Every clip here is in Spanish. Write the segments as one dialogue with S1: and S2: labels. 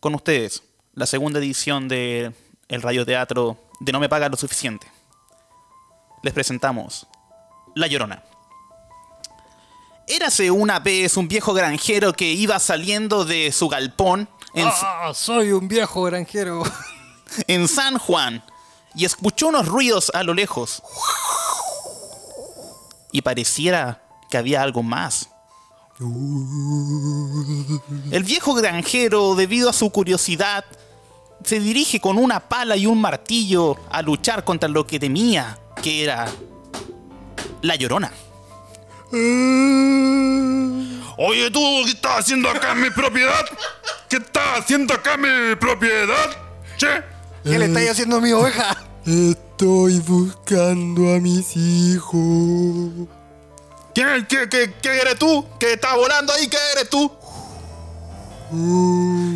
S1: con ustedes la segunda edición de el radioteatro de No me paga lo suficiente. Les presentamos La Llorona. Érase una vez un viejo granjero que iba saliendo de su galpón en,
S2: Ah, soy un viejo granjero.
S1: en San Juan y escuchó unos ruidos a lo lejos. Y pareciera que había algo más. El viejo granjero, debido a su curiosidad, se dirige con una pala y un martillo a luchar contra lo que temía, que era la llorona.
S3: Oye, tú, ¿qué estás haciendo acá en mi propiedad? ¿Qué estás haciendo acá en mi propiedad? Che.
S2: ¿Qué le estáis haciendo a mi oveja?
S4: Estoy buscando a mis hijos.
S3: ¿Qué, qué, qué, qué eres tú? ¿Qué estás volando ahí? ¿Qué eres tú?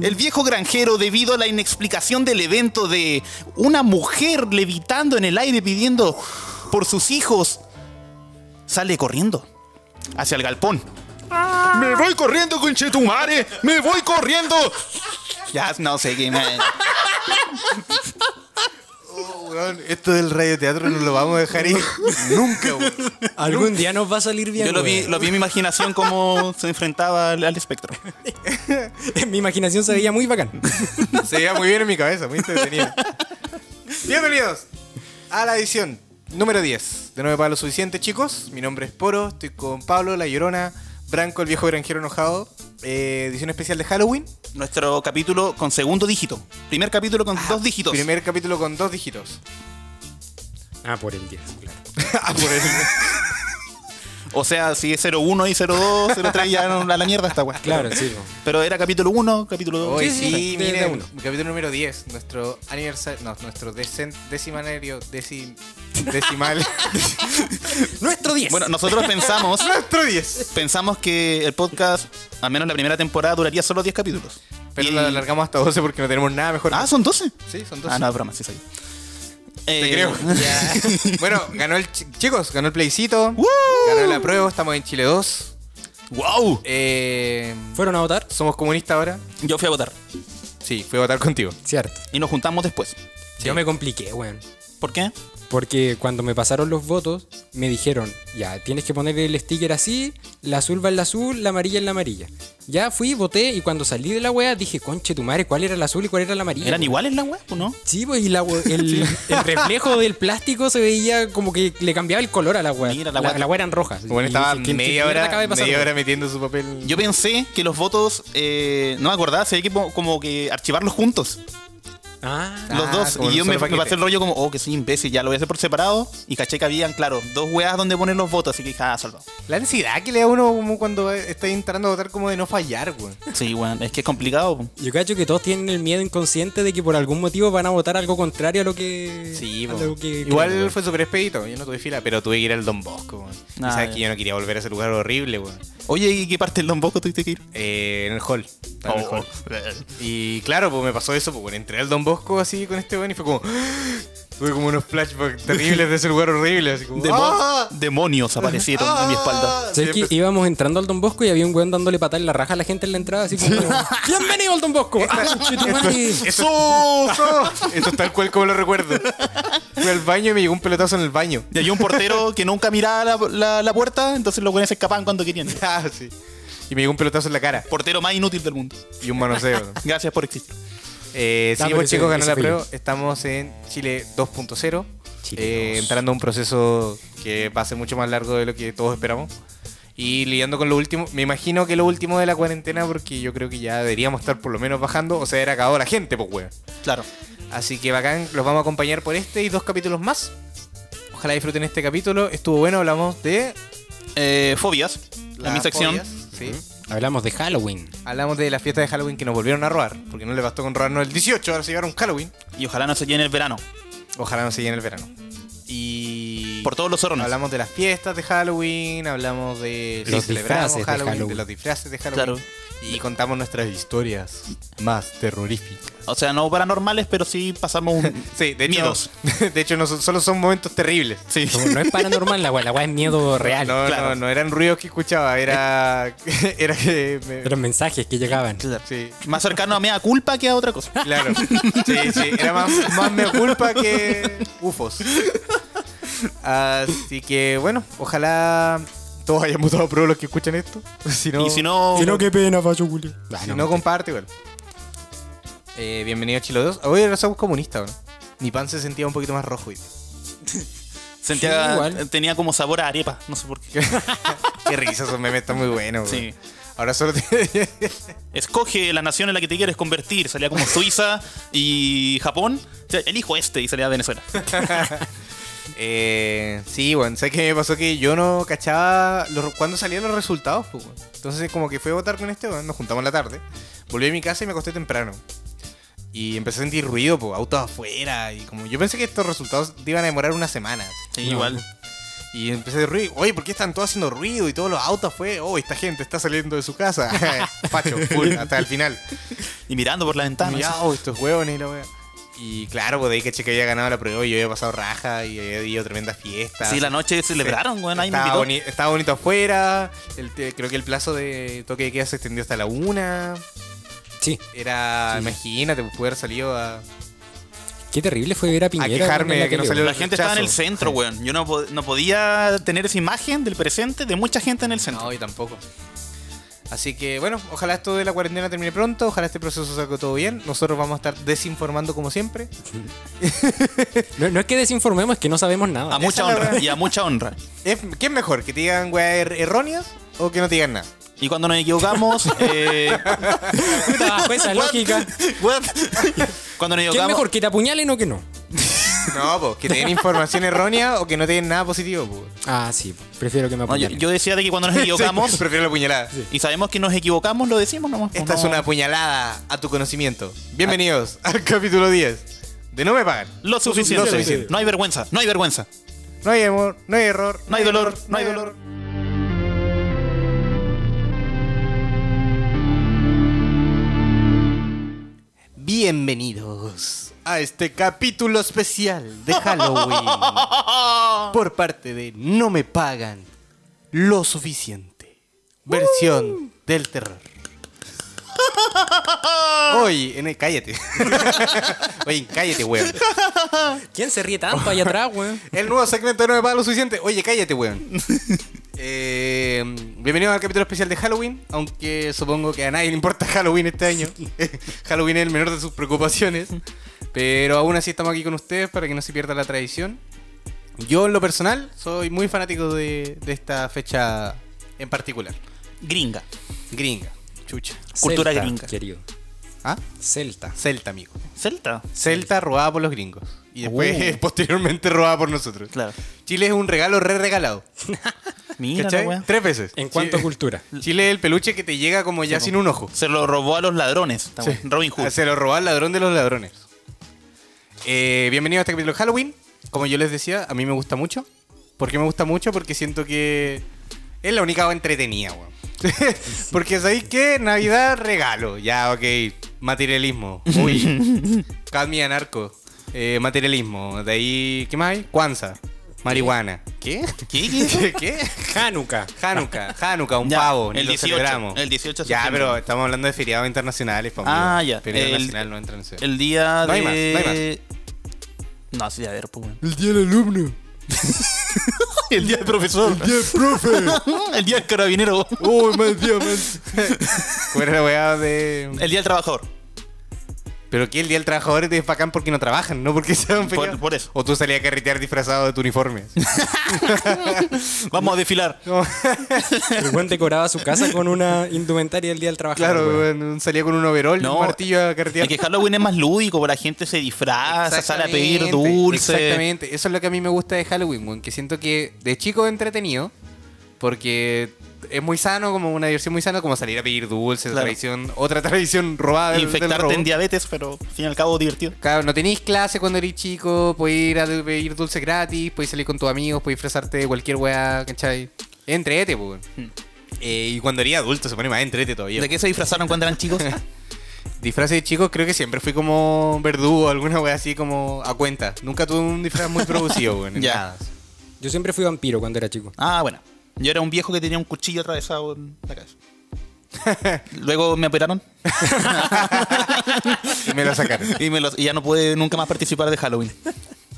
S1: El viejo granjero, debido a la inexplicación del evento de una mujer levitando en el aire pidiendo por sus hijos, sale corriendo hacia el galpón.
S3: Me voy corriendo, conchetumare. Me voy corriendo.
S1: Ya no sé qué me-
S4: esto del radioteatro no lo vamos a dejar ir nunca. weón.
S2: Algún día nos va a salir bien.
S1: Yo lo vi,
S2: weón.
S1: lo vi en mi imaginación cómo se enfrentaba al, al espectro.
S2: En mi imaginación se veía muy bacán.
S4: Se veía muy bien en mi cabeza, muy entretenido. Bienvenidos a la edición número 10 de No me paga lo suficiente, chicos. Mi nombre es Poro, estoy con Pablo, La Llorona, Branco, el viejo granjero enojado. eh, edición especial de Halloween.
S1: Nuestro capítulo con segundo dígito. Primer capítulo con dos dígitos.
S4: Ah, Primer capítulo con dos dígitos.
S2: Ah, por el 10, claro.
S4: Ah, por el-
S1: O sea, si es 01 y 02, 03 ya no, a la mierda está weá.
S2: Claro, sí. po.
S1: Pero era capítulo 1, capítulo 2.
S4: Hoy
S2: sí,
S4: sí,
S2: sí, de- de
S4: miren,
S2: uno.
S4: capítulo número 10, nuestro aniversario, no, nuestro decen- decimanario, decim- decimal.
S2: Nuestro 10.
S1: Bueno, nosotros pensamos
S4: nuestro 10.
S1: pensamos que el podcast, al menos la primera temporada, duraría solo 10 capítulos.
S4: Pero
S1: Y-
S4: lo alargamos hasta 12 porque no tenemos nada mejor.
S1: Ah, son 12.
S4: sí, son 12.
S1: Ah, no, es broma, sí soy. Eh,
S4: Te creo. bueno, ganó el chi- chicos, ganó el plebiscito. Ganó la prueba, estamos en Chile 2.
S1: ¡Wow!
S4: Eh,
S2: ¿Fueron a votar?
S4: somos comunistas ahora.
S1: Yo fui a votar
S4: Sí, fui a votar contigo.
S2: Cierto.
S1: y nos juntamos después.
S2: Yo me compliqué, weón.
S1: ¿Por qué?
S2: Porque cuando me pasaron los votos, me dijeron, ya, tienes que poner el sticker así, la azul va en la azul, la amarilla en la amarilla. Ya fui, voté y cuando salí de la wea dije, conche tu madre, ¿cuál era la azul y cuál era la amarilla?
S1: ¿Eran iguales las weas o no?
S2: Sí, pues, y la we- el, el reflejo del plástico se veía como que le cambiaba el color a la wea.
S1: Mira, la
S2: la,
S1: wea-
S2: la wea eran rojas.
S4: Bueno,
S2: Y
S4: estaba
S2: dije, "¿Qué- qué
S4: media
S2: mierda acaba
S4: hora,
S2: de pasar,
S4: media
S2: wea?".
S4: hora metiendo su papel.
S1: Yo pensé que los votos, eh, no me acordaba, si hay que po- como que archivarlos juntos,
S2: Ah,
S1: los
S4: Ah,
S1: dos.
S4: como en
S1: Y yo
S4: un
S1: me,
S4: solo
S1: me
S4: paquete.
S1: pasé el rollo como, oh, que soy imbécil, ya lo voy a hacer por separado. Y caché que habían, claro, dos weas donde poner los votos, así que dije, ah, salvado.
S4: La ansiedad que le da a uno como cuando está entrando a votar como de no fallar, güey.
S1: Sí, weón, es que es complicado. po.
S2: Yo cacho que todos tienen el miedo inconsciente de que por algún motivo van a votar algo contrario a lo que.
S4: Sí,
S2: a
S4: po.
S2: lo que
S4: Igual
S2: creen,
S4: fue súper expedito. Yo no tuve fila, pero tuve que ir al Don Bosco, güey. Y
S1: Ah,
S4: sabes
S1: ya.
S4: que yo no quería volver a ese lugar horrible, güey.
S1: Oye, ¿y qué parte del Don Bosco tuviste que ir?
S4: Eh, en el hall. Estaba en el
S1: Oh.
S4: hall. Y claro, pues me pasó eso, pues bueno, entré al Don Bosco así con este weón y fue como. Tuve como unos flashbacks terribles de ese lugar horrible, así como.
S1: Demo-
S4: ¡Ah!
S1: Demonios aparecieron en mi espalda.
S4: ¡Ah!
S2: ¿Sabes que
S4: Siempre-
S2: íbamos entrando al Don Bosco y había un weón dándole patada en la raja a la gente en la entrada, así como. ¡Bienvenido al Don Bosco! ¡Ah, conchetumare!
S4: ¡Eso! ¡Eso! Esto es tal cual como lo recuerdo. Fui al baño y me llegó un pelotazo en el baño.
S1: Y había un portero que nunca miraba la, la- la puerta, entonces los güeyes se escapaban cuando querían.
S4: Ah, sí. Y me llegó un pelotazo en la cara
S1: Portero más inútil del mundo.
S4: y un manoseo.
S1: Gracias por existir.
S4: Eh,
S2: Ah,
S4: sí,
S2: pero
S4: pues
S2: ese-
S4: chicos, ganó
S2: ese
S4: la
S2: fui yo.
S4: prueba. Estamos en Chile 2.0.
S2: Chile
S4: eh,
S2: 2.
S4: entrando a un proceso que va a ser mucho más largo de lo que todos esperamos. Y lidiando con lo último, me imagino que lo último de la cuarentena, porque yo creo que ya deberíamos estar por lo menos bajando, o sea, era cagado la gente, pues weón.
S1: Claro.
S4: Así que bacán, los vamos a acompañar por este y dos capítulos más. Ojalá disfruten este capítulo, estuvo bueno, hablamos de
S1: Eh, fobias. en mi
S4: las
S1: sección.
S4: fobias, sí.
S2: Hablamos de Halloween.
S4: Hablamos de la fiesta de Halloween que nos volvieron a robar, porque no les bastó con robarnos el 18, ahora se llevaron Halloween.
S1: Y ojalá no se llene el verano.
S4: Ojalá no se llene el verano. Y.
S1: Por todos los hornos.
S4: Hablamos de las fiestas de Halloween, hablamos de
S2: Los disfraces de
S4: Halloween, de
S2: Halloween.
S4: los disfraces de Halloween.
S1: Claro.
S4: Y contamos nuestras historias más terroríficas.
S1: O sea, no paranormales, pero sí pasamos un...
S4: Sí, de hecho,
S1: miedos.
S4: de hecho no, son- solo son momentos terribles.
S1: Sí.
S2: Como no es paranormal la weá, la weá es miedo real.
S4: No, no,
S1: claro. Eh.
S4: no eran ruidos que escuchaba, era, era que me-
S2: Eran mensajes que llegaban.
S4: sí,
S1: Más cercano a mea culpa que a otra cosa.
S4: claro, sí, sí, era más, más me culpa que ufos. Así que bueno, ojalá todos hayan votado pro los que escuchan esto. Si no,
S1: Y si no...
S2: qué pena, Facho Julio. Ah,
S4: si no, comparte, bueno. Eh, bienvenido a Chilo 2. Hoy era somos comunista, ¿no? Mi pan se sentía un poquito más rojo. hoy día.
S1: sentía-
S2: Sí, igual.
S1: tenía como sabor a arepa, no sé por qué.
S4: Qué risa, esos memes están muy buenos.
S1: Sí.
S4: güey. Ahora solo te-
S1: Escoge la nación en la que te quieres convertir. Salía como Suiza y Japón. O sea, elijo este y salía Venezuela.
S4: Eh, sí, bueno, ¿sabes qué me pasó? Que yo no cachaba los, cuando salían los resultados, pues, weón. Entonces, como que fui a votar con este, weón, nos juntamos en la tarde. Volví a mi casa y me acosté temprano. Y empecé a sentir ruido, pues, autos afuera. Y como yo pensé que estos resultados iban a demorar una semana.
S1: Sí,
S2: No.
S1: igual.
S4: Y empecé a hacer ruido. Oye, ¿por qué están todos haciendo ruido? Y todos los autos afuera. Oh, esta gente está saliendo de su casa. Pacho, full, hasta el final.
S1: Y mirando por la ventana.
S4: Y ya, oh, estos hueones y la wea. Y claro, pues de ahí caché que había ganado la prueba y yo había pasado raja y había ido a tremenda fiesta.
S1: sí, la noche celebraron, weón. Ahí me
S4: Estaba,
S1: invitó.
S4: boni- estaba bonito afuera. el te- creo que el plazo de toque de queda se extendió hasta la una.
S2: Sí,
S4: Era, imagínate, pues, poder salir a.
S2: qué terrible fue ver a Piñera.
S4: quejarme
S2: en la
S4: de que no
S2: tele,
S4: salió
S2: weón.
S1: La gente estaba en el
S4: rechazo.
S1: centro, weón. Yo no, po- no podía tener esa imagen del presente de mucha gente en el centro.
S4: No, yo tampoco. Así que bueno, ojalá esto de la cuarentena termine pronto, ojalá este proceso salga todo bien. Nosotros vamos a estar desinformando como siempre.
S2: No, no es que desinformemos, es que no sabemos nada.
S1: a mucha
S4: esa es la
S1: honra.
S4: verdad.
S1: Y a mucha honra.
S4: Es- ¿Qué es mejor? ¿Que te digan weas er- erróneas o que no te digan nada?
S1: Y cuando nos equivocamos. eh,
S2: Puta, bajo Ah, pues, esa lógica.
S1: what? Cuando nos
S2: ¿Qué es
S1: equivocamos.
S2: mejor, que te apuñalen o que no?
S4: No, pues, que te den información errónea o que no te den nada positivo. po.
S2: Ah, sí, prefiero que me
S1: No, yo,
S2: apuñalen.
S1: yo decía de que cuando nos
S4: Sí,
S1: equivocamos
S4: prefiero la puñalada.
S1: y sabemos que nos equivocamos, lo decimos nomás. pues,
S4: Esta
S1: No-
S4: es una puñalada a tu conocimiento. Bienvenidos al capítulo 10 de No me pagan.
S1: Lo suficiente.
S4: Lo suficiente.
S1: No hay vergüenza, no hay vergüenza.
S4: No hay amor, no hay error,
S1: No hay dolor, no hay dolor.
S4: Bienvenidos a este capítulo especial de Halloween por parte de No me pagan lo suficiente.
S1: Uh.
S4: Versión del terror. Hoy en el cállate. Oye, cállate, weón.
S2: ¿Quién se ríe tanto allá atrás, weón?
S4: El nuevo segmento de No me paga lo suficiente. Oye, cállate, weón. Eh, bienvenidos al capítulo especial de Halloween. Aunque supongo que a nadie le importa Halloween este año. Halloween es el menor de sus preocupaciones. Pero aún así estamos aquí con ustedes para que no se pierda la tradición. Yo, en lo personal, soy muy fanático de, de esta fecha en particular.
S1: Gringa.
S4: Gringa. Chucha.
S1: Cultura
S2: Celta,
S1: gringa.
S2: Querido.
S4: ¿Ah?
S2: Celta.
S4: Celta, amigo.
S1: Celta.
S4: Celta robada por los gringos. Y después, posteriormente, robada por nosotros.
S1: Claro.
S4: Chile es un regalo re regalado.
S1: Mira, la
S4: ¿Cachai?
S1: wea.
S4: Tres veces.
S2: En cuanto a
S4: Chi-
S2: cultura.
S4: Chile es el peluche que te llega como ya sin un ojo.
S1: Se lo robó a los ladrones. esta wea.
S4: Sí.
S1: Robin Hood.
S4: Se lo robó al ladrón de los ladrones. Eh, bienvenido a este capítulo de Halloween. Como yo les decía, a mí me gusta mucho. ¿Por qué me gusta mucho? Porque siento que es la única entretenida, weón. Porque sabéis que Navidad regalo. Ya, ok. Materialismo. Uy. Cadmia narco. Eh, materialismo. De ahí, ¿qué más hay? Kwanzaa. Marihuana. ¿Qué?
S1: ¿Qué?
S4: ¿Qué? ¿Qué?
S2: Hanukkah.
S4: Hanukkah, Hanukkah, un
S1: Ya,
S4: pavo, ni
S1: el
S4: lo
S1: 18,
S4: celebramos.
S1: el 18 de
S4: Ya,
S1: septiembre.
S4: pero estamos hablando de feriados internacionales, pues, amigo.
S1: Ah, ya.
S4: Feriado
S1: El-
S4: nacional no entra en ese-
S1: El día de.
S4: No hay más, no hay
S1: No, sí, a ver, pues, weón.
S2: El día del alumno.
S1: El día del profesor. El día del profe. el día del carabinero.
S4: Uy, más día, más. Fuera la weá de.
S1: El día del trabajador.
S4: Pero que el día del trabajador es bacán porque no trabajan, no porque sean
S1: Por-
S4: feriados.
S1: por eso.
S4: O tú salías a carretear disfrazado de tu uniforme.
S1: Vamos a desfilar.
S4: No,
S2: El buen decoraba su casa con una indumentaria el día del trabajo.
S4: claro,
S2: weón.
S4: bueno, salía con un overol y
S1: No.
S4: un martillo a carretear.
S1: Es que Halloween es más lúdico, porque la gente se disfraza, sale a pedir
S4: Exactamente,
S1: dulces.
S4: Exactamente, eso es lo que a mí me gusta de Halloween, weón, que siento que de chico es entretenido, porque es muy sano, como una diversión muy sana, como salir a pedir dulces,
S1: Claro.
S4: tradición, otra tradición robada del- del robo.
S1: Infectarte en diabetes, pero al fin y al cabo divertido.
S4: Claro, no tenéis clase cuando eres chico, podéis ir a pedir dulces gratis, podéis salir con tus amigos, podéis disfrazarte de cualquier weá, ¿cachai? Entrete, pues. weón. Eh, y cuando era adulto se pone más entrete todavía.
S1: ¿De qué se disfrazaron cuando eran chicos?
S4: Disfraces de chicos creo que siempre fui como verdugo, alguna wea así como a cuenta. Nunca tuve un disfraz muy producido, weón. en
S1: Ya.
S4: nada.
S2: Yo siempre fui vampiro cuando era chico.
S1: Ah, bueno. Yo era un viejo que tenía un cuchillo atravesado en la cabeza. Luego me operaron
S4: Y me lo sacaron.
S1: y, me los- y ya no pude nunca más participar de Halloween.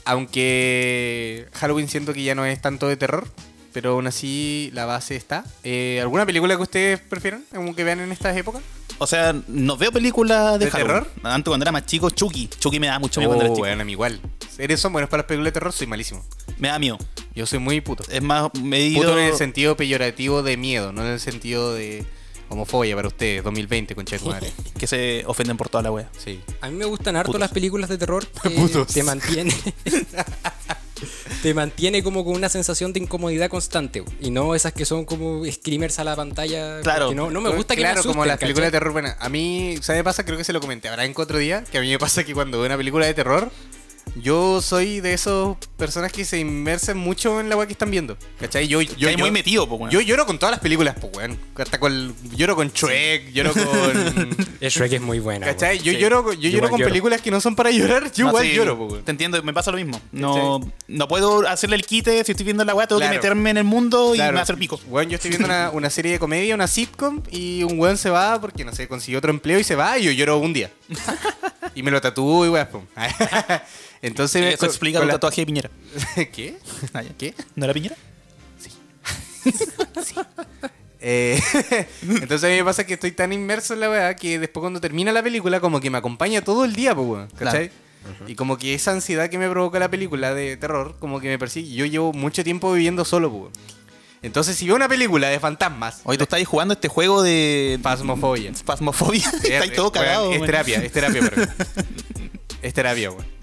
S4: Aunque Halloween siento que ya no es tanto de terror, pero aún así la base está. Eh, ¿Alguna película que ustedes prefieran? ¿Algún que vean en estas épocas?
S1: O sea, no veo películas de,
S4: ¿De
S1: Halloween.
S4: terror?
S1: Antes cuando era más chico, Chucky. Chucky me daba mucho miedo
S4: Oh,
S1: cuando era chico.
S4: weón, a mí igual. Eres son buenos para las películas de terror, soy malísimo.
S1: Me da miedo.
S4: Yo soy muy puto.
S1: Es más, me he
S4: Puto
S1: ido-
S4: en el sentido peyorativo de miedo, no en el sentido de homofobia para ustedes, 2020, con tu madre.
S1: que se ofenden por toda la wea.
S4: Sí.
S2: A mí me gustan harto
S1: Putos.
S2: las películas de terror que
S4: Putos.
S2: te mantiene. te mantiene como con una sensación de incomodidad constante. Y no esas que son como screamers a la pantalla.
S1: Claro.
S2: porque No, no me gusta que
S4: claro,
S2: me asusten,
S4: como las
S2: ¿cachai?
S4: películas de terror, bueno, a mí, ¿sabes qué pasa? Creo que se lo comenté, habrá en otro día, que a mí me pasa que cuando veo una película de terror, yo soy de esas personas que se inmersan mucho en la weá que están viendo, ¿cachai? Yo, yo,
S1: Yo,
S4: yo-
S1: muy metido, po, weón.
S4: yo lloro con todas las películas, pues, weón. Hasta con, lloro con Shrek, lloro con...
S2: El Shrek es muy buena.
S4: ¿Cachai?
S2: weón.
S4: Yo
S1: Sí.
S4: lloro, con- yo
S2: Yo
S4: lloro
S2: igual
S4: con
S2: lloro.
S4: películas que no son para llorar, yo
S1: No,
S4: igual
S1: sí,
S4: lloro, pues, weón.
S1: Te entiendo, me pasa lo mismo. No, no puedo hacerle el quite si estoy viendo la weá, tengo
S4: Claro.
S1: que meterme en el mundo y me va a hacer pico.
S4: Weón, yo estoy viendo una, una serie de comedia, una sitcom, y un weón se va porque, no sé, consiguió otro empleo y se va, y yo lloro un día. y me lo tatúo y weón, pum. Entonces...
S1: Eso
S4: con-
S1: explica
S4: con
S1: el
S4: la-
S1: tatuaje de Piñera.
S4: ¿Qué?
S1: Ah, ya.
S4: ¿Qué?
S1: ¿No era Piñera?
S4: Eh, entonces a mí me pasa que estoy tan inmerso en la weá que después cuando termina la película como que me acompaña todo el día, pues, weón, ¿cachai? Y como que esa ansiedad que me provoca la película de terror, como que me persigue. Yo llevo mucho tiempo viviendo solo, pues, weón. Entonces si veo una película de fantasmas,
S1: Hoy tú estás jugando este juego de
S4: pasmofobia.
S1: pasmofobia. Estás todo
S4: Weón,
S1: cagado.
S4: Es
S1: weón.
S4: terapia, es terapia para mí. Es terapia, weón.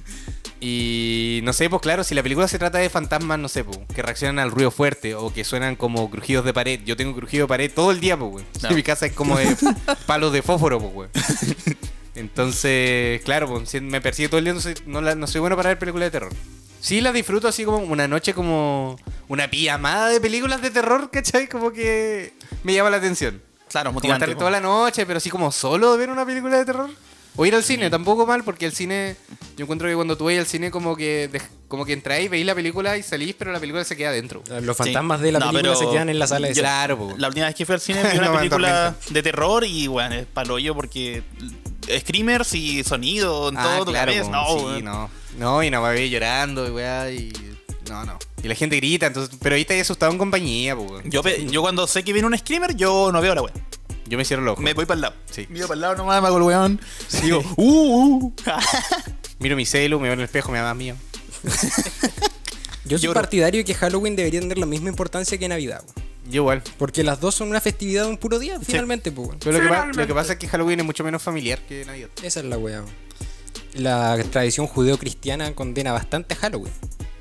S4: Y no sé, pues claro, si la película se trata de fantasmas, no sé, pues, que reaccionan al ruido fuerte o que suenan como crujidos de pared. Yo tengo crujido de pared todo el día, pues, weón.
S1: No.
S4: Mi casa es como de palos de fósforo, pues, weón. Entonces, claro, pues, si me persigue todo el día, no soy, no la- no soy bueno para ver películas de terror. Sí las disfruto así como una noche como una pijamada de películas de terror, ¿cachai? Como que me llama la atención.
S1: Claro,
S4: Como
S1: motivante.
S4: estar toda la noche, pero así como solo de ver una película de terror. O ir al cine, tampoco mal, porque el cine, yo encuentro que cuando tú vas al cine como que dej- como que entráis, veis la película y salís, pero la película se queda dentro.
S2: Ah, Los fantasmas de la
S1: No,
S2: película se
S1: pero
S2: quedan en la sala de cine.
S4: Claro, po.
S1: La última vez que fui al cine vi una
S4: No me
S1: película
S4: atormenta.
S1: de terror y bueno, es palollo porque screamers y sonido en
S4: Ah,
S1: todo tu
S4: claro,
S1: cabeza.
S4: po.
S1: No,
S4: Sí,
S1: weón.
S4: no. No, y no va a ir llorando, y weá, y no, no. Y la gente grita, entonces, pero ahí estás asustado en compañía, po.
S1: Yo, pe- yo cuando sé que viene un screamer, yo no veo la wea.
S4: Yo me cierro los ojos.
S1: Me voy para el lado.
S4: Sí.
S1: Miro para el lado nomás, me hago el weón. Digo, uh, uh.
S4: Miro mi celu, me veo en el espejo, me da más miedo.
S2: Yo soy
S1: Lloro.
S2: partidario de que Halloween debería tener la misma importancia que Navidad. weón.
S4: Yo igual.
S2: Porque las dos son una festividad de un puro día, finalmente, pues. weón.
S4: Pero lo que, pa- lo que pasa es que Halloween es mucho menos familiar que Navidad.
S2: Esa es la weá. weón. La tradición judeocristiana condena bastante a Halloween.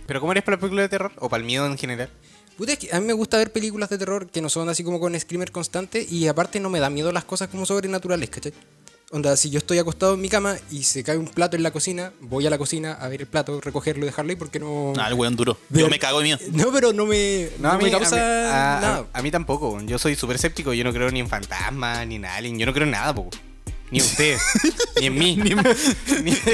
S4: Pero ¿cómo eres para la película de terror? ¿O para el miedo en general?
S2: Puta, es que a mí me gusta ver películas de terror que no son así como con screamer constante y aparte no me da miedo las cosas como sobrenaturales, ¿cachai? Onda, si yo estoy acostado en mi cama y se cae un plato en la cocina, voy a la cocina a ver el plato, recogerlo y dejarlo ahí porque no...
S1: Ah, el weón duro. Yo
S2: Ver-
S1: me cago de miedo.
S2: No, pero no me,
S4: No, a
S2: no
S4: mí, ah,
S2: me
S4: a
S2: causa
S4: mí- a- a-
S2: nada.
S4: a mí tampoco. weón. Yo soy súper escéptico. Yo no creo ni en fantasmas, ni en alien. Yo no creo en nada, po. Ni en usted, ni en mí. ni,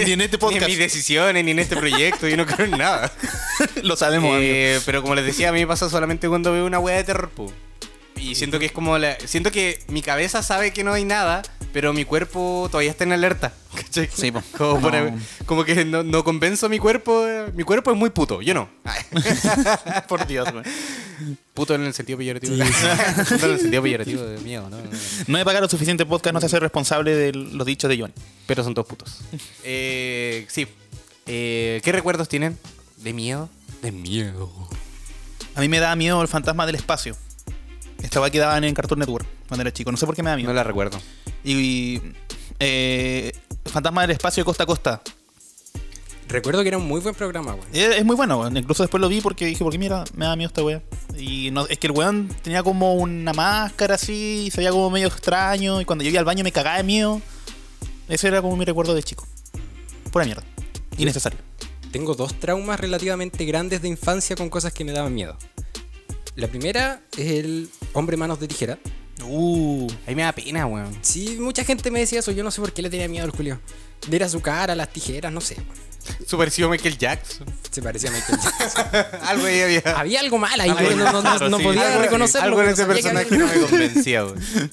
S1: ni en este podcast.
S4: Ni en mis decisiones, ni en este proyecto. Yo no creo en nada.
S1: Lo sabemos, amigo.
S4: Eh, pero como les decía, a mí me pasa solamente cuando veo una wea de terror, po. Y siento que es como la... Siento que mi cabeza sabe que no hay nada, pero mi cuerpo todavía está en alerta. ¿Cachai?
S1: Sí, po.
S4: Como, por- em,
S1: No.
S4: como que no, no convenzo a mi cuerpo. eh, Mi cuerpo es muy puto, yo no.
S1: Por Dios, weón.
S4: Puto en el sentido peyorativo. Puto en el sentido peyorativo de miedo, ¿no?
S1: No he pagado lo suficiente podcast, no se hace responsable de los dichos de Joan.
S4: Pero son todos putos. Eh, sí. Eh, ¿Qué recuerdos tienen? ¿De miedo? De miedo.
S1: A mí me daba miedo el fantasma del espacio. Esta va que daban en Cartoon Network cuando era chico. No sé por qué me da miedo.
S4: No la recuerdo.
S1: Y. eh, fantasma del espacio de costa a costa.
S2: Recuerdo que era un muy buen programa, weón.
S1: Eh, Es muy bueno, weón. incluso después lo vi porque dije, ¿por qué mira, me da miedo esta wea? Y no, es que el weón tenía como una máscara así, y se veía como medio extraño, y cuando yo iba al baño me cagaba de miedo. Ese era como mi recuerdo de chico. Pura mierda. Innecesario.
S2: Tengo dos traumas relativamente grandes de infancia con cosas que me daban miedo. La primera es el Hombre Manos de Tijera.
S1: Uh,
S4: Ahí me da pena, weón.
S2: Sí, mucha gente me decía eso. Yo no sé por qué le tenía miedo al Julio. Era su cara, las tijeras, no sé.
S4: Su parecido a Michael Jackson.
S2: Se parecía a Michael Jackson.
S4: Algo ahí había.
S2: Había algo mal ahí.
S1: Algo-
S2: Ah, yo no, no- no-
S1: claro,
S2: no
S1: sí.
S2: podía
S4: algo,
S2: reconocerlo.
S4: algo en
S2: pero sabía
S4: ese
S2: que había
S4: personaje
S2: algo.
S4: no me convencía, weón.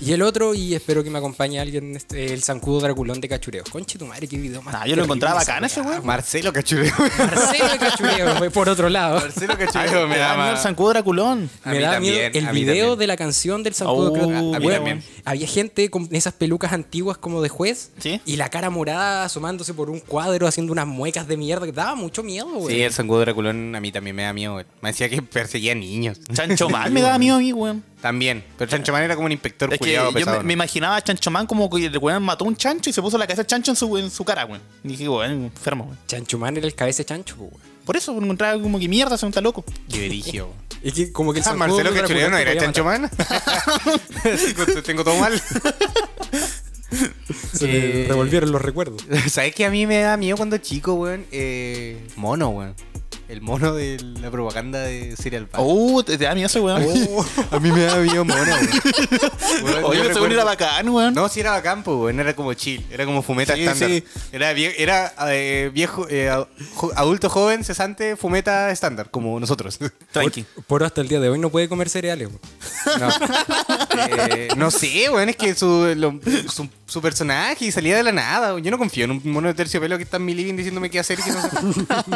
S2: Y el otro, y espero que me acompañe alguien, este, el zancudo draculón de cachureos. Conche tu madre, qué video más.
S4: Ah,
S1: Nah, yo lo
S2: terrible
S1: encontraba
S2: esa
S1: bacán ese
S2: weá.
S1: weón.
S4: Marcelo Cachureo.
S2: Marcelo de cachureo, fue por otro lado.
S4: Marcelo Cachureo me da
S1: ah, mira,
S4: más.
S1: Zancudo Draculón.
S4: A
S2: me
S4: mí
S2: da
S4: también,
S2: miedo el
S4: a mí
S2: video
S4: también.
S2: de la canción del Zancudo
S1: Oh,
S2: Creo-
S1: a mí
S2: weón,
S4: también.
S2: Había gente con esas pelucas antiguas como de juez
S1: Sí.
S2: y la cara morada asomándose por un cuadro haciendo unas muecas de mierda que daba mucho miedo, güey.
S4: Sí, el zancudo draculón a mí también me da miedo. weón. Me decía que perseguía niños.
S1: Chanchomán me daba miedo a mí, weón.
S4: También. Pero Chanchomán era como un inspector
S1: Es que
S4: culiado
S1: yo
S4: pesado.
S1: me, me imaginaba a Chanchomán como que el weón mató a un chancho y se puso la cabeza de chancho en su, en su cara, weón. Y dije, weón, enfermo, weón.
S2: Chanchumán era el cabeza de chancho, güey.
S1: Por eso me encontraba como que mierda, se me está loco.
S4: ¿no? Qué brigio. weón.
S2: Es que como que el
S4: Ah,
S2: zancudo
S4: Marcelo
S2: draculón
S4: Cachureo no
S2: te
S4: era
S2: podía matar.
S4: Chanchomán. Tengo todo mal.
S2: Se le
S4: Eh,
S2: revolvieron los recuerdos.
S4: ¿Sabes que a mí me da miedo cuando chico, weón? Eh, mono, weón. El mono de la propaganda de Serial Bar.
S1: Uh, te, te da miedo ese weón.
S4: Oh. A mí me da miedo mono, weón.
S1: Oye,
S4: Weón, yo
S1: ese weón
S4: recuerdo-
S1: era bacán, weón.
S4: No, si era bacán, pues, weón. Era como chill. Era como fumeta
S1: Sí,
S4: estándar.
S1: sí.
S4: Era, vie- era eh, viejo, eh, a- jo- adulto joven, cesante, fumeta estándar, como nosotros.
S1: Tranqui.
S2: Poro hasta el día de hoy no puede comer cereales, güey.
S4: No, Eh, no sé, weón, es que su, lo- su, su personaje salía de la nada. weón. Yo no confío en un mono de terciopelo que está en mi living diciéndome qué hacer y qué no hacer.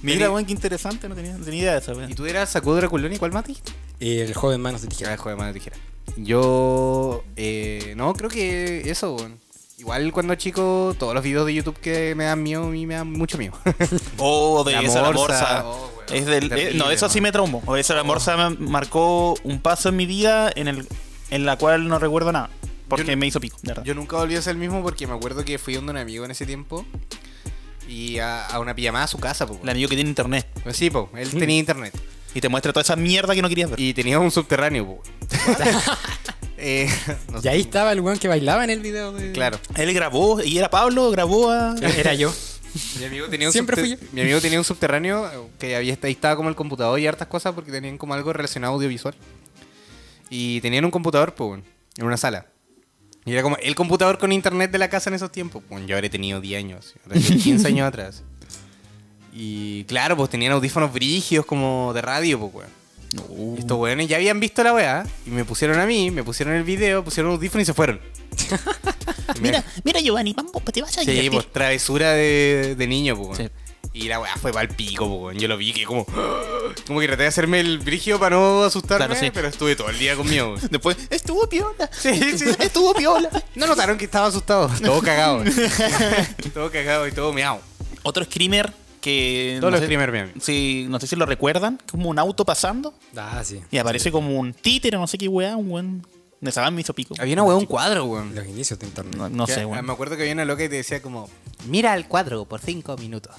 S1: Mira, weón, qué interesante, no tenía, no tenía idea de eso,
S4: ¿Y
S1: weón.
S4: tú eras Sacudo Draculón y cuál más dijiste?
S2: El joven manos "Ah, de
S4: Ya,
S2: tijera.
S4: juego de mano de tijera. Yo, eh, no, creo que eso, weón. Igual cuando chico, todos los videos de YouTube que me dan miedo, a mí me dan mucho miedo.
S1: Oh, de
S4: La
S1: esa la
S4: morsa.
S1: morsa.
S4: Oh, weón.
S1: Es del- eh,
S4: Terrible,
S1: no, eso sí
S4: weón.
S1: me traumó. O Esa la morsa me marcó un paso en mi vida en, el, en la cual no recuerdo nada. Porque
S4: Yo-
S1: me hizo pico, de verdad.
S4: Yo nunca volví a ser el mismo porque me acuerdo que fui donde un amigo en ese tiempo y a, a una pijamada a su casa, po, weón.
S1: el amigo que tiene internet.
S4: Pues Sí, po, él tenía internet.
S1: Y te muestra toda esa mierda que no querías ver.
S4: Y tenía un subterráneo, po, weón. Eh, no
S2: Y ahí estaba el weón que bailaba en el video de...
S4: sé, Claro.
S1: Él grabó, y era Pablo, grabó a.
S2: Era yo.
S4: Mi amigo tenía un
S2: Siempre
S4: subter-
S2: fui
S4: Mi amigo tenía un subterráneo que había ahí estaba como el computador y hartas cosas porque tenían como algo relacionado audiovisual. Y tenían un computador, pues, weón, en una sala. Y era como el computador con internet de la casa en esos tiempos. Pues, yo habré tenido 10 años, habré tenido 15 años atrás. Y claro, pues tenían audífonos brígidos como de radio, pues, weón. Estos weones ya habían visto la weá y me pusieron a mí, me pusieron el video, pusieron audífonos y se fueron. Y me-
S1: Mira, mira Giovanni, vamos, te vas a
S4: Sí,
S1: divertir.
S4: pues travesura de, de niño, pues.
S1: Sí.
S4: Y la weá fue pa'l pico, po, weón. Yo lo vi que como. Como que traté de hacerme el brígido para no asustarme,
S1: Claro, sí.
S4: pero estuve todo el día con miedo. weón.
S1: Después, estuvo piola.
S4: Sí, sí.
S1: Estuvo piola.
S4: No notaron que estaba asustado. Todo cagado. weón. todo cagado y todo miau.
S1: Otro screamer que.
S4: Todos los
S1: sé-
S4: screamer miau.
S1: Sí, no sé si lo recuerdan. Como un auto pasando.
S2: Ah, sí.
S1: Y aparece como un títere, no sé qué weá, un weón. Me saban me hizo pico.
S4: Había Ah, una weá, un cuadro, weón.
S2: Los inicios de internet.
S1: No, no
S4: Que-
S1: sé, weón.
S4: Me acuerdo que había una loca y te decía como, mira el cuadro por 5 minutos.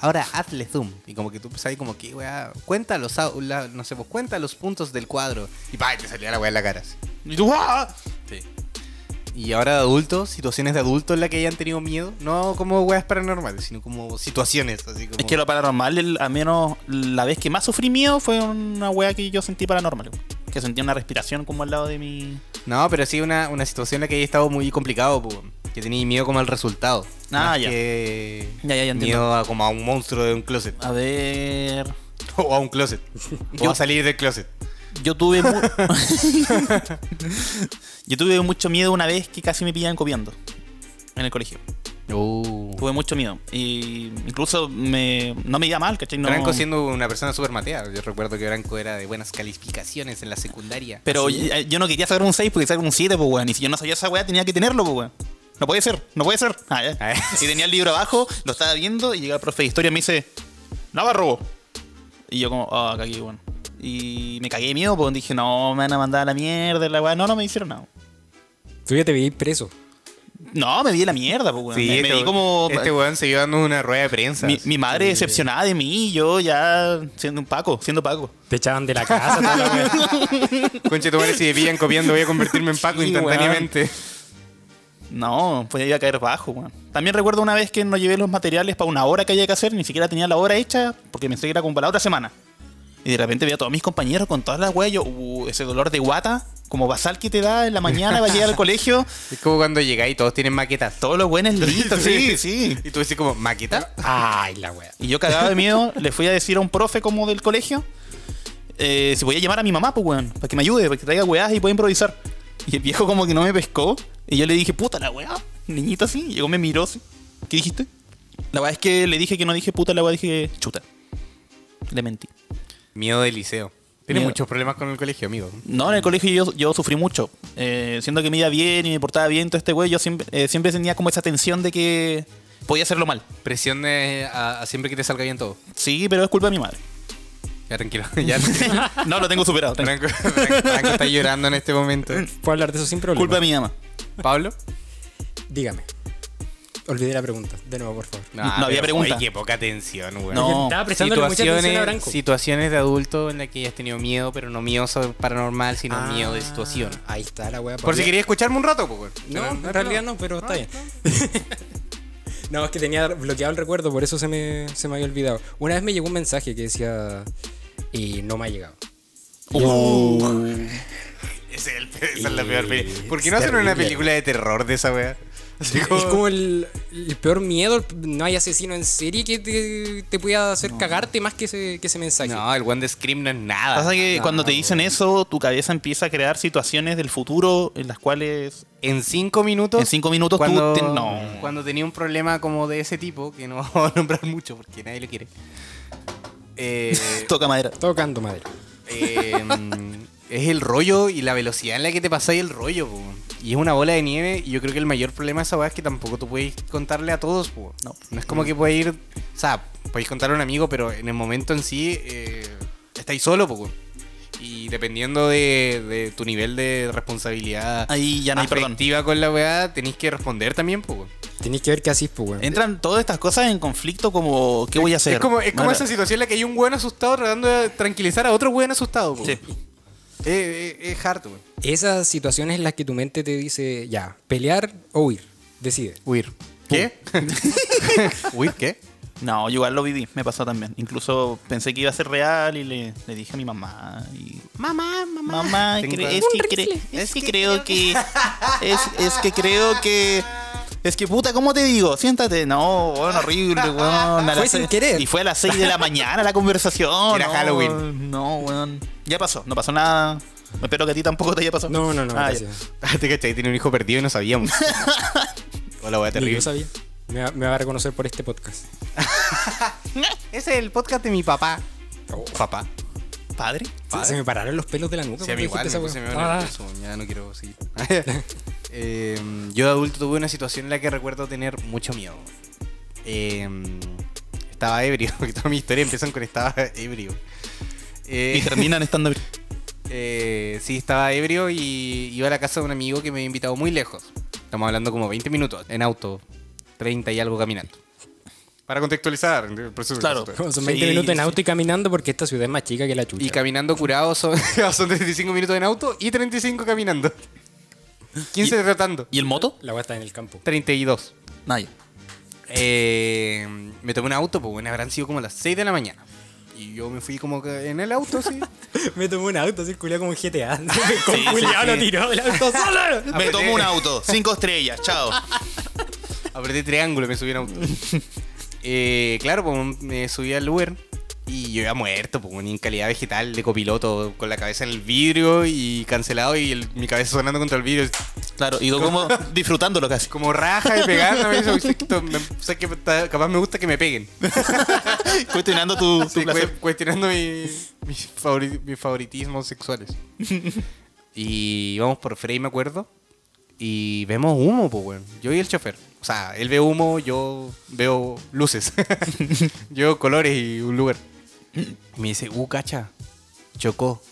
S4: Ahora hazle zoom. Y como que tú sabes como que, weá, cuenta los, au- la- no sé, pues cuenta los puntos del cuadro. Y pa, y te salía la weá en la cara. así.
S1: Y tú, ¡ah!
S4: Y ahora de adultos, situaciones de adultos en las que hayan tenido miedo. No como weas paranormales, sino como situaciones. Así como...
S1: Es que lo paranormal, el- al menos la vez que más sufrí miedo fue una weá que yo sentí paranormal. weón. Que sentía una respiración como al lado de mi.
S4: No, pero sí una, una situación en la que haya estado muy complicado, po, que tenía miedo como al resultado.
S1: Ah,
S4: Más
S1: ya.
S4: que
S1: Ya, ya, ya entiendo.
S4: Miedo a, como a un monstruo de un closet.
S1: A ver.
S4: O a un closet. o a salir del closet.
S1: Yo tuve. mu- yo tuve mucho miedo una vez que casi me pillaban copiando en el colegio. Tuve mucho miedo. Y incluso me, no me iba mal, ¿cachai? No,
S4: Branco siendo una persona súper mateada. Yo recuerdo que Branco era de buenas calificaciones en la secundaria.
S1: Pero yo, yo no quería sacar un 6 porque sacar un 7, pues, weón. Y si yo no sabía esa weá, tenía que tenerlo, pues, weón. No puede ser, no puede ser. Ah, ya.
S4: Ah, ya.
S1: Y tenía el libro abajo, lo estaba viendo y llega el profe de historia y me dice, Navarro. Y yo como, ah, cagué, weón. Y me cagué de miedo, pues dije, no, me van a mandar a la mierda, la weá. No, no me hicieron nada.
S2: Tú ya te veías preso.
S1: No, me di la mierda, pues, weón.
S4: Sí,
S1: me, me
S4: este,
S1: di como...
S4: este weón se iba dando una rueda de prensa.
S1: mi, mi madre decepcionada de mí, yo ya siendo un Paco, siendo Paco.
S2: Te echaban de la casa. toda la wea.
S4: Conche, tu madre, si me pillan copiando, voy a convertirme en Paco
S1: Sí,
S4: instantáneamente.
S1: No, pues iba a caer bajo, weón. También recuerdo una vez que no llevé los materiales para una hora que había que hacer, ni siquiera tenía la hora hecha, porque pensé que era como para la otra semana. Y de repente veía a todos mis compañeros con todas las weas. Yo, "Uh, ese dolor de guata, como basal que te da en la mañana para llegar al colegio.
S4: Es como cuando llegáis y todos tienen maquetas.
S1: Todos los buenos listos, sí, sí.
S4: Y tú decís como, ¿maqueta?
S2: Ay, la wea.
S1: Y yo cagado de miedo, le fui a decir a un profe como del colegio eh, si voy a llamar a mi mamá, pues, weón, para que me ayude, para que traiga weás y pueda improvisar. Y el viejo como que no me pescó. Y yo le dije, puta la weá, niñito así. Y llegó, me miró así. ¿Qué dijiste? La weá es que le dije que no dije puta, la weá dije chuta. Le mentí.
S4: Miedo de liceo. Tiene
S1: Miedo.
S4: muchos problemas con el colegio, amigo.
S1: No, en el colegio yo, yo sufrí mucho. Eh, siendo que me iba bien y me portaba bien todo este wey, yo siempre, eh, siempre tenía como esa tensión de que podía hacerlo mal.
S4: Presión de a, a siempre que te salga bien todo.
S1: Sí, pero es culpa de mi madre.
S4: Ya tranquilo, ya tranquilo.
S1: No, lo tengo superado. tranquilo.
S4: Franco, Franco- Franco está llorando en este momento.
S2: Puedo hablar de eso sin problema.
S1: Culpa de mi mamá.
S4: ¿Pablo?
S2: Dígame. Olvidé la pregunta. De nuevo, por favor.
S1: No había
S4: pero,
S1: pregunta.
S4: oye, Qué poca atención, güey.
S1: No.
S2: Alguien Estaba prestándole mucha atención a Branco.
S4: situaciones de adulto en las que hayas tenido miedo, pero no miedo sobre- paranormal, sino
S2: Ah,
S4: miedo de situación.
S2: Ahí está la wea.
S4: Por si quería escucharme un rato, pues. güey.
S2: No,
S4: Pero
S2: en realidad no, pero está bien. No, es que tenía bloqueado el recuerdo, por eso se me, se me había olvidado. Una vez me llegó un mensaje que decía. Y no me ha llegado.
S4: Ese es el pe- esa es la peor película.
S2: Y-
S4: ¿Por qué
S2: es
S4: no hacen una
S2: terrible.
S4: película de terror de esa wea? Así
S2: Es como el, el peor miedo. el- No hay asesino en serie que te, te pueda hacer cagarte más que ese, que ese mensaje.
S4: No, el One de Scream Ah, no es nada.
S1: Pasa que cuando te dicen eso, tu cabeza empieza a crear situaciones del futuro en las cuales
S4: En cinco minutos.
S1: en cinco minutos
S4: cuando,
S1: tú te- no.
S4: cuando tenía un problema como de ese tipo, que no voy a nombrar mucho porque nadie lo quiere. Eh,
S1: toca madera.
S2: Tocando madera.
S4: eh, es el rollo y la velocidad en la que te pasáis el rollo, po. Y es una bola de nieve. Y yo creo que el mayor problema de esa weá es que tampoco tú puedes contarle a todos, po.
S1: No.
S4: es como que puedes ir. O sea, podéis contarle a un amigo, pero en el momento en sí eh, estáis solo, po. Y dependiendo de, de tu nivel de responsabilidad
S1: Ahí
S4: Ah,
S1: ya no hay perdón.
S4: afectiva con la weá, tenéis que responder también, po.
S2: Tenéis que ver qué así, pues, weón.
S1: Entran todas estas cosas en conflicto como ¿qué voy a hacer?
S4: Es como, es como
S1: Madera.
S4: esa situación en la que hay un buen asustado tratando de tranquilizar a otro buen asustado, po.
S1: Sí.
S4: Eh, eh, es hard, po.
S2: Esas situaciones en las que tu mente te dice, ya, pelear o huir. Decide.
S4: Huir. ¿Qué? ¿Huir qué?
S1: No, yo igual lo viví, me pasó también. Incluso pensé que iba a ser real y le, le dije a mi mamá. Y,
S4: Mamá,
S1: mamá,
S4: Tengo-
S1: cre- es,
S4: Un
S1: que cre- es que creo que... Es, es que creo que... Es que puta, ¿cómo te digo? Siéntate. No, bueno, horrible, weón. a
S2: Fue
S1: las
S2: sin
S1: seis-
S2: querer.
S1: Y fue a las 6 de la mañana la conversación.
S4: Era
S1: no,
S4: Halloween.
S1: No, weón. Ya pasó, no pasó nada. Espero que a ti tampoco te haya pasado.
S2: No, no, no.
S1: Ah, ya.
S2: gracias.
S4: Te cachai, tiene un hijo perdido y no sabíamos. Hola, wea,
S2: Ni
S4: terrible.
S2: yo sabía. Me va, me va a reconocer por este podcast.
S4: Ese es el podcast de mi papá. Papá.
S1: ¿Padre?
S2: Se, se me pararon los pelos de la nuca.
S4: Sí, a mí
S2: cuando
S4: igual, me
S2: dijiste
S4: puse
S2: esa
S4: medio
S2: weá. Ah.
S4: nervioso, ya no quiero seguir. Eh, yo de adulto tuve una situación en la que recuerdo tener mucho miedo. Eh, estaba ebrio, porque toda mi historia empiezan con estaba ebrio. Eh,
S1: Y terminan estando...
S4: Eh, sí, estaba ebrio y iba a la casa de un amigo que me había invitado muy lejos. Estamos hablando como 20 minutos en auto, 30 y algo caminando. Para contextualizar el proceso.
S1: Claro.
S2: Ah, Son 20
S1: Sí,
S2: minutos en
S1: sí.
S2: auto y caminando porque esta ciudad es más chica que la chucha.
S4: Y caminando curado son, son 35 minutos en auto y 35 caminando. 15 tratando.
S1: ¿Y el moto?
S2: la weá está en el campo.
S4: 32.
S1: Nadie.
S4: Eh, me tomé un auto, pues bueno, habrán sido como las 6 de la mañana. Y yo me fui como que en el auto, sí.
S2: Me tomé un auto, circulé como GTA. Con
S1: sí, Julián lo sí.
S2: tiró del auto solo.
S1: Me tomo un auto, cinco estrellas, chao.
S4: Apreté triángulo y me subí en auto. Eh, claro, pues me subí al Uber y yo iba muerto, pues en calidad vegetal de copiloto, con la cabeza en el vidrio y cancelado y el- mi cabeza sonando contra el vidrio,
S1: Claro, y como disfrutándolo casi.
S4: como raja y pegándome. y dice, "Esto me- o sea, que ta- capaz me gusta que me peguen.
S1: Cuestionando tu, tu
S4: Sí,
S1: placer.
S4: cue- cuestionando mi- mis favori- mis favoritismos sexuales. y vamos por Frey, me acuerdo. Y vemos humo, pues, weón. Yo y el chofer. O sea, él ve humo, yo veo luces. yo veo colores y un lugar. Y me dice, uh, cacha, chocó.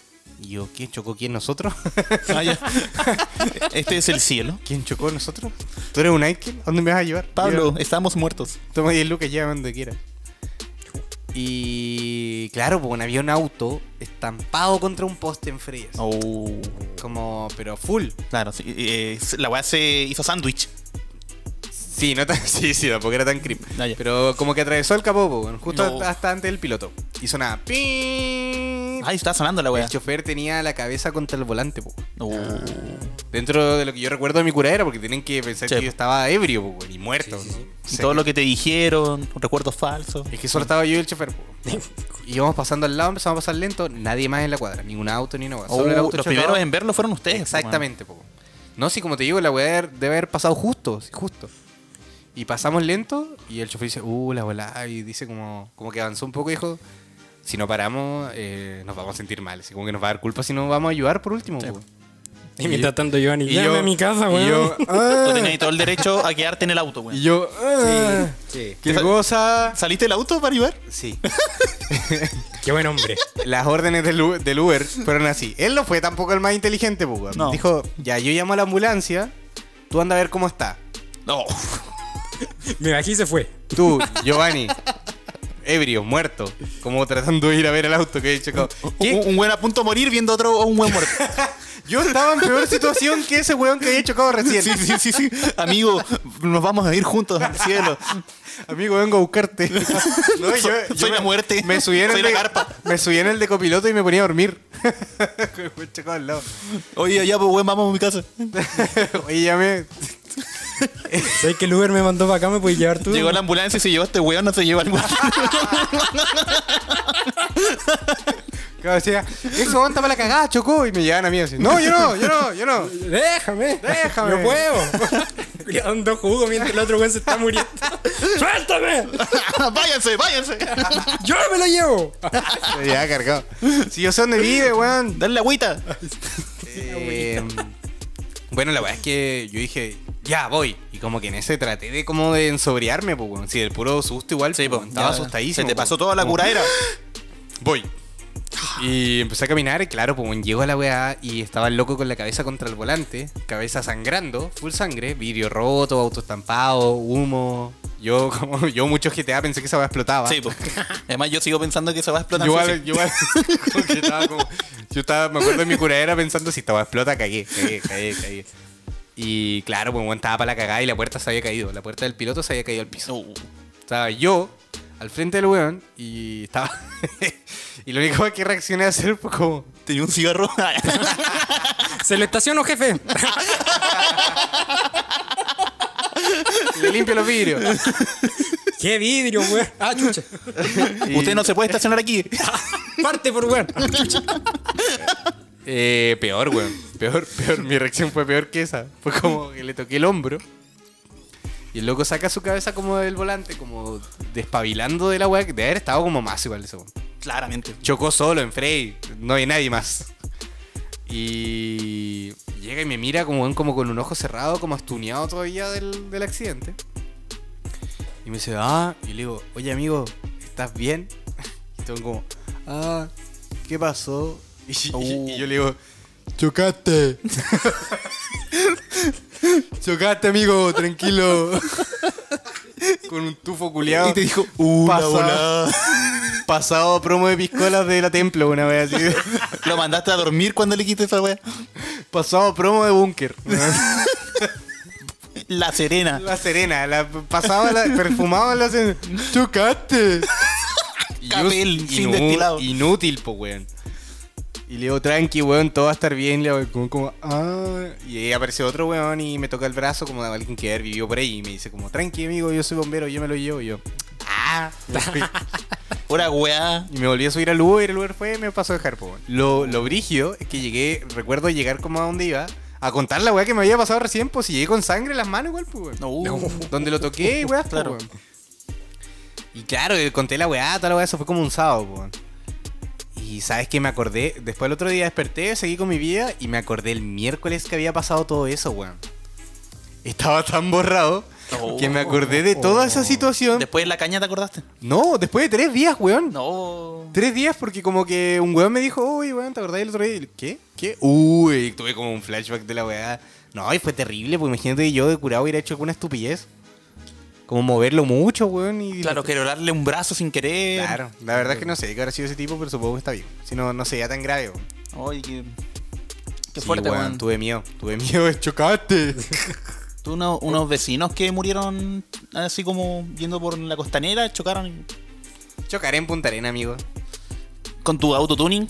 S4: Y yo, ¿qué? ¿Chocó quién? ¿Nosotros?
S1: Ah, ya. Este es el cielo.
S4: ¿Quién chocó? ¿Nosotros? ¿Tú eres un Aiken? ¿A dónde me vas a llevar?
S1: Pablo, estamos muertos.
S4: Toma 10 lucas, llévame donde quieras. Y claro, pues bueno, había un auto estampado contra un poste en Freyes.
S1: Oh.
S4: Como, pero full.
S1: Claro, sí, eh, la weá se hizo sándwich.
S4: Sí, no tan, sí, sí, tampoco era tan creep.
S1: Ah, ya.
S4: Pero como que atravesó el capó, pues, bueno, justo
S1: No.
S4: hasta antes del piloto. Hizo nada. ¡ping! ahí,
S1: Ahí está sonando la weá.
S4: el chofer tenía la cabeza contra el volante, po.
S1: Uh,
S4: Dentro de lo que yo recuerdo de mi curadera, porque tienen que pensar
S1: Sí.
S4: que yo estaba ebrio, po, y muerto.
S2: Sí, sí, sí.
S1: y Todo lo que te dijeron, recuerdos falsos.
S4: Es que solo estaba yo y el chofer, po. Y íbamos pasando al lado, empezamos a pasar lento, nadie más en la cuadra, ningún auto ni nada.
S1: Uh,
S4: Solo el auto
S1: los
S4: chocado.
S1: primeros en verlo fueron ustedes.
S4: pues,
S1: pues, weón.
S4: Exactamente, po. No, si como te digo, la weá debe haber pasado justo, sí, justo. Y pasamos lento y el chofer dice, uh, la volá, y dice como, como que avanzó un poco y dijo, si no paramos, eh, nos vamos a sentir mal. Así como que nos va a dar culpa si no vamos a ayudar por último, po.
S2: Y mientras tanto, Giovanni,
S4: Y
S2: llame
S4: yo-
S2: a mi casa,
S4: y
S2: weón.
S4: yo,
S1: Tú
S4: "Ah".
S1: tenías todo el derecho a quedarte en el auto, weón.
S4: Y yo, "Ah".
S2: Sí.
S4: ¿Qué cosa?
S1: ¿Saliste del auto para ayudar?
S4: Sí.
S2: Qué buen hombre.
S4: Las órdenes del Uber, del Uber fueron así. Él no fue tampoco el más inteligente, po, weón.
S1: No.
S4: Dijo, ya, yo llamo a la ambulancia, tú anda a ver cómo está.
S1: No.
S2: Me bajé y se fue.
S4: Tú, Giovanni, ebrio, muerto, como tratando de ir a ver el auto que he chocado. ¿Qué?
S1: Un, un buen a punto de morir viendo otro a un buen muerto.
S4: Yo estaba en peor situación que ese weón que había chocado recién.
S1: Sí, sí, sí, sí. Amigo, nos vamos a ir juntos al cielo.
S4: Amigo, vengo a buscarte. No, yo-
S1: Soy-
S4: yo
S1: soy
S4: me-
S1: la muerte.
S4: Me subí, en
S1: Soy
S4: el
S1: la
S4: de,
S1: carpa.
S4: me subí en el de copiloto y me ponía a dormir. Con el weón chocado al lado.
S1: Oye, ya, pues, weón, vamos a mi casa.
S4: Oye, llamé.
S2: ¿Sabes que el Uber me mandó para acá? ¿Me puedes llevar tú?
S1: Llegó la ambulancia y se llevó a este weón, no se llevó al weón.
S4: Claro, decía, eso aguanta para la cagada, chocó. Y me llegaban a mí así. No, yo no, yo no, yo no.
S2: Déjame.
S4: Déjame.
S2: No puedo. Dando jugo mientras el otro weón se está muriendo. ¡Suéltame!
S1: váyanse, váyanse.
S2: ¡Yo me lo llevo!
S4: Me llevaba cargado. Si yo sé dónde vive, weón.
S1: Dale la agüita.
S4: Eh, bueno, la verdad es que yo dije, ya voy. Y como que en ese traté de como de ensobriarme, pues, weón. Sí, el puro susto igual. pues, weón. estaba
S1: Ya,
S4: asustadísimo.
S1: Se te
S4: pues.
S1: pasó toda la curadera.
S4: Voy. Y empecé a caminar, y claro, pues, weón, llego a la weá y estaba el loco con la cabeza contra el volante, cabeza sangrando, full sangre, vidrio roto, auto estampado, humo. Yo, como yo, mucho GTA pensé que esa weá explotaba.
S1: Sí, pues. Además, yo sigo pensando que se va a explotar.
S4: Yo
S1: sí,
S4: igual, yo igual- como que estaba como- yo estaba, me acuerdo en mi curadera pensando si estaba explota, cagué, cagué, cagué, cagué. Y claro, pues bueno, estaba para la cagada y la puerta se había caído. La puerta del piloto se había caído al
S1: sí.
S4: piso.
S1: Uh,
S4: Estaba yo al frente del weón y estaba. y lo único que reaccioné a hacer fue como.
S1: tenía un cigarro.
S2: Se lo estaciono, jefe.
S4: Le limpio los vidrios.
S2: ¡Qué vidrio, weón! ¡Ah, chucha!
S4: Y,
S1: Usted no se puede estacionar aquí.
S2: ¡Parte por weón!
S4: eh, peor, weón. Peor, peor. Mi reacción fue peor que esa. Fue como que le toqué el hombro. Y el loco saca su cabeza como del volante, como despabilando de la weá, que de haber estado como más igual de ese weón.
S1: Claramente.
S4: Chocó solo en Frey, no hay nadie más. Y llega y me mira como, como con un ojo cerrado, como astuneado todavía del, del accidente. Y me dice, ah, y le digo, oye amigo, ¿estás bien? Y todo como, ah, ¿qué pasó? Y, y- y yo le digo, chocaste. chocaste amigo, tranquilo. con un tufo culiado.
S1: Y te dijo,
S4: "Uh,
S1: Una
S4: pasado".
S1: volada.
S4: Pasado promo de piscolas de la templo una vez así.
S1: Lo mandaste a dormir cuando le quité esa weá.
S4: Pasado promo de búnker.
S1: La Serena.
S4: La serena, la pasaba la perfumaba la serena. Chocaste.
S1: Capel, sin destilado.
S4: Inútil, po, weón. Y le digo, tranqui, weón, todo va a estar bien. Le digo, como, como, ah. Y ahí apareció otro weón y me toca el brazo como de alguien que vivió por ahí. Y me dice, como, tranqui, amigo, yo soy bombero, yo me lo llevo. Y yo, ah. Me fui.
S1: Una weá.
S4: Y me volví a subir al Uber, el Uber fue y me pasó a dejar, po, weón. Lo, lo brígido es que llegué, recuerdo llegar como a donde iba, a contar la weá que me había pasado recién, pues si llegué con sangre en las manos igual, pues, weón.
S1: Uh,
S4: Donde lo toqué, weá, po,
S1: Claro.
S4: weón. Y claro, eh, conté la weá, toda la weá, eso fue como un sábado, po, weón. Y sabes que me acordé, después el otro día desperté, seguí con mi vida y me acordé el miércoles que había pasado todo eso, weón. Estaba tan borrado
S1: Oh.
S4: que me acordé de toda esa situación.
S1: Después Oh. de la caña te acordaste.
S4: no, después de tres días, weón.
S1: No.
S4: Tres días porque como que un weón me dijo, uy, weón, ¿te acordás del otro día? Y yo, ¿Qué? ¿Qué? Uy, tuve como un flashback de la weá. No, y fue terrible, porque imagínate que yo de curado hubiera hecho alguna estupidez. Como moverlo mucho, weón. Y
S1: Claro, quiero darle un brazo sin querer.
S4: Claro, la verdad es que no sé qué habrá sido ese tipo, pero supongo que está bien. Si no, no sería tan grave, weón.
S1: Oye, qué, qué
S4: Sí,
S1: fuerte, weón.
S4: Tuve miedo, tuve miedo de chocarte.
S1: Tú, uno- unos vecinos que murieron así como yendo por la costanera, chocaron
S4: Chocaré en Punta Arena, amigo.
S1: con tu autotuning.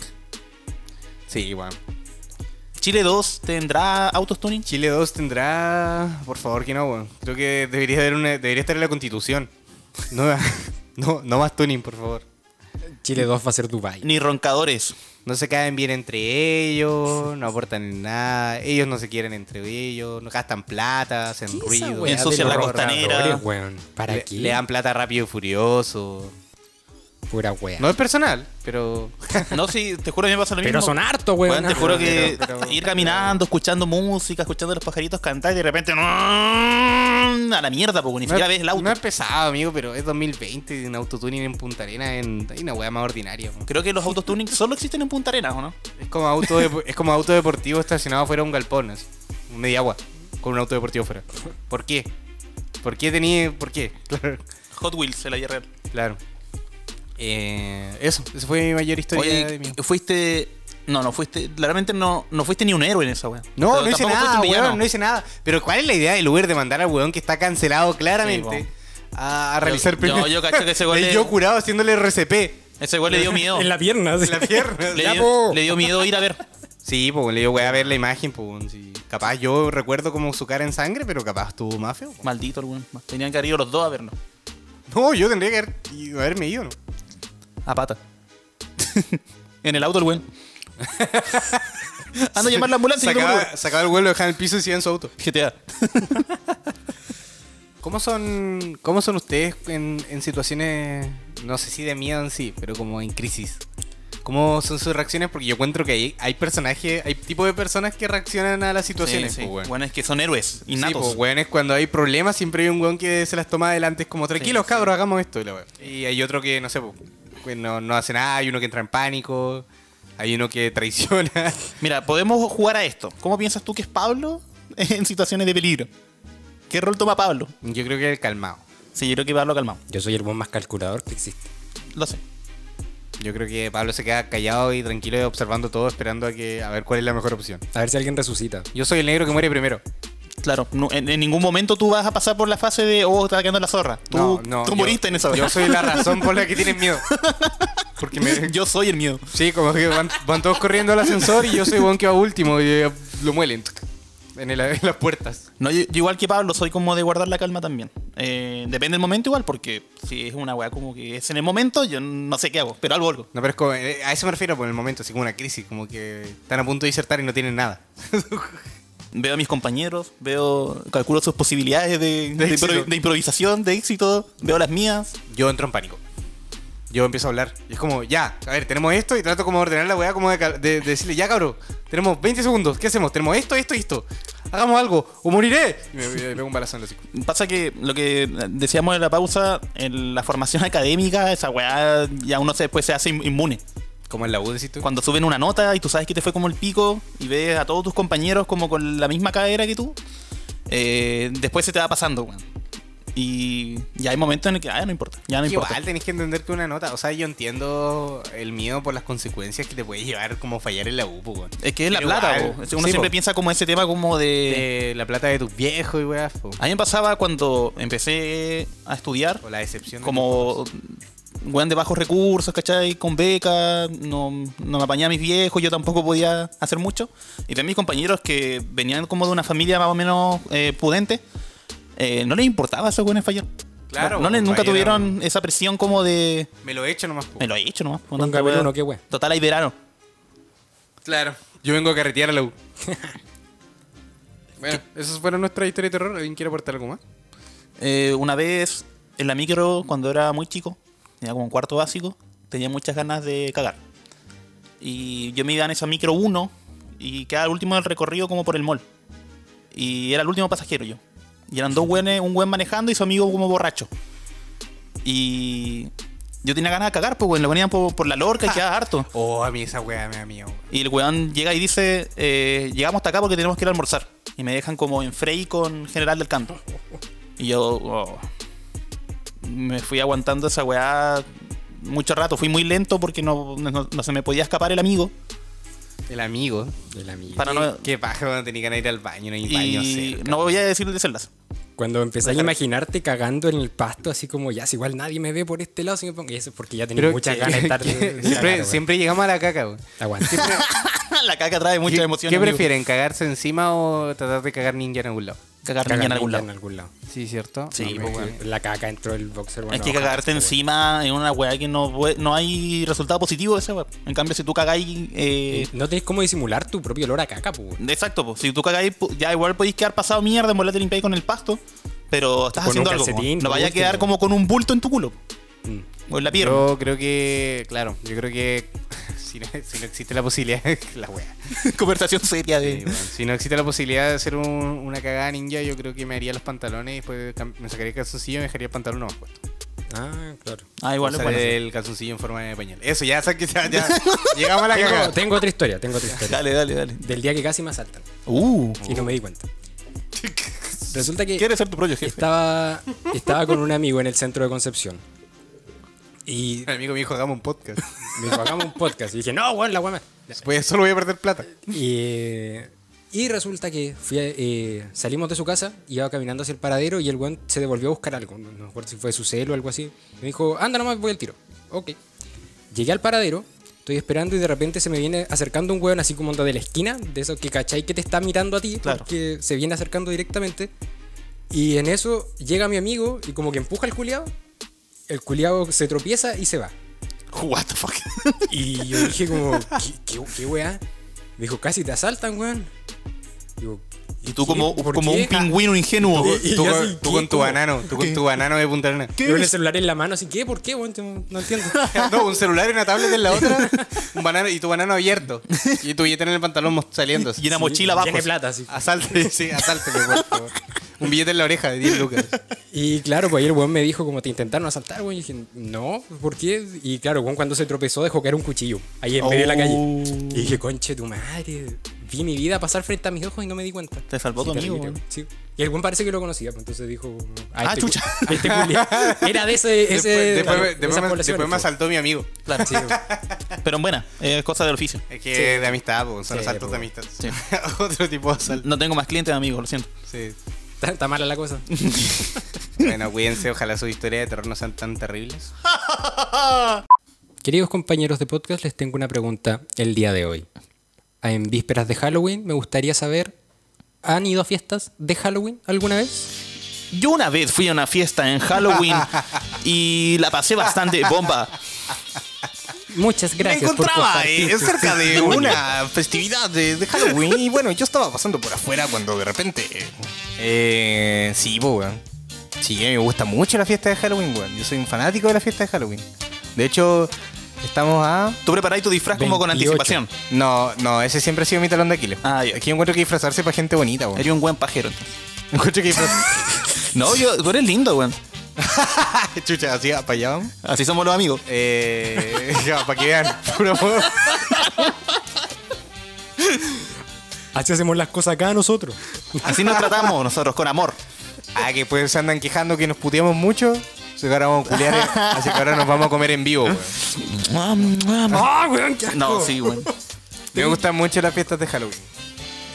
S4: Sí, bueno.
S1: Chile 2 tendrá autos tuning.
S4: Chile 2 tendrá. Por favor, que no, weón. Creo que debería, haber una... debería estar en la constitución. No, no, no más tuning, por favor.
S2: Chile 2 va a ser Dubai.
S1: Ni roncadores.
S4: No se caen bien entre ellos, no aportan en nada, ellos no se quieren entre ellos, no gastan plata, hacen ruido.
S1: weá? ensucian la costanera.
S2: ¿Para
S4: Le,
S2: qué?
S4: le dan plata rápido y furioso.
S2: Pura wea.
S4: No es personal, pero.
S1: No, sí, te juro que me pasa lo mismo.
S2: pero son hartos, weón.
S1: Weón, te juro que
S4: pero- pero-
S1: ir caminando, escuchando música, escuchando a los pajaritos cantar y de repente. no, A la mierda, porque ni siquiera ves el auto.
S4: No es pesado, amigo, pero es 2020 en autotuning en Punta Arena. En, hay una weá más ordinaria. weón.
S1: Creo que los autos tuning solo existen en Punta Arenas, ¿o no?
S4: Es como auto, de- es como auto deportivo estacionado fuera de un galpón, así. Un media agua. Con un auto deportivo fuera. ¿Por qué? ¿Por qué tenía.? ¿Por qué? Claro.
S1: Hot Wheels, el IRL.
S4: Claro. Eh, eso, esa fue mi mayor historia. de
S1: Oye,
S4: mí.
S1: fuiste. No, no fuiste. Claramente no, no fuiste ni un héroe en esa wea.
S4: No,
S1: Pero
S4: no hice
S1: tampoco fuiste
S4: nada,
S1: un villano.
S4: weón, no hice nada. Pero ¿cuál es la idea del Uber de mandar al weón que está cancelado claramente
S1: Sí,
S4: a, a realizar
S1: Yo- yo- yo cacho que ese weón
S4: Y
S1: le-
S4: yo curado haciéndole RCP
S1: Ese weón le dio miedo.
S2: En la pierna. sí.
S4: en la pierna.
S1: le,
S4: Pues Ya,
S1: dio,
S4: po.
S1: le dio miedo ir a ver.
S4: Sí, pues le digo, voy a ver la imagen, pues weón, sí. capaz yo recuerdo como su cara en sangre, pero capaz estuvo más feo. po.
S1: Maldito algún. Tenían que haber ido los dos a vernos.
S4: No, yo tendría que haber, y- haberme ido, ¿no?
S1: A pata. en el auto el weón. Ando a llamar la ambulancia y yo
S4: Sacaba, sacaba el vuelo, dejaba en el piso y se iba en su auto.
S1: GTA.
S4: ¿Cómo son, cómo son ustedes en, en situaciones, no sé si de miedo en sí, pero como en crisis? ¿Cómo son sus reacciones? Porque yo encuentro que hay, hay personajes, hay tipo de personas que reaccionan a las situaciones.
S1: Sí,
S4: pues,
S1: sí.
S4: weón.
S1: Bueno, es que son héroes
S4: Sí,
S1: innatos.
S4: pues, weón, es cuando hay problemas siempre hay un weón que se las toma adelante. Es como, tranquilos,
S1: sí.
S4: cabros, hagamos esto. y la weá. Y hay otro que, no sé, pues, que no, no hace nada. Hay uno que entra en pánico. Hay uno que traiciona.
S1: Mira, podemos jugar a esto. ¿Cómo piensas tú que es Pablo en situaciones de peligro? ¿Qué rol toma Pablo?
S4: Yo creo que el calmado.
S1: Sí, yo creo que Pablo calmado.
S2: Yo soy el buen más calculador que existe.
S1: Lo sé.
S4: Yo creo que Pablo se queda callado y tranquilo y observando todo, esperando a, que, a ver cuál es la mejor opción.
S2: A ver si alguien resucita.
S4: Yo soy el negro que muere primero.
S1: Claro, no- en, en ningún momento tú vas a pasar por la fase de, oh, está quedando la zorra. Tú, tú
S4: yo-
S1: moriste en esa
S4: Yo
S1: vez.
S4: soy la razón por la que tienen miedo. Porque me-
S1: Yo soy el miedo.
S4: sí, como que van, van todos corriendo al ascensor y yo soy el weón que va último y eh, lo muelen en, el- en las puertas.
S1: No, yo, yo igual que Pablo soy como de guardar la calma también. Eh, depende del momento igual, porque si es una weá como que es en el momento, yo no sé qué hago, pero algo algo.
S4: No, pero es como, eh, a eso me refiero por el momento, así como una crisis, como que están a punto de disertar y no tienen nada.
S1: Veo a mis compañeros, veo, calculo sus posibilidades de, de
S4: éxito.
S1: impro- de improvisación, de éxito, veo las mías.
S4: Yo entro en pánico. Yo empiezo a hablar. Y es como, ya, a ver, tenemos esto y trato como de ordenar la weá, como de, cal- de- de decirle, ya cabrón, tenemos 20 segundos, ¿qué hacemos? Tenemos esto, esto y esto. Hagamos algo, o moriré. Y me, me pego un balazo en el hocico.
S1: Pasa que lo que decíamos en la pausa, en la formación académica, esa weá ya uno se, después se hace in- inmune.
S4: Como en la U, decís tú.
S1: Cuando suben una nota y tú sabes que te fue como el pico y ves a todos tus compañeros como con la misma cadera que tú, eh, después se te va pasando, weón. Y ya hay momentos en el que, ah, no importa, ya no
S4: Que
S1: importa.
S4: Igual tenés que entender que una nota, o sea, yo entiendo el miedo por las consecuencias que te puede llevar como fallar en la U, po, weón.
S1: Es que es la
S4: Pero
S1: plata,
S4: igual,
S1: po. uno
S4: sí,
S1: siempre
S4: po.
S1: piensa como ese tema como de...
S4: Eh, la plata de tus viejos y weas, po.
S1: A mí me pasaba cuando empecé a estudiar,
S4: o la decepción. de
S1: como weón de bajos recursos, ¿cachai? Con beca, no, no me apañaba a mis viejos, yo tampoco podía hacer mucho. Y también mis compañeros que venían como de una familia más o menos eh, pudente, eh, no les importaba esos weones fallar.
S4: Claro,
S1: No, no les- nunca
S4: fallaron.
S1: tuvieron esa presión como de.
S4: tus- Me lo he hecho nomás, po.
S1: Me lo he hecho nomás. con
S2: Nunca
S1: tanta
S2: ver
S1: wea.
S2: uno, qué wea.
S1: Total, hay verano.
S4: Claro. Yo vengo a carretear a la U. bueno, esas fueron nuestras historias de terror. ¿Alguien quiere aportar algo más?
S1: Eh, una vez en la micro, cuando era muy chico, tenía como un cuarto básico, tenía muchas ganas de cagar. Y yo me iba en esa micro 1 y quedaba el último del recorrido como por el mall. Y era el último pasajero yo. Y eran dos güenes, un güen manejando y su amigo como borracho. Y yo tenía ganas de cagar, pues güey, lo venían por, por la lorca y quedaba harto.
S4: Oh, a mí esa weá me da miedo. weón.
S1: Y el weón llega y dice, eh, llegamos hasta acá porque tenemos que ir a almorzar. Y me dejan como en Frey con General del Canto. Y yo oh, me fui aguantando esa weá mucho rato. Fui muy lento porque no, no- no se me podía escapar el amigo.
S4: El amigo.
S2: El amigo.
S1: Para no,
S4: Qué paja cuando tenía ganas de ir al baño, no hay baño
S1: y
S4: cerca.
S1: no voy a decir el desenlace.
S2: Cuando empecé a
S1: Déjame.
S2: imaginarte cagando en el pasto, así como ya, si igual nadie me ve por este lado, si me pongo. Y eso es porque ya tenía
S4: Pero
S2: muchas
S4: que-
S2: ganas de estar.
S4: siempre, siempre llegamos a la caca, weón.
S2: Aguanta.
S4: Siempre,
S1: la caca trae mucha
S4: ¿Qué,
S1: emoción.
S4: qué
S1: amigo.
S4: prefieren, cagarse encima o tratar de cagar ninja en algún lado?
S1: Cagar
S2: Cagar
S1: niña en algún lado.
S2: En algún lado.
S4: Sí, ¿cierto?
S1: Sí,
S4: No,
S1: pues,
S4: me-
S2: La caca entró el boxer.
S1: es
S2: bueno,
S1: que
S2: ojalá,
S1: cagarte
S2: pero
S1: encima en una weá que no, pue- no hay resultado positivo de esa weá. En cambio, si tú cagáis. eh,
S2: bueno. No tenés cómo disimular tu propio olor a caca, pues.
S1: Exacto, po. si tú cagáis, pu- ya igual podéis quedar pasado mierda, en bola te limpiáis con el pasto, pero estás
S2: Con un
S1: haciendo algo. po.
S2: calcetín,
S1: No
S2: por
S1: vaya a quedar
S2: último.
S1: como con un bulto en tu culo
S2: Mm.
S1: o en la pierna.
S4: Yo creo que, claro, yo creo que si no, si no existe la posibilidad, la wea.
S1: Conversación seria de.
S4: Sí, weón. si no existe la posibilidad de hacer un- una cagada ninja, yo creo que me haría los pantalones y después cam- me sacaría el calzoncillo y me dejaría el pantalón nomás puesto.
S2: Ah, claro.
S1: Ah, igual es
S4: Usaré
S1: bueno.
S4: el calzoncillo en forma de pañal. Eso, ya, saqué- ya, ya. llegamos a la
S2: Tengo,
S4: cagada.
S2: tengo otra historia, tengo otra historia.
S1: Dale, dale, dale.
S2: Del día que casi me asaltan.
S1: Uh,
S2: Y no me di cuenta. Resulta que
S1: ¿quieres ser tu propio jefe?
S2: estaba, estaba con un amigo en el centro de Concepción. Y
S4: El amigo me dijo, hagamos un podcast.
S2: me dijo, hagamos un podcast. Y dije, no, weón, la guama.
S4: Pues solo voy a perder plata.
S2: Y, eh, y resulta que fui a- eh, salimos de su casa, iba caminando hacia el paradero y el weón se devolvió a buscar algo. No no me acuerdo si fue su celo o algo así. Me dijo, anda nomás, voy al tiro. Ok. Llegué al paradero, estoy esperando y de repente se me viene acercando un weón así como onda de la esquina, de esos que cachai que te está mirando a ti,
S1: Claro.
S2: porque se viene acercando directamente. Y en eso llega mi amigo y como que empuja al culiao, el culiao se tropieza y se va.
S1: What the fuck.
S2: Y yo dije como, ¿qué, qué, qué weá? Me dijo, casi te asaltan, weón. Digo,
S1: Y tú
S2: ¿qué?
S1: como,
S2: ¿Por
S1: como
S2: qué?
S1: un pingüino ingenuo.
S2: Y- y-
S4: Tú,
S2: yo
S4: con-
S2: así,
S4: tú
S2: ¿qué?
S4: con tu
S2: ¿Cómo?
S4: banano, tú con tu banano de Punta Arenas.
S2: Yo con el celular en la mano, así, ¿qué? ¿Por qué, weón? No, no entiendo.
S4: No, un celular y una tablet en la otra. Un banano y tu banano abierto. Y tu billete en el pantalón mos- saliendo.
S1: Y una mochila abajo.
S2: Llena de plata, así.
S4: Asalte, sí, asalte, por favor. Un billete en la oreja de 10 lucas.
S2: Y claro, pues ahí el weón me dijo como te intentaron asaltar, weón. Y dije, no, pues, ¿por qué? Y claro, weón cuando se tropezó dejó caer un cuchillo ahí en medio de la calle. Y dije,
S1: Oh.
S2: conche tu madre. Vi mi vida pasar frente a mis ojos y no me di cuenta.
S1: Te salvó tu
S2: terrible,
S1: amigo, weón.
S2: Sí. Y el weón parece que lo conocía, pues entonces dijo...
S1: Ah,
S2: este
S1: chucha.
S2: cu- a este culiao. Era de ese... ese
S4: Después, después me-
S2: de
S4: después
S2: esas
S4: me,
S2: poblaciones,
S4: después me
S2: po.
S4: asaltó mi amigo.
S1: Claro, sí. Pero en buena, es cosa del oficio.
S4: Es que de amistad, po, son
S2: Sí,
S4: asaltos
S2: po.
S4: de amistad.
S1: Sí.
S4: Otro tipo de asalto.
S1: No tengo más clientes, amigo, lo siento.
S4: Sí.
S2: Está, está mala la cosa.
S4: Bueno, cuídense, ojalá sus historias de terror no sean tan terribles.
S2: Queridos compañeros de podcast, les tengo una pregunta el día de hoy. En vísperas de Halloween, me gustaría saber, ¿han ido a fiestas de Halloween alguna vez?
S1: Yo una vez fui a una fiesta en Halloween y la pasé bastante bomba.
S2: Muchas gracias.
S4: Me encontraba
S2: por
S4: eh,
S2: compartir tus
S4: cerca de
S2: testimonios.
S4: una festividad de, de Halloween y bueno, yo estaba pasando por afuera cuando de repente... Eh, sí, po, weón. Sí, me gusta mucho la fiesta de Halloween, weón. Yo soy un fanático de la fiesta de Halloween. De hecho, estamos a...
S1: Tú preparáis tu disfraz como con
S2: 28.
S1: anticipación.
S4: No, no, ese siempre ha sido mi talón de Aquiles.
S1: Ah, ya.
S4: Aquí encuentro que disfrazarse para gente bonita, weón.
S1: Eres un buen pajero. entonces.
S4: Encuentro que disfrazarse...
S1: No, yo, tú eres lindo, weón.
S4: Chucha, así, para allá vamos.
S1: Así somos los amigos.
S4: Eh, ya, para que vean, puro amor.
S2: Así hacemos las cosas acá nosotros.
S1: Así nos tratamos nosotros, con amor.
S4: Ah, que pues se andan quejando que nos puteamos mucho. Así que ahora vamos a culiar, eh. así que ahora nos vamos a comer en vivo, weón.
S2: ¡Ah, weón, qué asco!
S1: No, sí, weón.
S4: Me gustan mucho las fiestas de Halloween.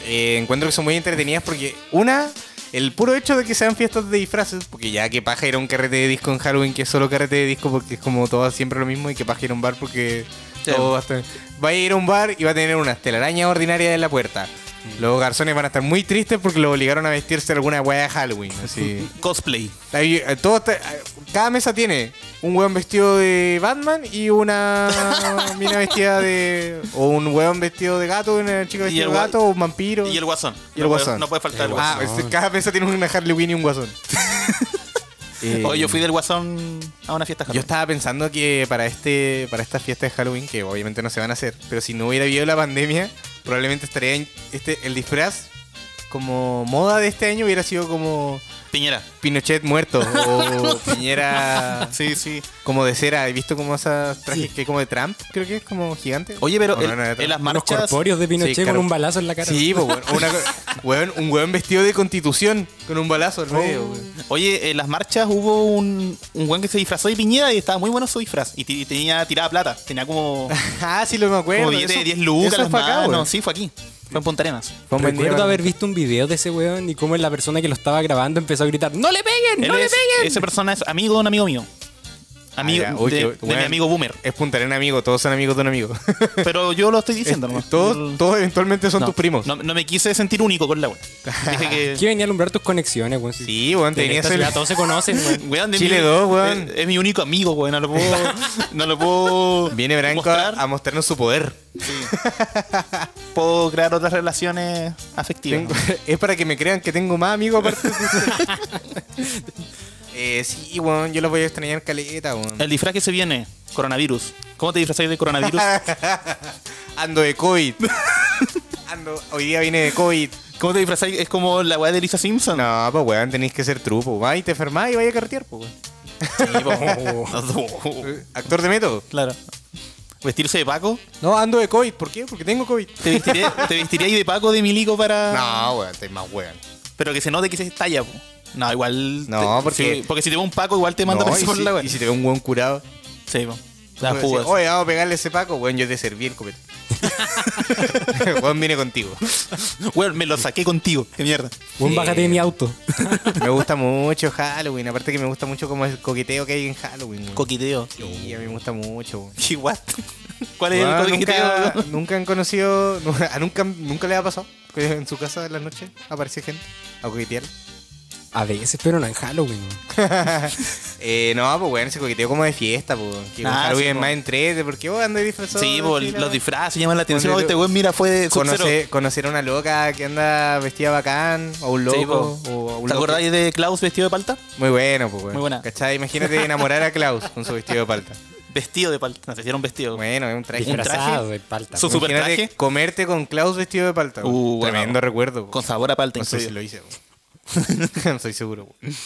S4: Eh, encuentro que son muy entretenidas porque, una, el puro hecho de que sean fiestas de disfraces, porque ya que paja ir a un carrete de disco en Halloween, que es solo carrete de disco porque es como todo siempre lo mismo, y que paja ir a un bar porque
S1: Sí.
S4: todo va a estar- Va a ir a un bar y va a tener una telaraña ordinaria en la puerta. Los garzones van a estar muy tristes porque los obligaron a vestirse alguna weá de Halloween. Así.
S1: Cosplay.
S4: Ahí, eh, todo está- eh, cada mesa tiene un weón vestido de Batman y una mina vestida de. O un weón vestido de gato, una chica
S1: Y
S4: vestida
S1: el
S4: de
S1: gua-
S4: gato, o un vampiro.
S1: Y el guasón.
S4: Y el
S1: No puede-
S4: guasón.
S1: no puede faltar el
S2: El
S1: guasón.
S4: ah,
S2: guasón.
S4: es- cada mesa tiene una Harley Quinn y un guasón. Eh,
S1: Oye, yo fui del guasón a una fiesta
S4: yo
S1: Halloween.
S4: estaba pensando que para este para esta fiesta de Halloween, que obviamente no se van a hacer, pero si no hubiera habido la pandemia, probablemente estaría en- este, el disfraz como moda de este año hubiera sido como
S1: Piñera.
S4: Pinochet muerto o Piñera
S1: Sí, sí.
S4: como de cera. ¿He visto como esas trajes
S2: Sí.
S4: que como de Trump? Creo que es como gigante.
S1: Oye, pero
S4: ¿O no
S1: el-
S4: era de Trump?
S1: en las
S2: Unos
S1: marchas.
S2: corpóreos de Pinochet
S4: Sí, claro.
S2: con un balazo en la cara.
S4: Sí, pues, weón. O una co- weón, un weón vestido de constitución con un balazo al medio, weón.
S1: Oye, en las marchas hubo un, un weón que se disfrazó de piñera y estaba muy bueno su disfraz. Y, ti- tenía tirada plata. Tenía como,
S4: Ah, sí, lo me acuerdo.
S1: como 10
S4: eso-
S1: de 10 lucas
S4: eso
S1: en las
S4: fue acá,
S1: manos.
S4: weón.
S1: sí, fue aquí. Fue en Punta Arenas.
S4: Fue un buen día
S2: Recuerdo
S4: para-
S2: haber visto un video de ese weón y cómo la persona que lo estaba grabando empezó a gritar ¡No le peguen! ¡No
S1: Él
S2: le
S1: es-
S2: peguen!
S1: Esa persona es amigo de un amigo mío. Amigo,
S4: Ah, ya. Uy,
S1: de,
S4: qué-
S1: de mi
S4: weón.
S1: amigo Boomer.
S4: Es Punta Arena amigo, todos son amigos de un amigo.
S1: Pero yo lo estoy diciendo nomás.
S2: Mm.
S4: todos, todos eventualmente son
S1: No,
S4: tus primos.
S1: No, no me quise sentir único con la wea. Dije que.
S2: ¿Quién venía a alumbrar tus conexiones, weón? Si-
S4: Sí, weón,
S2: en
S4: tenías
S2: esta
S4: el...
S2: ciudad todos se conocen, weón.
S1: Weón, de
S4: Chile
S1: mi-
S4: dos, weón.
S1: Es, es mi único amigo, weón. No lo puedo. no lo puedo.
S4: Viene Branco a,
S1: mostrar.
S4: a mostrarnos su poder.
S1: Puedo crear otras relaciones afectivas.
S4: Tengo- es para que me crean que tengo más amigos aparte. eh, sí, weón, yo los voy a extrañar caleta, weón.
S1: El disfraz que se viene, coronavirus. ¿Cómo te disfrazáis de coronavirus?
S4: Ando de COVID. Ando, hoy día vine de COVID.
S1: ¿Cómo te disfrazáis? Es como la weá de Lisa Simpson.
S4: No, pues weón, tenéis que ser trupo. Vais, te enfermáis y vais a carretear, pues weón. Eh, Actor de método.
S1: claro. ¿Vestirse de Paco?
S4: No, ando de COVID. ¿Por qué? Porque tengo COVID.
S1: ¿Te vestiríais te vestiríais de Paco de Milico para.?
S4: No, weón, te más weón.
S1: Pero que se note que se estalla, po. No, igual.
S4: No,
S1: te-
S4: porque-
S1: si- porque si te va un Paco, igual te manda
S4: No,
S1: para
S4: y,
S1: por
S4: si,
S1: la wea.
S4: y si te ve un weón curado.
S1: Sí, po. Las
S4: puedo decir,
S1: fugas.
S4: Oye, vamos a pegarle a ese Paco, weón, yo te serví el copete. weón, vine contigo.
S1: Weón, me lo saqué contigo. Qué mierda.
S2: Weón,
S4: Sí.
S2: bájate de mi auto.
S4: Me gusta mucho Halloween, aparte que me gusta mucho como el coqueteo que hay en Halloween. weón.
S1: Coquiteo.
S4: sí, a mí me gusta mucho. weón.
S1: ¿Qué what? ¿Cuál es
S4: Weón,
S1: el coquiteo?
S4: nunca, nunca han conocido, a nunca, nunca le ha pasado que en su casa en la noche aparece gente a coquetear.
S2: A veces, pero no en Halloween. weón.
S4: Eh, no, pues weón, ese coqueteo como de fiesta, pues. Que con
S1: Ah,
S4: Halloween
S1: sí,
S4: es
S1: po.
S4: más entrete, porque vos andas disfrazado.
S1: Sí, po,
S4: así, la
S1: los
S4: weá.
S1: disfraces llaman la atención.
S4: Cuando
S1: Este
S4: yo-
S1: weón, mira, fue de Sub-Zero.
S4: Conocer, conocer a una loca que anda vestida bacán, o un
S1: Sí,
S4: loco,
S1: po.
S4: o a un
S1: ¿Te
S4: loco.
S1: acordáis de Klaus vestido de palta?
S4: Muy bueno, pues, weón.
S1: Muy buena.
S4: ¿Cachai? Imagínate enamorar a Klaus con su vestido de palta.
S1: Vestido de palta. No, se hicieron vestido.
S4: Bueno, es un traje.
S1: Disfraz.
S2: Disfrazado de palta.
S1: Su-
S2: weón.
S1: super
S4: Imagínate
S1: traje.
S4: comerte con Klaus vestido de palta. weón.
S1: Uh, bueno.
S4: Tremendo recuerdo. weón.
S1: Con sabor a palta.
S4: No sé si
S1: incluido.
S4: lo hice. weón. no soy seguro. weón.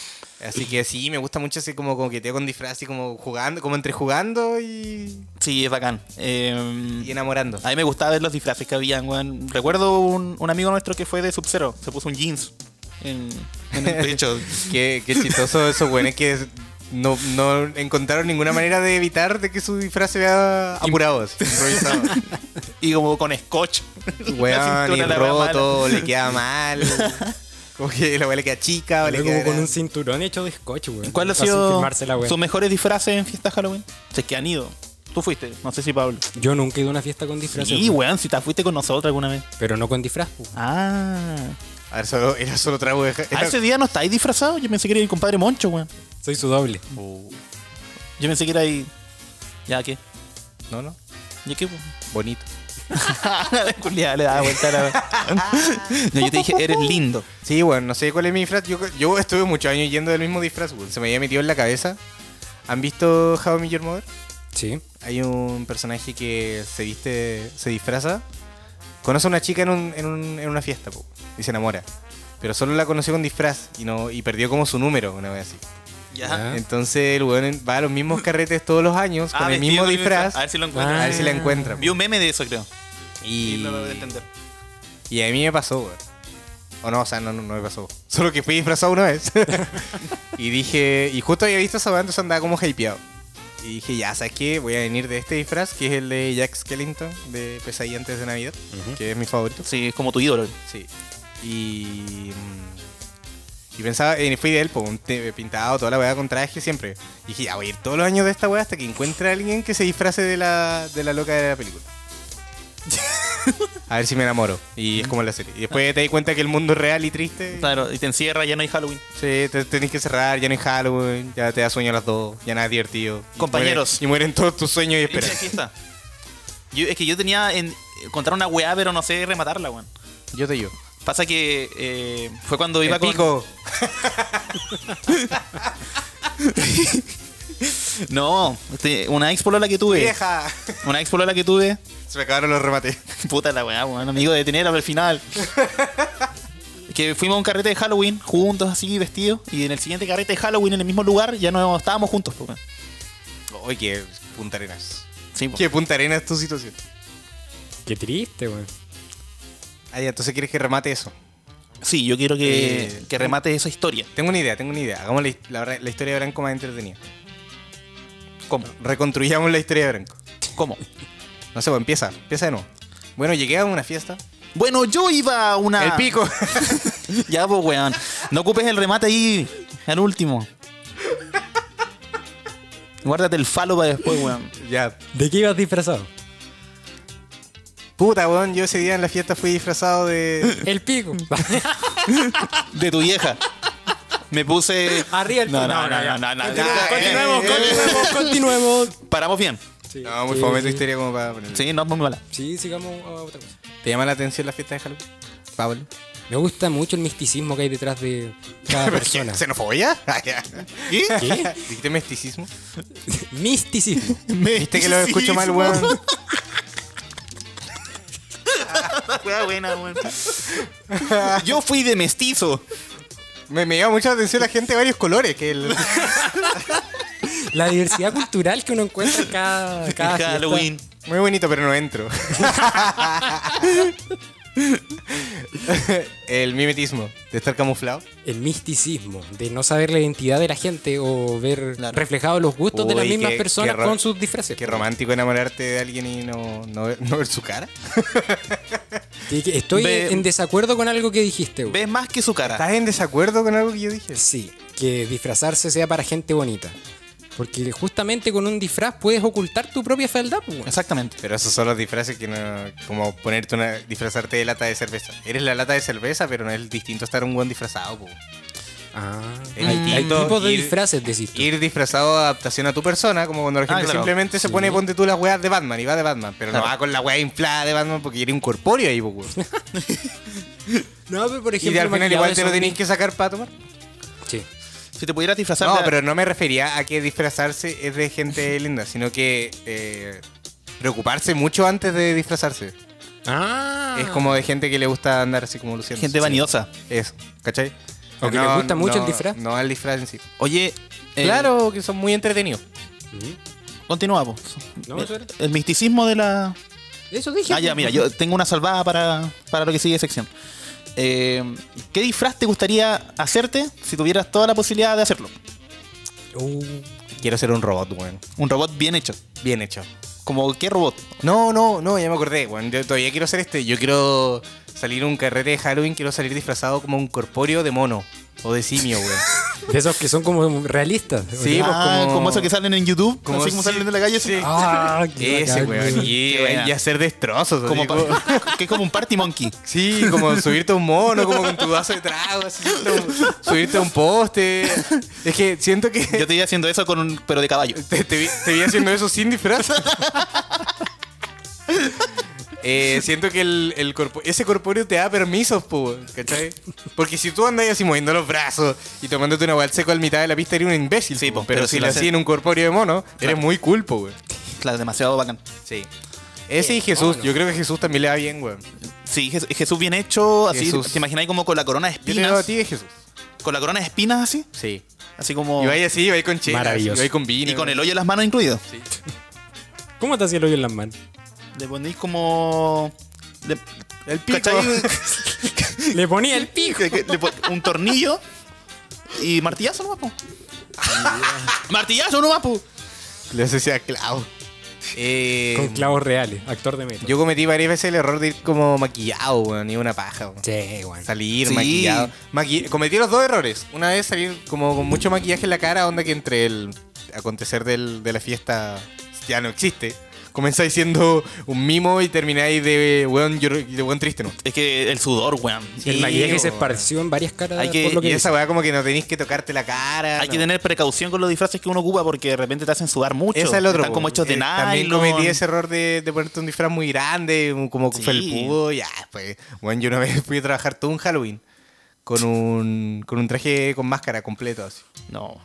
S4: Así que sí, me gusta mucho así como coqueteo con disfraz, así como jugando, como entre jugando y,
S1: Sí, es bacán. Eh,
S4: y enamorando.
S1: a mí me gustaba ver los disfraces que habían, weón. Recuerdo un, un amigo nuestro que fue de Sub-Zero. Se puso un jeans en, en el pecho.
S4: Qué, qué chistoso eso, weón. Es que es- no, no encontraron ninguna manera de evitar de que su disfraz se vea apurado. así, improvisado.
S1: y como con scotch. La
S4: Weón,
S1: cintura
S4: y
S1: la wea mala.
S4: roto, le queda mal. Como que la weá le queda chica, o le
S2: Luego
S4: queda.
S2: como con un cinturón hecho de scotch, weón.
S1: ¿Cuál ha
S2: Para
S1: sido
S2: firmarse la weá.
S1: sus mejores disfraces en fiestas Halloween? Si es que han ido. Tú fuiste, no sé si Pablo.
S2: Yo nunca he ido a una fiesta con disfraz.
S1: Sí, weón, si te fuiste con nosotros alguna vez.
S2: Pero no con disfraz. weón.
S1: Ah.
S4: A ver, solo, era solo trago de.
S1: ¿A Ah, ese día no estáis disfrazado? Yo pensé que era el compadre Moncho, weón.
S2: Soy su doble.
S1: Yo pensé que era ahí. ¿Ya qué?
S4: No, no.
S1: ¿Ya qué? weón?
S4: Bonito.
S1: Culiada, le daba vuelta a la- No, yo te dije, eres lindo.
S4: Sí, bueno, no sé cuál es mi disfraz. Yo, yo estuve muchos años yendo del mismo disfraz, weón. Se me había metido en la cabeza. ¿Han visto How I Met Your Mother?
S2: Sí.
S4: Hay un personaje que se viste, se disfraza. Conoce a una chica en, un- en un- en una fiesta, po, y se enamora. Pero solo la conoció con disfraz y no y perdió como su número, una vez así.
S2: Ya. ¿Ah?
S4: Entonces el weón en- va a los mismos carretes todos los años con
S1: Ah,
S4: el
S1: vestido
S4: mismo
S1: con el Ah,
S4: disfraz.
S1: A ver si lo
S4: A
S1: encuentro.
S4: ver si la encuentra.
S1: Vi un meme de eso, creo. Y
S4: Y,
S1: no lo voy a entender.
S4: y a mí me pasó, weón. O no, o sea, no, no, no me pasó. Solo que fui disfrazado una vez. y dije, y justo había visto esa banda, entonces andaba como hypeado. Y dije, ya, ¿sabes qué? Voy a venir de este disfraz, que es el de Jack Skellington, de Pesadilla antes de Navidad, que es mi favorito.
S1: Sí, es como tu ídolo.
S4: Sí. Y. mm, Y pensaba, eh, fui de él, po, un te- pintado, toda la weá con traje siempre. Y dije, ya voy a ir todos los años de esta weá hasta que encuentre a alguien que se disfrace de la, de la loca de la película. a ver si me enamoro. Y es como la serie. Y después te das cuenta que el mundo es real y triste.
S1: Claro, y te encierra, ya no hay Halloween.
S4: Sí, te tenés que cerrar, ya no hay Halloween, ya te da sueño a las dos, ya nada es divertido. Y
S1: Compañeros.
S4: mueren- y mueren todos tus sueños y
S1: Esa
S4: esperas.
S1: fiesta. Yo, es que yo tenía en encontrar una weá, pero no sé rematarla, weón.
S4: Yo te digo.
S1: Pasa que eh, fue cuando iba
S4: El
S1: con.
S4: pico.
S1: No, este, una ex polola que tuve.
S4: ¡Vieja!
S1: Una ex polola que tuve.
S4: Se me acabaron los remates.
S1: Puta la weá, weón. Amigo de tener al final. que fuimos a un carrete de Halloween juntos, así vestidos. Y en el siguiente carrete de Halloween, en el mismo lugar, ya no estábamos juntos, po, weón.
S4: Oye, Punta Arenas.
S1: Sí, pues. po.
S4: Que Punta Arenas es tu situación.
S2: Qué triste, weón.
S4: Ah, ya, entonces quieres que remate eso.
S1: Sí, yo quiero que,
S4: Eh,
S1: que remate esa historia.
S4: Tengo una idea, tengo una idea. Hagamos la, his- la, verdad- la historia de Branco más entretenida.
S1: ¿Cómo?
S4: Reconstruyamos la historia de Branco.
S1: ¿Cómo?
S4: No sé, bueno, empieza, empieza de nuevo. Bueno, llegué a una fiesta.
S1: Bueno, yo iba a una.
S4: El pico.
S1: Ya, pues, weón. No ocupes el remate ahí, al último. Guárdate el falo para después, weón.
S4: Ya.
S2: ¿De qué ibas disfrazado?
S4: Puta, weón, yo ese día en la fiesta fui disfrazado de.
S2: El pico.
S1: De tu vieja. Me puse.
S2: Arriba el
S1: No,
S2: pico.
S1: no, no, no, no, no, no.
S2: Continuemos,
S4: Eh,
S2: continuemos, continuemos.
S1: Paramos bien.
S2: Sí,
S4: No, muy
S2: sí,
S4: fome tu
S2: sí.
S4: historia como para ponerle.
S1: Sí, no, muy mala.
S2: Sí, sigamos a otra cosa.
S4: ¿Te llama la atención la fiesta de Halloween? Pablo.
S2: Me gusta mucho el misticismo que hay detrás de cada persona.
S4: ¿Xenofobia? Ah, ya.
S1: ¿Qué?
S2: ¿Qué?
S4: ¿Dijiste mesticismo?
S2: Misticismo.
S4: Viste que lo escucho mal, weón.
S1: Weá buena, weón. Yo fui de mestizo.
S4: Me, me llama mucho la atención la gente de varios colores. Que el...
S2: La diversidad cultural que uno encuentra en cada, cada fiesta.
S1: Halloween.
S4: Muy bonito, pero no entro. el mimetismo, de estar camuflado.
S2: El misticismo, de no saber la identidad de la gente o ver
S1: Claro.
S2: reflejados los gustos de
S4: Uy,
S2: las mismas
S4: qué-
S2: personas
S4: qué ro-
S2: con sus disfraces.
S4: Qué romántico enamorarte de alguien y no, no, ver, no ver su cara.
S2: Ah. Y que Estoy
S1: Ve-
S2: en desacuerdo con algo que dijiste. güey.
S1: Ves más que su cara.
S4: ¿Estás en desacuerdo con algo que yo dije?
S2: Sí, que disfrazarse sea para gente bonita. Porque justamente con un disfraz puedes ocultar tu propia fealdad. pues, güey.
S1: Exactamente.
S4: Pero esos son los disfraces que no. Como ponerte una. disfrazarte de lata de cerveza. Eres la lata de cerveza, pero no es distinto estar un buen disfrazado, po.
S2: Ah,
S4: Es
S2: hay,
S1: Mm.
S2: hay
S4: distinto
S2: tipos de
S4: ir-
S2: disfraces, decís tú.
S4: Ir disfrazado de adaptación a tu persona, como cuando la gente
S1: Ah, claro.
S4: simplemente se
S2: Sí.
S4: pone, ponte tú las weas de Batman y va de Batman, pero no
S1: Claro.
S4: va con la wea inflada de Batman porque eres un corpóreo ahí, po, weón.
S2: No, pero por ejemplo,
S4: Y de- al final
S2: maquillado
S4: igual
S2: de
S4: te lo
S2: zombie.
S4: tenéis que sacar para tomar.
S2: Sí.
S1: Si te pudieras disfrazar.
S4: No,
S1: de-
S4: pero no me refería a que disfrazarse es de gente linda, sino que eh, preocuparse mucho antes de disfrazarse.
S2: Ah.
S4: Es como de gente que le gusta andar así como luciendo.
S1: Gente vanidosa.
S4: Eso, ¿cachai?
S2: O que le gusta mucho el disfraz.
S4: No al disfraz en sí.
S1: Oye. eh,
S4: Claro, que son muy entretenidos.
S1: Continuamos.
S2: No, eso era.
S1: El misticismo de la.
S2: Eso dije.
S1: Ah, ya,
S2: pues.
S1: mira, yo tengo una salvada para, para lo que sigue de sección. Eh, ¿Qué disfraz te gustaría hacerte si tuvieras toda la posibilidad de hacerlo?
S2: Uh,
S4: Quiero ser un robot, weón.
S1: Un robot bien hecho.
S4: Bien hecho.
S1: Como, ¿qué robot?
S4: No, no, no, ya me acordé, weón. Yo todavía quiero hacer este. Yo quiero salir a un carrete de Halloween, quiero salir disfrazado como un corpóreo de mono o de simio, weón.
S2: de esos que son como realistas.
S4: Sí, pues,
S1: Ah,
S4: como-
S1: como... esos que salen en YouTube,
S4: como
S1: como así como
S4: sí,
S1: salen de la calle.
S4: sí.
S1: así.
S2: Ah, qué
S4: Ese,
S2: bacán,
S4: weón. Y, eh,
S1: Qué buena.
S4: y hacer destrozos.
S1: Como
S4: así, como-
S1: pa- que es como un party monkey.
S4: Sí, como subirte a un mono, como con tu vaso de trago, así, como subirte a un poste. Es que siento que
S1: Yo te iba haciendo eso con un, pero de caballo.
S4: te, te vi, te vi haciendo eso sin disfraz. Eh, siento que el, el corpo- ese corpóreo te da permisos, po, ¿cachai? Porque si tú andas así moviendo los brazos y tomándote una al seco al mitad de la pista, eres un imbécil.
S1: Sí,
S4: po.
S1: po,
S4: pero,
S1: pero si
S4: si lo
S1: lo
S4: hacías
S1: haces-
S4: en un corpóreo de mono, eres muy cool, po, weón.
S1: Claro, demasiado bacán.
S4: Sí. Eh, Ese y Jesús, yo creo que Jesús también le va bien, weón.
S1: Sí, Jes- Jesús bien hecho, así.
S4: Jesús.
S1: ¿Te imagináis como con la corona de
S4: Yo te veo a
S1: espinas?
S4: ti de Jesús.
S1: Con la corona de espinas así.
S4: Sí.
S1: Así como.
S4: Y vaya así, vaya con chelas,
S2: Maravilloso.
S4: y vaya con vino.
S1: y con el hoyo en las manos incluido.
S2: ¿Cómo te hacía el hoyo en las manos?
S1: Le ponéis como. Le,
S4: El pico.
S1: ¿Cachai?
S2: Le ponía el pico.
S1: Que- que le pon- un tornillo y martillazo nomás, po. martillazo nomás, po.
S4: Le hacía clavo. Eh,
S2: Con clavos reales, actor de metro.
S4: Yo cometí varias veces el error de ir como maquillado, weón, y una paja, weón.
S2: Sí, weón.
S4: Salir
S1: Sí.
S4: maquillado. Maqui- cometí los dos errores. Una vez salir como con mucho maquillaje en la cara, onda que entre el acontecer del- de la fiesta ya no existe. Comenzáis siendo un mimo y termináis de weón, llor- de weón triste, ¿no?
S1: Es que el sudor, weón.
S2: el
S4: Sí,
S2: maquillaje se
S4: weón.
S2: esparció en varias caras
S1: Hay que-
S2: por lo que
S4: Y
S2: hizo.
S4: esa weá como Ah, que no tenéis que tocarte la cara.
S1: Hay
S4: no.
S1: que tener precaución con los disfraces que uno ocupa porque de repente te hacen sudar mucho.
S4: Ese es el otro.
S1: Están como
S4: po.
S1: hechos de
S4: Eh,
S1: nylon.
S4: También cometí ese error de, de ponerte un disfraz muy grande, un- como
S1: Sí.
S4: felpudo, ya, pues. Bueno, yo una vez fui a trabajar todo un Halloween con un, con un traje con máscara completo, así.
S1: No,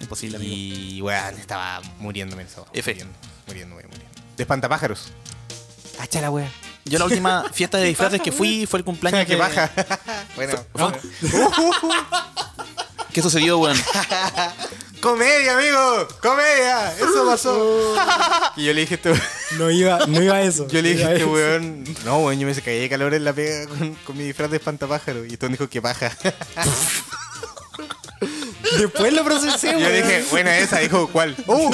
S1: imposible, amigo.
S4: Y, weón, estaba muriéndome el sábado.
S1: F.
S4: Muriendo, muriéndome, muriendo. De espantapájaros. Hacha la weá.
S1: Yo la última fiesta de disfraces que fui fue el cumpleaños
S4: Qué
S1: de-
S4: baja. bueno.
S2: Ah,
S1: ¿Qué sucedió, weón?
S4: ¡Comedia, amigo! ¡Comedia! Eso pasó. y yo le dije, tú...
S2: no, iba, no iba a eso.
S4: Yo le
S2: no
S4: dije
S2: iba
S4: a
S2: a
S4: este
S2: eso.
S4: weón, no weón, yo me caí de calor en la pega con, con mi disfraz de espantapájaro. Y Tom dijo que paja.
S2: Después lo procesé,
S4: Yo
S2: weón.
S4: le dije, buena esa, dijo, ¿cuál? ¡Uh!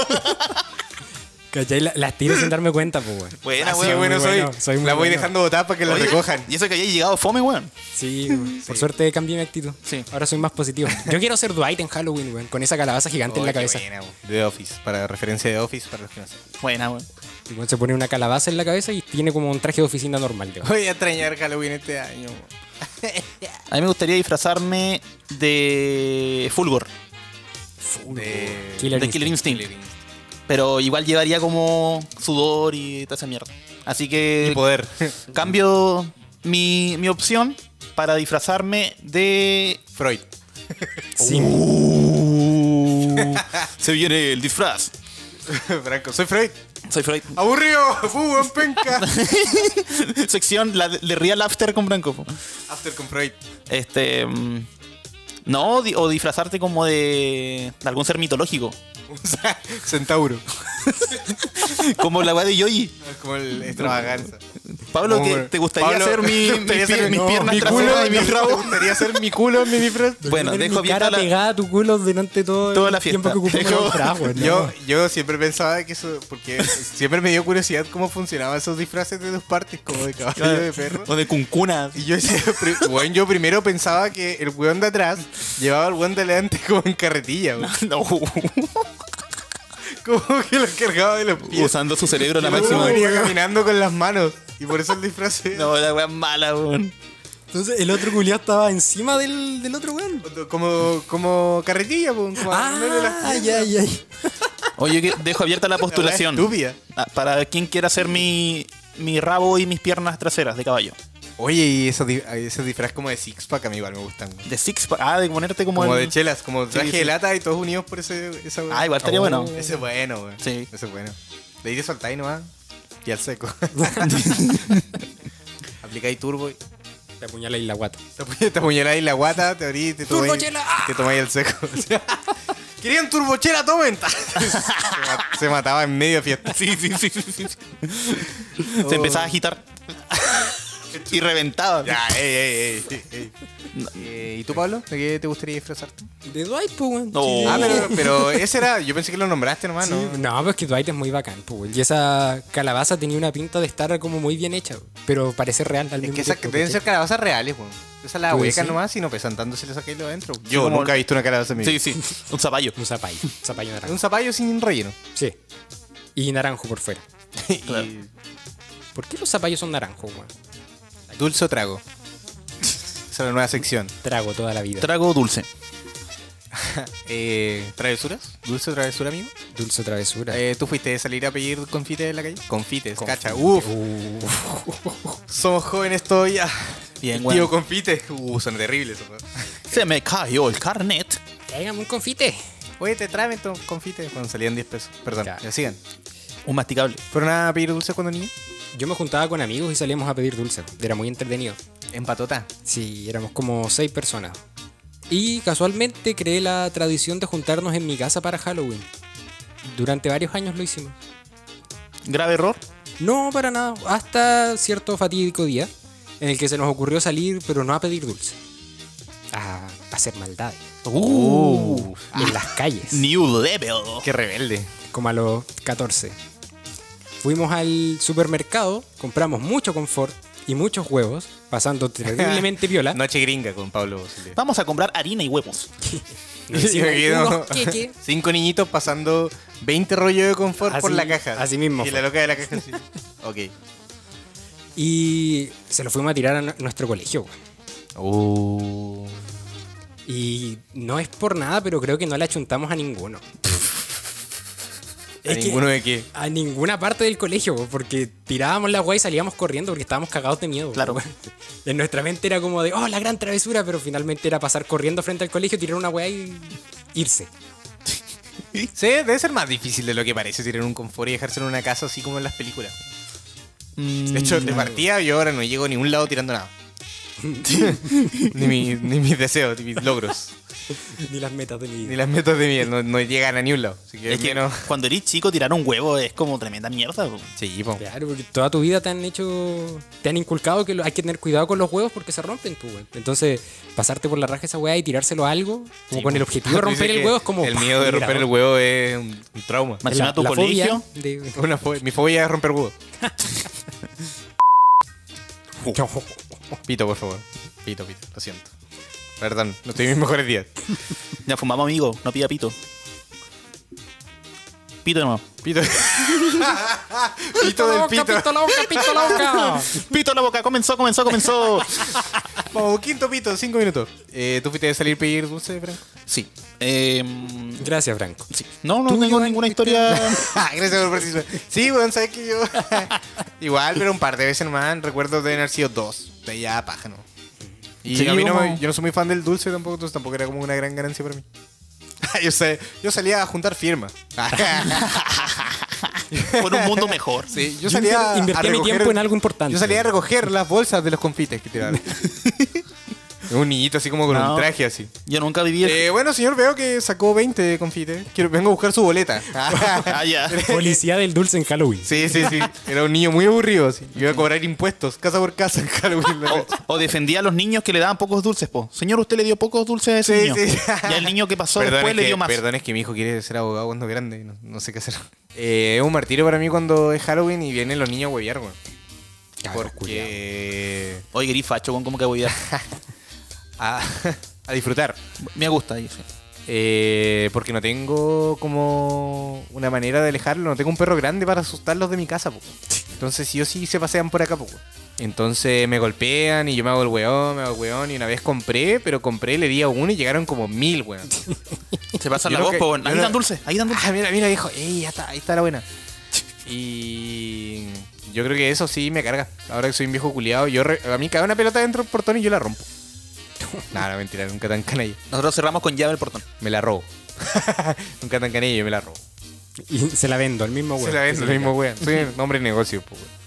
S2: ¿Cachai? La- las tiro sin darme cuenta, pues, weón.
S1: Buena,
S4: Así
S1: weón.
S4: de bueno
S2: muy
S4: soy.
S2: bueno, soy muy
S4: la voy
S2: bueno.
S4: dejando botada para que la
S1: Oye,
S4: recojan.
S1: Y eso que haya llegado fome, weón.
S2: Sí, weón. por suerte cambié mi actitud.
S1: Sí.
S2: Ahora soy más positivo. Yo quiero ser Dwight en Halloween, weón, con esa calabaza gigante en la
S4: Oye,
S2: cabeza.
S4: buena, weón. The Office, para referencia de Office, para los que no saben.
S1: Buena, weón.
S2: Y weón se pone una calabaza en la cabeza y tiene como un traje de oficina normal, weón.
S4: Voy a extrañar Halloween este año. weón.
S1: A mí me gustaría disfrazarme de Fulgor,
S4: De-
S2: Killer
S1: de
S2: Instinct.
S1: Killer Instinct. Pero igual llevaría como sudor y toda esa mierda. Así que
S4: Y poder.
S1: cambio mi, mi opción para disfrazarme de...
S4: Freud.
S2: Sí.
S1: Se viene el disfraz.
S4: Franco, soy Freud.
S1: Soy Freud.
S4: Aburrido. Fugo en penca.
S1: Sección la de, de Real After con Branco.
S4: After con Freud.
S1: Este. mm, No, di- o disfrazarte como de, de algún ser mitológico.
S4: Un sa- Centauro.
S1: Como la weá de Yoyi.
S4: Como el extravaganza.
S1: Pablo,
S4: Como-
S1: ¿qué- ¿te gustaría
S4: Pablo,
S1: hacer mi,
S4: ¿te gustaría
S1: mis pier-
S4: hacer
S1: mis
S4: no,
S1: piernas
S4: mi culo
S1: traseras
S4: y
S1: y mi
S4: ¿Te
S1: rabo?
S4: gustaría hacer mi culo en mi disfraz?
S1: Bueno,
S2: Tener
S1: dejo
S2: mi cara
S1: abierta la-
S2: pegada a tu culo durante todo
S1: Toda la
S2: el tiempo
S1: fiesta.
S2: que
S1: Dejo-
S2: ocupamos los tragos, ¿no?
S4: Yo, yo siempre pensaba que eso, porque siempre me dio curiosidad cómo funcionaban esos disfraces de dos partes, como de caballo de perro.
S1: O de cuncuna.
S4: Y yo decía, pri- weón, yo primero pensaba que el weón de atrás llevaba al weón de adelante como en carretilla, weón.
S1: No,
S4: Como que lo cargaba de los pies.
S1: usando su cerebro a la
S4: Y luego
S1: máxima.
S4: venía caminando con las manos. Y por eso el disfraz era
S1: No, la weá es mala, weón.
S2: Entonces el otro culiado estaba encima del, del otro weón.
S4: como, como carretilla, weón. Como agarrándole las
S2: Ah,
S4: piernas.
S2: ya, ya. ya.
S1: Oye, que- dejo abierta la postulación.
S4: Estúpida.
S1: Ah, Para quien quiera hacer mi, mi rabo y mis piernas traseras de caballo.
S4: Oye, y esos di- esos disfraz como de six pack a mí igual me gustan, weón.
S1: De six pack. Ah, de ponerte como,
S4: Como
S1: el-
S4: de chelas, como traje
S1: sí.
S4: de lata y todos unidos por ese, esa weá.
S1: Ah, igual estaría
S2: Oh.
S1: bueno.
S4: Ese es bueno, weón.
S1: Sí.
S4: Ese es bueno. Le iré soltar y nomás. Y al seco. Aplicáis turbo. y-
S2: Te apuñala y la guata.
S4: Te apu- te apuñaláis la guata, te abrís, te tomáis.
S2: ¡Turbochela! ¡Ah!
S4: Te tomáis el seco. Querían turbochela, tomen. se, ma- se mataba en medio de fiesta.
S1: Sí, sí, sí, sí, sí. Se empezaba a agitar. y reventaba.
S4: Ya, ey, ey, ey. ey, ey. Eh, ¿Y tú, Pablo? ¿De qué te gustaría disfrazarte?
S2: De Dwight, pues, weón.
S1: No.
S2: Sí.
S4: Ah, pero, pero ese era. Yo pensé que lo nombraste, nomás,
S2: Sí,
S4: ¿no?
S2: no, pero es que Dwight es muy bacán, pues, weón. Y esa calabaza tenía una pinta de estar como muy bien hecha, weón. pero parece real al
S4: Es
S2: mismo
S4: que esas que
S2: tiempo,
S4: deben
S2: ¿cachai?
S4: ser calabazas reales, weón. Esa la
S2: Tú
S4: hueca
S2: decís.
S4: nomás y no pesan tanto si le sacáis lo adentro. Yo
S1: como-
S4: nunca he visto una calabaza en mi
S1: Sí,
S4: vida.
S1: sí. Un zapallo.
S2: Un zapallo, un zapallo naranjo.
S4: Un zapallo sin relleno.
S2: Sí. Y naranjo por fuera.
S1: Claro.
S4: Y
S2: ¿Por qué los zapallos son naranjos, weón?
S4: dulce o trago. Esa es la nueva sección.
S2: Trago toda la vida.
S1: Trago dulce.
S4: Eh, ¿Travesuras? ¿Dulce o travesura, amigo?
S2: Dulce travesura.
S4: Eh, ¿Tú fuiste a salir a pedir confites en la calle? Confites,
S2: Confite.
S4: cacha. Uf,
S2: Uh.
S4: somos jóvenes todavía.
S1: Bien,
S4: El
S1: weón.
S4: Tío, confite. Uh, son terribles. weón.
S1: Se me cayó el carnet.
S2: Tráigame un confite.
S4: Oye, te traen tu confite. Cuando salían 10 pesos. Perdón,
S2: Ya.
S4: ya sigan.
S1: Un masticable.
S4: ¿Fueron a pedir dulce cuando niños?
S2: Yo me juntaba con amigos y salíamos a pedir dulce. weón. Era muy entretenido.
S4: En patota.
S2: Sí, éramos como seis personas. Y casualmente creé la tradición de juntarnos en mi casa para Halloween. Durante varios años lo hicimos.
S1: Grave error.
S2: No, para nada. Hasta cierto fatídico día en el que se nos ocurrió salir, pero no a pedir dulce. A hacer maldades.
S1: Uh.
S2: En las calles.
S1: New level.
S4: Qué rebelde.
S2: como a los 14. Fuimos al supermercado, compramos mucho confort y muchos huevos, pasando terriblemente viola.
S4: Noche gringa con Pablo Silvia.
S1: Vamos a comprar harina y huevos.
S2: Nos hicimos
S4: Yo creo.
S2: unos queques.
S4: Cinco niñitos pasando 20 rollos de confort por
S2: Así-
S4: la caja.
S2: así mismo
S4: Y
S2: fue.
S4: la loca de la caja sí. ok.
S2: Y se lo fuimos a tirar a nu- nuestro colegio, weón.
S4: Uh,
S2: Y no es por nada, pero creo que no le achuntamos a ninguno.
S4: ¿A
S2: Es que-
S4: ninguno de qué?
S2: A ninguna parte del colegio, weón, porque tirábamos la guay y salíamos corriendo porque estábamos cagados de miedo. weón.
S1: Claro.
S2: En nuestra mente era como de, oh, la gran travesura, pero finalmente era pasar corriendo frente al colegio, tirar una weá y irse.
S4: Sí, debe ser más difícil de lo que parece tirar un confort y dejarse en una casa así como en las películas.
S2: Mm,
S4: De hecho, de partida yo ahora no llego a ningún lado tirando nada. ni, mi- ni mis deseos, ni mis logros.
S2: Ni las metas de mi vida.
S4: Ni las metas de miel no, no llegan a ni un lado. Así que
S1: Es que
S4: menos-
S1: cuando eres chico, tirar un huevo es como tremenda mierda. po.
S4: Sí, po.
S2: Claro, porque toda tu vida te han hecho. Te han inculcado que lo- hay que tener cuidado con los huevos porque se rompen, pues, weón. Entonces, pasarte por la raja esa weá y tirárselo a algo, como con el objetivo de
S4: Tú
S2: romper
S4: dices
S2: el
S4: pues. que
S2: huevo, es como.
S4: El
S2: ¡pah!
S4: miedo de
S2: mira,
S4: romper el
S2: weón.
S4: huevo es un, un trauma.
S1: Más encima tu
S2: la fobia
S1: colegio.
S2: de-
S4: Una fo- mi fobia es romper huevos.
S2: Oh.
S4: Pito, por favor. Pito, pito. Lo siento. Perdón, no estoy en mis mejores días.
S1: Ya fumamos, amigo. No pida pito. Pito no.
S4: Pito. pito del pito.
S2: la boca, pito la boca.
S1: Pito en la boca. Comenzó, comenzó, comenzó.
S4: Vamos, quinto pito, cinco minutos. Eh, ¿Tú fuiste a salir a pedir dulce, Franco?
S1: sí. Em,
S2: Gracias, Franco.
S1: sí. No, no
S2: Tú,
S1: tengo
S2: Iván,
S1: ninguna
S2: ¿qué
S1: historia.
S4: Ah, Gracias por participar. Sí, weón, sabes que yo. Igual, pero un par de veces nomás. Recuerdo de haber sido dos. De ya paja, ¿no? Y
S2: Sí,
S4: a mí no,
S2: como-
S4: me- yo no soy muy fan del dulce tampoco, entonces tampoco era como una gran ganancia para mí. Ah, yo, sé, yo salía a juntar firmas.
S1: Por un mundo mejor.
S4: sí,
S2: Yo
S4: yo salía a
S2: invertí mi
S4: recoger-
S2: tiempo en algo importante.
S4: Yo salía a recoger las bolsas de los confites que tiraron. un niñito así como con
S1: No.
S4: un traje así.
S1: Yo nunca viví. el-
S4: Eh, bueno, señor, veo que sacó 20 de confites. Quiero, vengo a buscar su boleta.
S1: Ah, ya.
S2: Policía del dulce en Halloween.
S4: Sí, sí, sí. Era un niño muy aburrido. así. Iba a cobrar impuestos, casa por casa en Halloween. la
S1: O,
S4: noche.
S1: o defendía a los niños que le daban pocos dulces, po. Señor, usted le dio pocos dulces a ese
S4: Sí,
S1: niño.
S4: sí.
S1: Y al niño que pasó
S4: Perdón,
S1: después
S4: es
S1: le
S4: que-
S1: dio más.
S4: Perdón, es que mi hijo quiere ser abogado cuando grande. y No, no sé qué hacer. Eh, es un martirio para mí cuando es Halloween y vienen los niños a huevear, weón.
S2: Cabros culiados.
S4: Porque.
S1: Oye, grifacho, weón, ¿cómo que voy a
S4: A, ah, a disfrutar.
S1: Me gusta, dice.
S4: Eh, porque no tengo como una manera de alejarlo. No tengo un perro grande para asustarlos de mi casa, po. Entonces, sí o sí se pasean por acá, po. Entonces me golpean y yo me hago el weón, me hago el weón. Y una vez compré, pero compré, le di a uno y llegaron como mil, weón.
S1: Se pasa
S4: Yo
S1: la
S4: creo
S1: voz,
S4: que-
S1: po. weón.
S4: yo
S1: Ahí
S4: no-
S1: dan dulce, ahí dan dulce.
S4: Ah, mira, mira, dijo, ey, ya está, ahí está la buena. Y yo creo que eso sí me carga. Ahora que soy un viejo culiado, yo re- a mí cae una pelota dentro del portón y yo la rompo. Nada, no, mentira, nunca tan canalla.
S1: Nosotros cerramos con llave el portón.
S4: Me la robo. nunca tan canalla, yo me la robo.
S2: Y se la vendo al mismo weón.
S4: Se la
S2: Que
S4: ves,
S2: se
S4: lo
S2: la-
S4: mismo, weón. Soy un hombre de negocio, po, weón.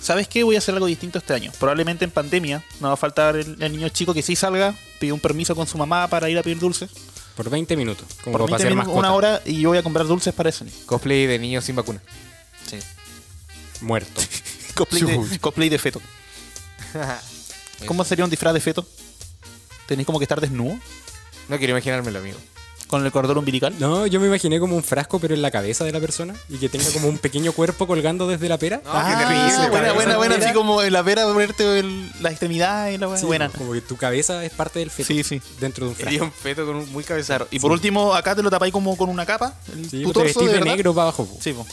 S1: ¿Sabes qué? Voy a hacer algo distinto este año. Probablemente en pandemia no va a faltar el, el niño chico que sí salga, pide un permiso con su mamá para ir a pedir dulces.
S2: Por 20 minutos. Como
S1: Por
S2: para
S1: 20
S2: hacer
S1: minutos,
S2: mascota.
S1: una hora y yo voy a comprar dulces para ese niño.
S4: Cosplay de niños sin vacuna.
S1: Sí.
S2: Muerto.
S1: Cosplay de, cosplay de feto. ¿Cómo sería un disfraz de feto? ¿Tenéis como que estar desnudo?
S4: No quiero imaginármelo, amigo.
S1: ¿Con el cordón umbilical?
S2: No, yo me imaginé como un frasco, pero en la cabeza de la persona. Y que tenga como un pequeño cuerpo colgando desde la pera.
S4: No, qué terrible,
S1: Ah, buena,
S4: weón.
S1: buena, buena.
S2: Mira.
S1: Así como en la vera ponerte el- la extremidad y la buena.
S2: Sí,
S1: buena.
S2: Como que tu cabeza es parte del feto.
S1: Sí, sí.
S2: Dentro de un
S4: Sería
S2: frasco.
S4: un feto con un muy cabezado.
S1: Claro. Y por último, acá te lo tapáis como con una capa. El
S2: Sí,
S1: tu
S2: pues te
S1: torso
S2: vestís
S1: de,
S2: de
S1: verdad.
S2: negro para abajo. po.
S1: Sí, po.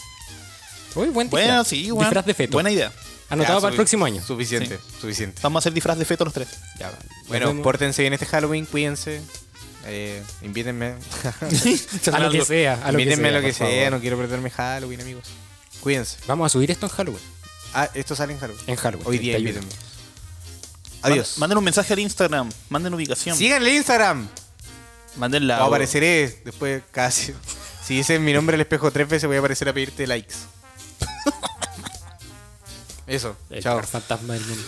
S2: Uy, buen disfraz.
S1: Bueno, sí, bueno.
S2: Disfraz de feto.
S1: Buena idea.
S2: Anotado para el próximo año.
S4: Suficiente, suficiente.
S1: Vamos a hacer disfraz de feto los tres.
S4: Ya va.
S2: vemos.
S4: Bueno, pórtense bien este Halloween, cuídense. Eh, invítenme.
S2: A lo que sea, a lo que
S4: invítenme
S2: sea,
S4: a lo que
S2: por favor.
S4: sea, no quiero perderme Halloween, amigos. Cuídense.
S2: Vamos a subir esto en Halloween.
S4: Ah, esto sale en Halloween.
S2: En Halloween,
S4: Hoy día
S2: 31.
S4: invítenme. Adiós.
S1: Mand- Manden un mensaje al Instagram. Manden ubicación.
S4: Síganle Instagram.
S1: Manden la.
S4: O apareceré después casi. Si dicen mi nombre al espejo tres veces, voy a aparecer a pedirte likes. Eso.
S2: El
S4: Chao.
S2: fantasma del mundo.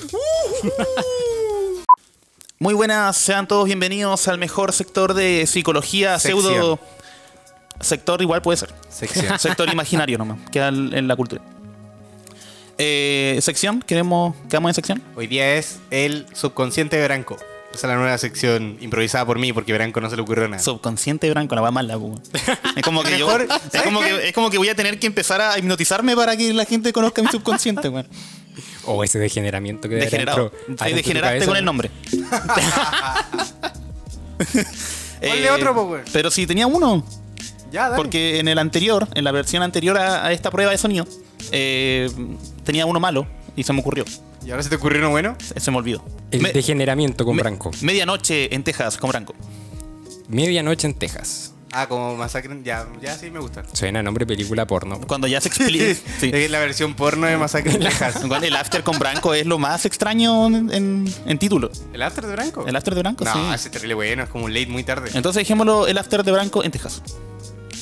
S1: Muy buenas, sean todos bienvenidos al mejor sector de psicología,
S4: Sección.
S1: pseudo. Sector igual puede ser.
S4: Sección.
S1: sector imaginario nomás. Queda el- en la cultura. Eh, sección, queremos. ¿Quedamos en sección?
S4: Hoy día es el subconsciente de Branco. Esa es la nueva sección improvisada por mí porque Branco no se le ocurrió nada.
S1: Subconsciente blanco, la va mala, po. Es como que yo.
S4: Mejor,
S1: Es
S4: ¿sabes
S1: como que,
S4: qué?
S1: es como que voy a tener que empezar a hipnotizarme para que la gente conozca mi subconsciente, weón.
S2: O ese degeneramiento que de
S1: Degenerado.
S2: adentro-
S1: Sí,
S2: adentro de tu
S1: degeneraste
S2: cabeza,
S1: con
S2: ¿no?
S1: el nombre.
S4: Ponle otro, po, weón.
S1: Eh, Pero si tenía uno.
S4: Ya, dale.
S1: Porque en el anterior, en la versión anterior a, a esta prueba de sonido, eh, tenía uno malo y se me ocurrió.
S4: ¿Y ahora se te ocurrió uno bueno?
S1: Se se me olvidó.
S2: El
S1: Me-
S2: degeneramiento con
S1: me-
S2: Branco.
S1: Medianoche en Texas con Branco.
S2: Medianoche en Texas.
S4: Ah, como Masacre. Ya, ya sí me gusta.
S2: Suena nombre película porno.
S1: Cuando ya se explica. sí.
S4: Es la versión porno de Masacre en Texas.
S1: Igual el after con Branco es lo más extraño en, en- en título.
S4: ¿El after de Branco?
S1: El after de Branco,
S4: No,
S1: sí.
S4: ese es terrible bueno, es como un late muy tarde.
S1: Entonces dejémoslo el after de Branco en Texas.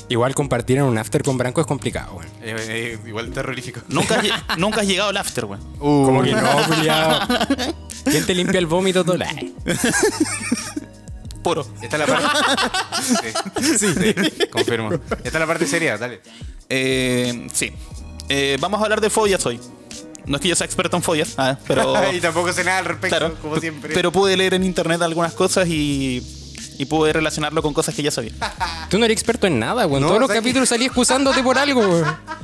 S2: Igual compartir en un after con Branco es complicado, weón.
S4: Eh, eh, igual terrorífico.
S1: Nunca, has lle- nunca has llegado al after, güey.
S4: Uh,
S2: Como que no, culiao. ¿Quién te limpia el vómito, Tola?
S1: poro.
S4: Está la parte. Sí, sí, confirmo. Está la parte seria, dale.
S1: Eh, sí. Eh, vamos a hablar de fobias hoy. No es que yo sea experto en fobias, ah, pero.
S4: y tampoco sé nada al respecto,
S1: claro,
S4: como
S1: p-
S4: siempre.
S1: Pero pude leer en internet algunas cosas y. Y pude relacionarlo con cosas que ya sabía.
S2: Tú no eres experto en nada, weón.
S4: No,
S2: Todos los
S4: ¿sabes qué?
S2: capítulos salí excusándote por algo, weón.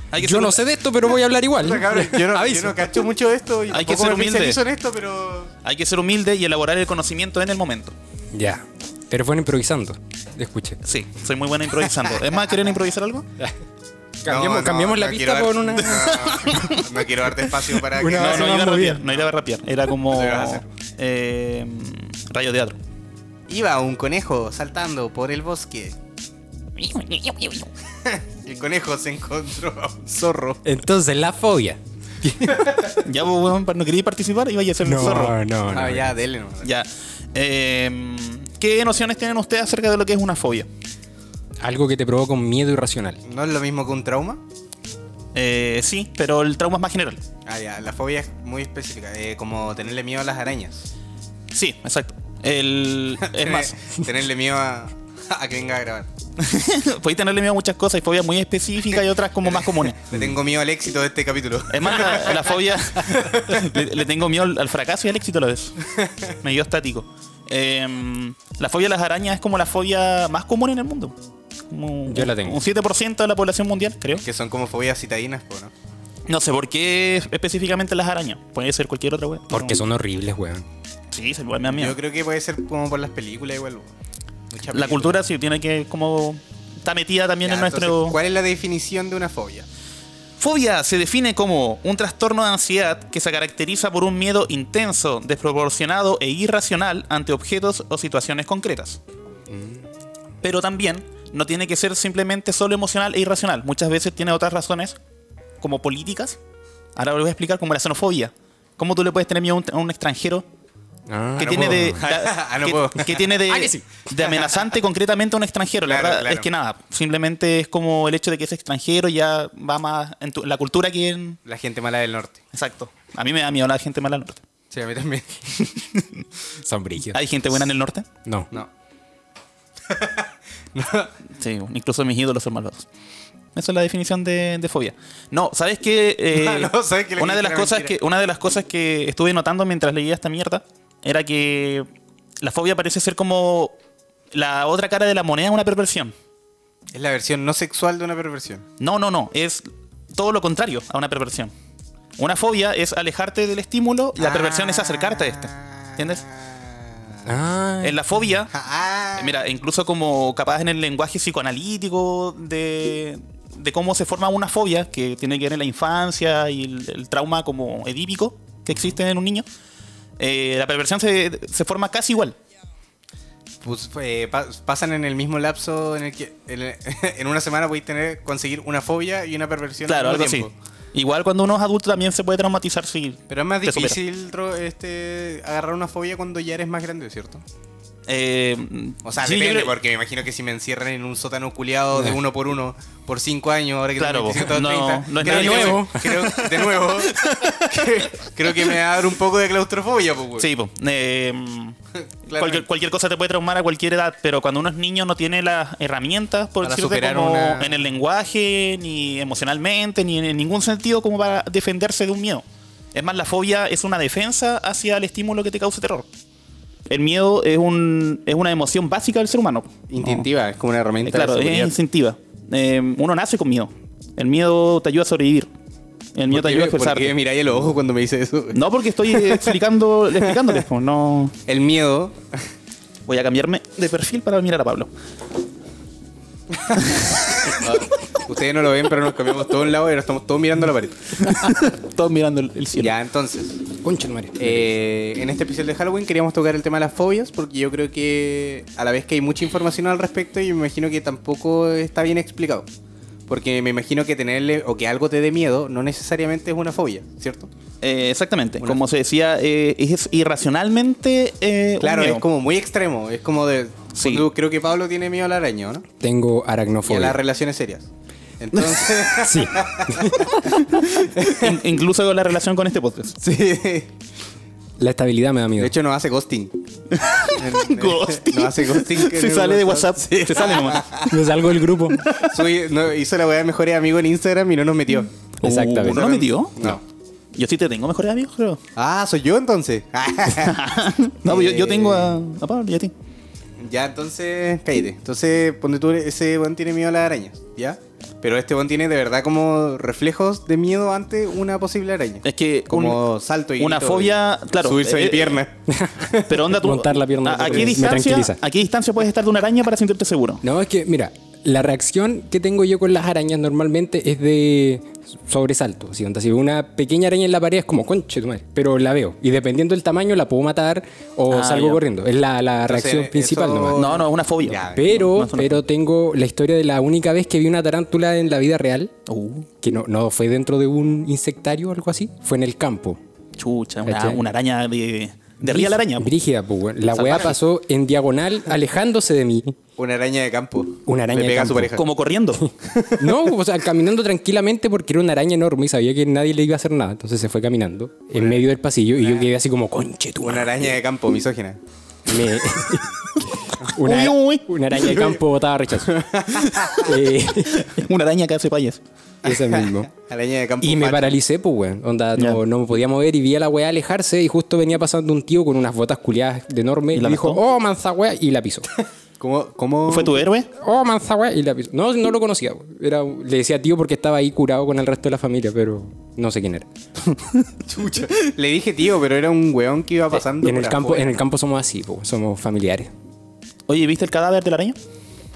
S1: Hay que
S2: Yo
S1: ser
S2: no
S1: un-
S2: sé de esto, pero voy a hablar igual.
S4: Puta, cabrón, yo, no, yo
S2: Aviso.
S4: no cacho mucho de esto. y
S1: Hay que
S4: tampoco
S1: ser
S4: me
S1: humilde.
S4: especializo en esto, pero.
S1: Hay que ser humilde y elaborar el conocimiento en el momento.
S2: Ya. Pero fueron improvisando. Escuche.
S1: Sí, soy muy bueno improvisando. Es más, ¿quieren improvisar algo?
S2: Cambiamos,
S4: No, no,
S2: cambiamos la
S4: no quiero
S2: pista
S4: dar-
S2: por una.
S4: No, no, no quiero darte espacio para que.
S2: Una-
S1: No,
S2: Ah,
S1: no
S2: se
S1: iba a
S2: va muy
S1: rapear.
S2: bien.
S1: No iba a rapear. Era como.
S4: Eso ibas a hacer.
S1: eh, rayo teatro.
S4: Iba un conejo saltando por el bosque. El conejo se encontró a un zorro.
S2: Entonces, la fobia.
S1: Ya, pues, weón, no quería participar, iba a ser el zorro.
S2: no,
S4: Ah, ya, dele nomás.
S1: Ya. Eh, ¿Qué nociones tienen ustedes acerca de lo que es una fobia?
S2: Algo que te provoca un miedo irracional.
S4: ¿No es lo mismo que un trauma?
S1: Eh, sí, pero el trauma es más general.
S4: Ah, ya, la fobia es muy específica, eh, como tenerle miedo a las arañas.
S1: Sí, exacto. El, es más,
S4: tenerle miedo a, a que venga a grabar.
S1: podéis tenerle miedo a muchas cosas, hay fobias muy específicas y otras como más comunes.
S4: Le tengo miedo al éxito de este capítulo.
S1: Es más, la, la fobia. le, le tengo miedo al, al fracaso y al éxito a la vez. Me dio estático. Em, la fobia a las arañas es como la fobia más común en el mundo. Como
S2: Yo la tengo.
S1: Un 7% de la población mundial, creo.
S4: Que son como fobias citadinas, po, ¿no?
S1: No sé por qué específicamente las arañas. Puede ser cualquier otra wea. pero-
S2: Porque son horribles, weón.
S1: Sí, se me da miedo.
S4: Yo creo que puede ser como por las películas igual. po. Muchas
S1: La
S4: películas.
S1: cultura sí tiene que. como. Está metida también
S4: Ya,
S1: en nuestro.
S4: entonces, ¿Cuál es la definición de una fobia?
S1: Fobia se define como un trastorno de ansiedad que se caracteriza por un miedo intenso, desproporcionado e irracional ante objetos o situaciones concretas. Pero también no tiene que ser simplemente solo emocional e irracional. Muchas veces tiene otras razones, como políticas. Ahora lo voy a explicar como la xenofobia. ¿Cómo tú le puedes tener miedo a un, a un extranjero
S2: Ah,
S1: que
S2: no
S1: tiene
S2: puedo.
S1: de,
S4: Ah, no
S1: que-
S4: puedo.
S1: que tiene de,
S2: Ah, que sí.
S1: de amenazante concretamente a un extranjero? La
S4: Claro,
S1: verdad
S4: claro.
S1: es que nada, simplemente es como el hecho de que ese extranjero ya va más en tu- la cultura que en...
S4: La gente mala del norte.
S1: Exacto. A mí me da miedo la gente mala del norte.
S4: Sí, a mí también.
S2: Son brígidos.
S1: ¿Hay gente buena en el norte?
S2: No.
S4: No.
S1: Sí, incluso mis ídolos son malvados. Esa es la definición de, de fobia. No, ¿sabes qué? Eh,
S4: No, ¿sabes qué? Le
S1: una, de
S4: dijiste
S1: las
S4: la
S1: cosas que,
S4: mentira.
S1: una de las cosas que estuve notando mientras leía esta mierda era que la fobia parece ser como la otra cara de la moneda de una perversión.
S4: Es la versión no sexual de una perversión.
S1: No, no, no. Es todo lo contrario a una perversión. Una fobia es alejarte del estímulo y la perversión es acercarte a este. ¿Entiendes?
S2: Ah,
S1: En la fobia
S4: Ah.
S1: Eh, Mira, incluso como capaz en el lenguaje psicoanalítico de, de cómo se forma una fobia que tiene que ver en la infancia y el, el trauma como edípico que existe en un niño, eh, la perversión se, se forma casi igual.
S4: Pues, eh, pa- pasan en el mismo lapso en el que en, el- en una semana podéis tener conseguir una fobia y una perversión
S1: claro,
S4: al
S1: algo
S4: mismo
S1: así.
S4: tiempo.
S1: Igual cuando uno es adulto también se puede traumatizar si
S4: Pero es más
S1: te supera.
S4: difícil tro- este, agarrar una fobia cuando ya eres más grande, ¿cierto?
S1: Eh,
S4: O sea,
S1: sí, yo
S4: depende,
S1: creo-
S4: porque me imagino que si me encierran en un sótano culiado de uno por uno por cinco años, ahora que
S1: Claro,
S4: tengo 25,
S1: no,
S4: 30,
S1: no es
S4: creo
S1: nada
S4: que-
S2: nuevo.
S4: creo- de nuevo, que- creo que me va a dar un poco de claustrofobia, pues, güey.
S1: Sí, po. Eh, cualquier, cualquier cosa te puede traumar a cualquier edad, pero cuando uno es niño no tiene las herramientas, por
S4: Para
S1: decirte,
S4: superar
S1: como
S4: una-
S1: en el lenguaje, ni emocionalmente, ni en ningún sentido como para defenderse de un miedo. Es más, la fobia es una defensa hacia el estímulo que te cause terror. El miedo es, un, es una emoción básica del ser humano.
S4: Instintiva, es como una herramienta
S1: Eh, claro,
S4: de
S1: es
S4: seguridad.
S1: instintiva. Eh, uno nace con miedo. El miedo te ayuda a sobrevivir. El miedo te ayuda a
S4: ¿Por qué- por
S1: expresarte.
S4: qué me miráis a los ojos cuando me dice eso?
S1: No, porque estoy explicando, explicándoles, po, no...
S4: El miedo
S1: Voy a cambiarme de perfil para mirar a Pablo.
S4: Ustedes no lo ven, pero nos cambiamos todo un lado y ahora estamos todos mirando la pared.
S1: Todos mirando el el cielo.
S4: Ya, entonces.
S2: concha de madre.
S4: eh, en este especial de Halloween queríamos tocar el tema de las fobias, porque yo creo que a la vez que hay mucha información al respecto, yo me imagino que tampoco está bien explicado. Porque me imagino que tenerle o que algo te dé miedo no necesariamente es una fobia, ¿cierto?
S1: Eh, exactamente.
S4: Bueno.
S1: Como se decía, eh, es irracionalmente. eh, un
S4: Claro,
S1: miedo.
S4: es como muy extremo. Es como de.
S1: Sí.
S4: Tú- creo que Pablo tiene miedo al araño, ¿no?
S2: Tengo
S4: Y a las
S2: aracnofobia.
S4: relaciones serias. Entonces.
S2: Sí.
S1: In- incluso con la relación con este podcast.
S4: sí.
S2: La estabilidad me da miedo.
S4: De hecho, nos hace ghosting. En- en-
S1: Ghosting.
S4: No, hace ghosting. en
S1: Se
S4: el
S1: sale de WhatsApp. Se sale nomás.
S2: Me salgo del grupo.
S4: Uh, Subí- no, hizo la weá de mejores amigos en Instagram y no nos metió.
S2: Exactamente.
S1: Uh, ¿No me dio?
S4: No.
S1: Yo sí te tengo mejores amigos, creo.
S4: Ah, soy yo entonces.
S1: No, pues yo, yo
S4: Eh.
S1: tengo a, a Pablo y a ti.
S4: ya, entonces, cállate. Entonces, ponte tú, ese weón tiene miedo a las arañas, ¿ya? Pero este weón tiene de verdad como reflejos de miedo ante una posible araña.
S1: Es que
S4: como
S1: un-
S4: salto y
S1: una
S4: grito
S1: fobia,
S4: y
S1: claro.
S4: Subirse
S1: eh,
S4: mi
S1: eh,
S4: pierna.
S1: Pero onda tú.
S2: Montar la pierna.
S1: ¿A, a qué
S2: Me
S1: distancia,
S2: tranquiliza.
S1: ¿A qué distancia puedes estar de una araña para sentirte seguro?
S2: No, es que, mira, la reacción que tengo yo con las arañas normalmente es de sobresalto. Si onda, si una pequeña araña en la pared es como, conche tu madre, pero la veo. Y dependiendo del tamaño, la puedo matar o
S1: Ah,
S2: salgo
S1: ya.
S2: corriendo. Es la, la
S4: Entonces,
S2: reacción principal
S4: eso-
S2: nomás.
S1: No, no, es una fobia.
S4: Ya.
S2: Pero,
S1: no, eso no.
S2: pero tengo la historia de la única vez que vi una tarántula en la vida real,
S1: Uh,
S2: que no, no fue dentro de un insectario o algo así, fue en el campo.
S1: chucha, una,
S2: ¿Cachai?
S1: una araña de. De
S2: Brí-
S1: ría la araña.
S2: Brígida, pues, weón. La
S1: Salvaje.
S2: weá pasó en diagonal, alejándose de mí.
S4: Una araña de campo.
S2: Una araña
S4: Le
S2: de
S4: pega a su
S2: campo.
S4: pareja.
S1: Como corriendo.
S2: No, o sea, caminando tranquilamente porque era una araña enorme y sabía que nadie le iba a hacer nada. Entonces se fue caminando en medio del pasillo y yo quedé así como, conche, tú.
S4: Una araña de campo, misógina.
S2: Me- una,
S1: Uy, uy.
S2: una araña de campo botada a rechazo. Eh,
S1: una araña que hace payas.
S2: esa mismo.
S4: Araña de campo.
S2: Y me
S4: fat.
S2: paralicé, pues, weón. Onda, no,
S1: Ya.
S2: no me podía mover y vi a la weá alejarse y justo venía pasando un tío con unas botas culiadas de enorme y,
S1: ¿Y la
S2: dijo,
S1: pescó?
S2: oh, manza weá, y la pisó.
S4: ¿Cómo, cómo...
S1: ¿Fue tu héroe?
S2: oh, manza weá, y la pisó. No, no lo conocía. weón. Era, le decía tío porque estaba ahí curado con el resto de la familia, pero no sé quién era.
S4: Le dije tío, pero era un weón que iba pasando.
S2: Eh, en
S4: por
S2: el campo
S4: afuera.
S2: en el campo somos así po, somos familiares
S1: Oye, ¿viste el cadáver de la araña?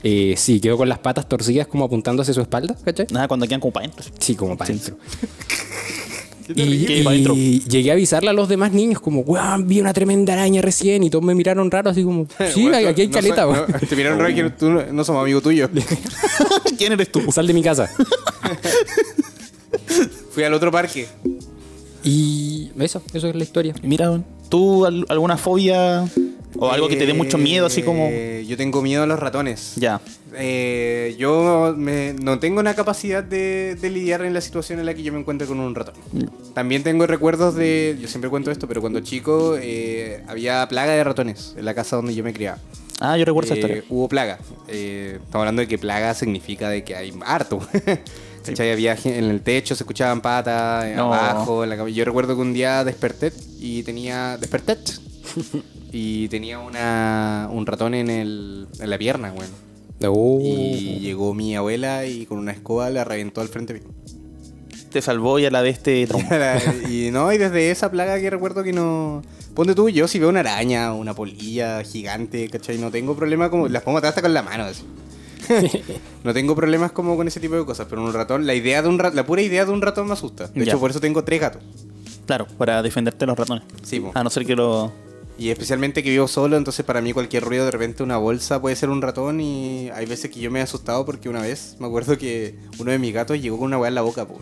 S2: eh, sí quedó con las patas torcidas como apuntándose hacia su espalda ¿cachai?
S1: Nada, cuando quedan como para adentro.
S2: sí como para adentro y,
S1: terrible.
S2: y
S1: Pa' dentro.
S2: llegué a avisarle a los demás niños como weón vi una tremenda araña recién y todos me miraron raro así como sí
S4: Weón,
S2: aquí hay
S4: no
S2: caleta
S4: so-
S2: weón. Oh.
S4: no, Te miraron raro que tú no, no somos amigos tuyos.
S1: ¿Quién eres tú?
S2: sal de mi casa
S4: Fui al otro parque.
S2: y eso eso es la historia
S1: Mira, weón, ¿tú al- alguna fobia o algo que te dé mucho miedo, así como.
S4: Eh, Yo tengo miedo a los ratones.
S1: Ya.
S4: Eh, yo me- no tengo una capacidad de, de lidiar en la situación en la que yo me encuentro con un ratón. También tengo recuerdos de. Yo siempre cuento esto, pero cuando chico eh, había plaga de ratones en la casa donde yo me criaba.
S1: Ah, yo recuerdo
S4: Eh,
S1: esa historia.
S4: Hubo plaga. Eh, estamos hablando de que plaga significa de que hay harto. ¿Cachai? Había gen- en el techo, se escuchaban patas, eh,
S1: No.
S4: abajo, en la cama. Yo recuerdo que un día desperté y tenía. Desperté. y tenía una, un ratón en, el, en la pierna, güey.
S2: Oh.
S4: Y llegó mi abuela y con una escoba la reventó al frente mío.
S1: Te salvó y a la de este trauma.
S4: y no, y desde esa plaga que recuerdo que no. Ponte tú, yo si veo una araña, una polilla gigante, ¿cachai? No tengo problema como. Las puedo matar hasta con la mano, así. no tengo problemas como con ese tipo de cosas, pero un ratón, la idea de un ratón, la pura idea de un ratón me asusta. De
S1: Ya.
S4: hecho, por eso tengo tres gatos.
S1: Claro, para defenderte de los ratones.
S4: Sí, po.
S1: A no ser que lo.
S4: Y especialmente que vivo solo, entonces para mí cualquier ruido de repente una bolsa puede ser un ratón y hay veces que yo me he asustado porque una vez me acuerdo que uno de mis gatos llegó con una weá en la boca, po.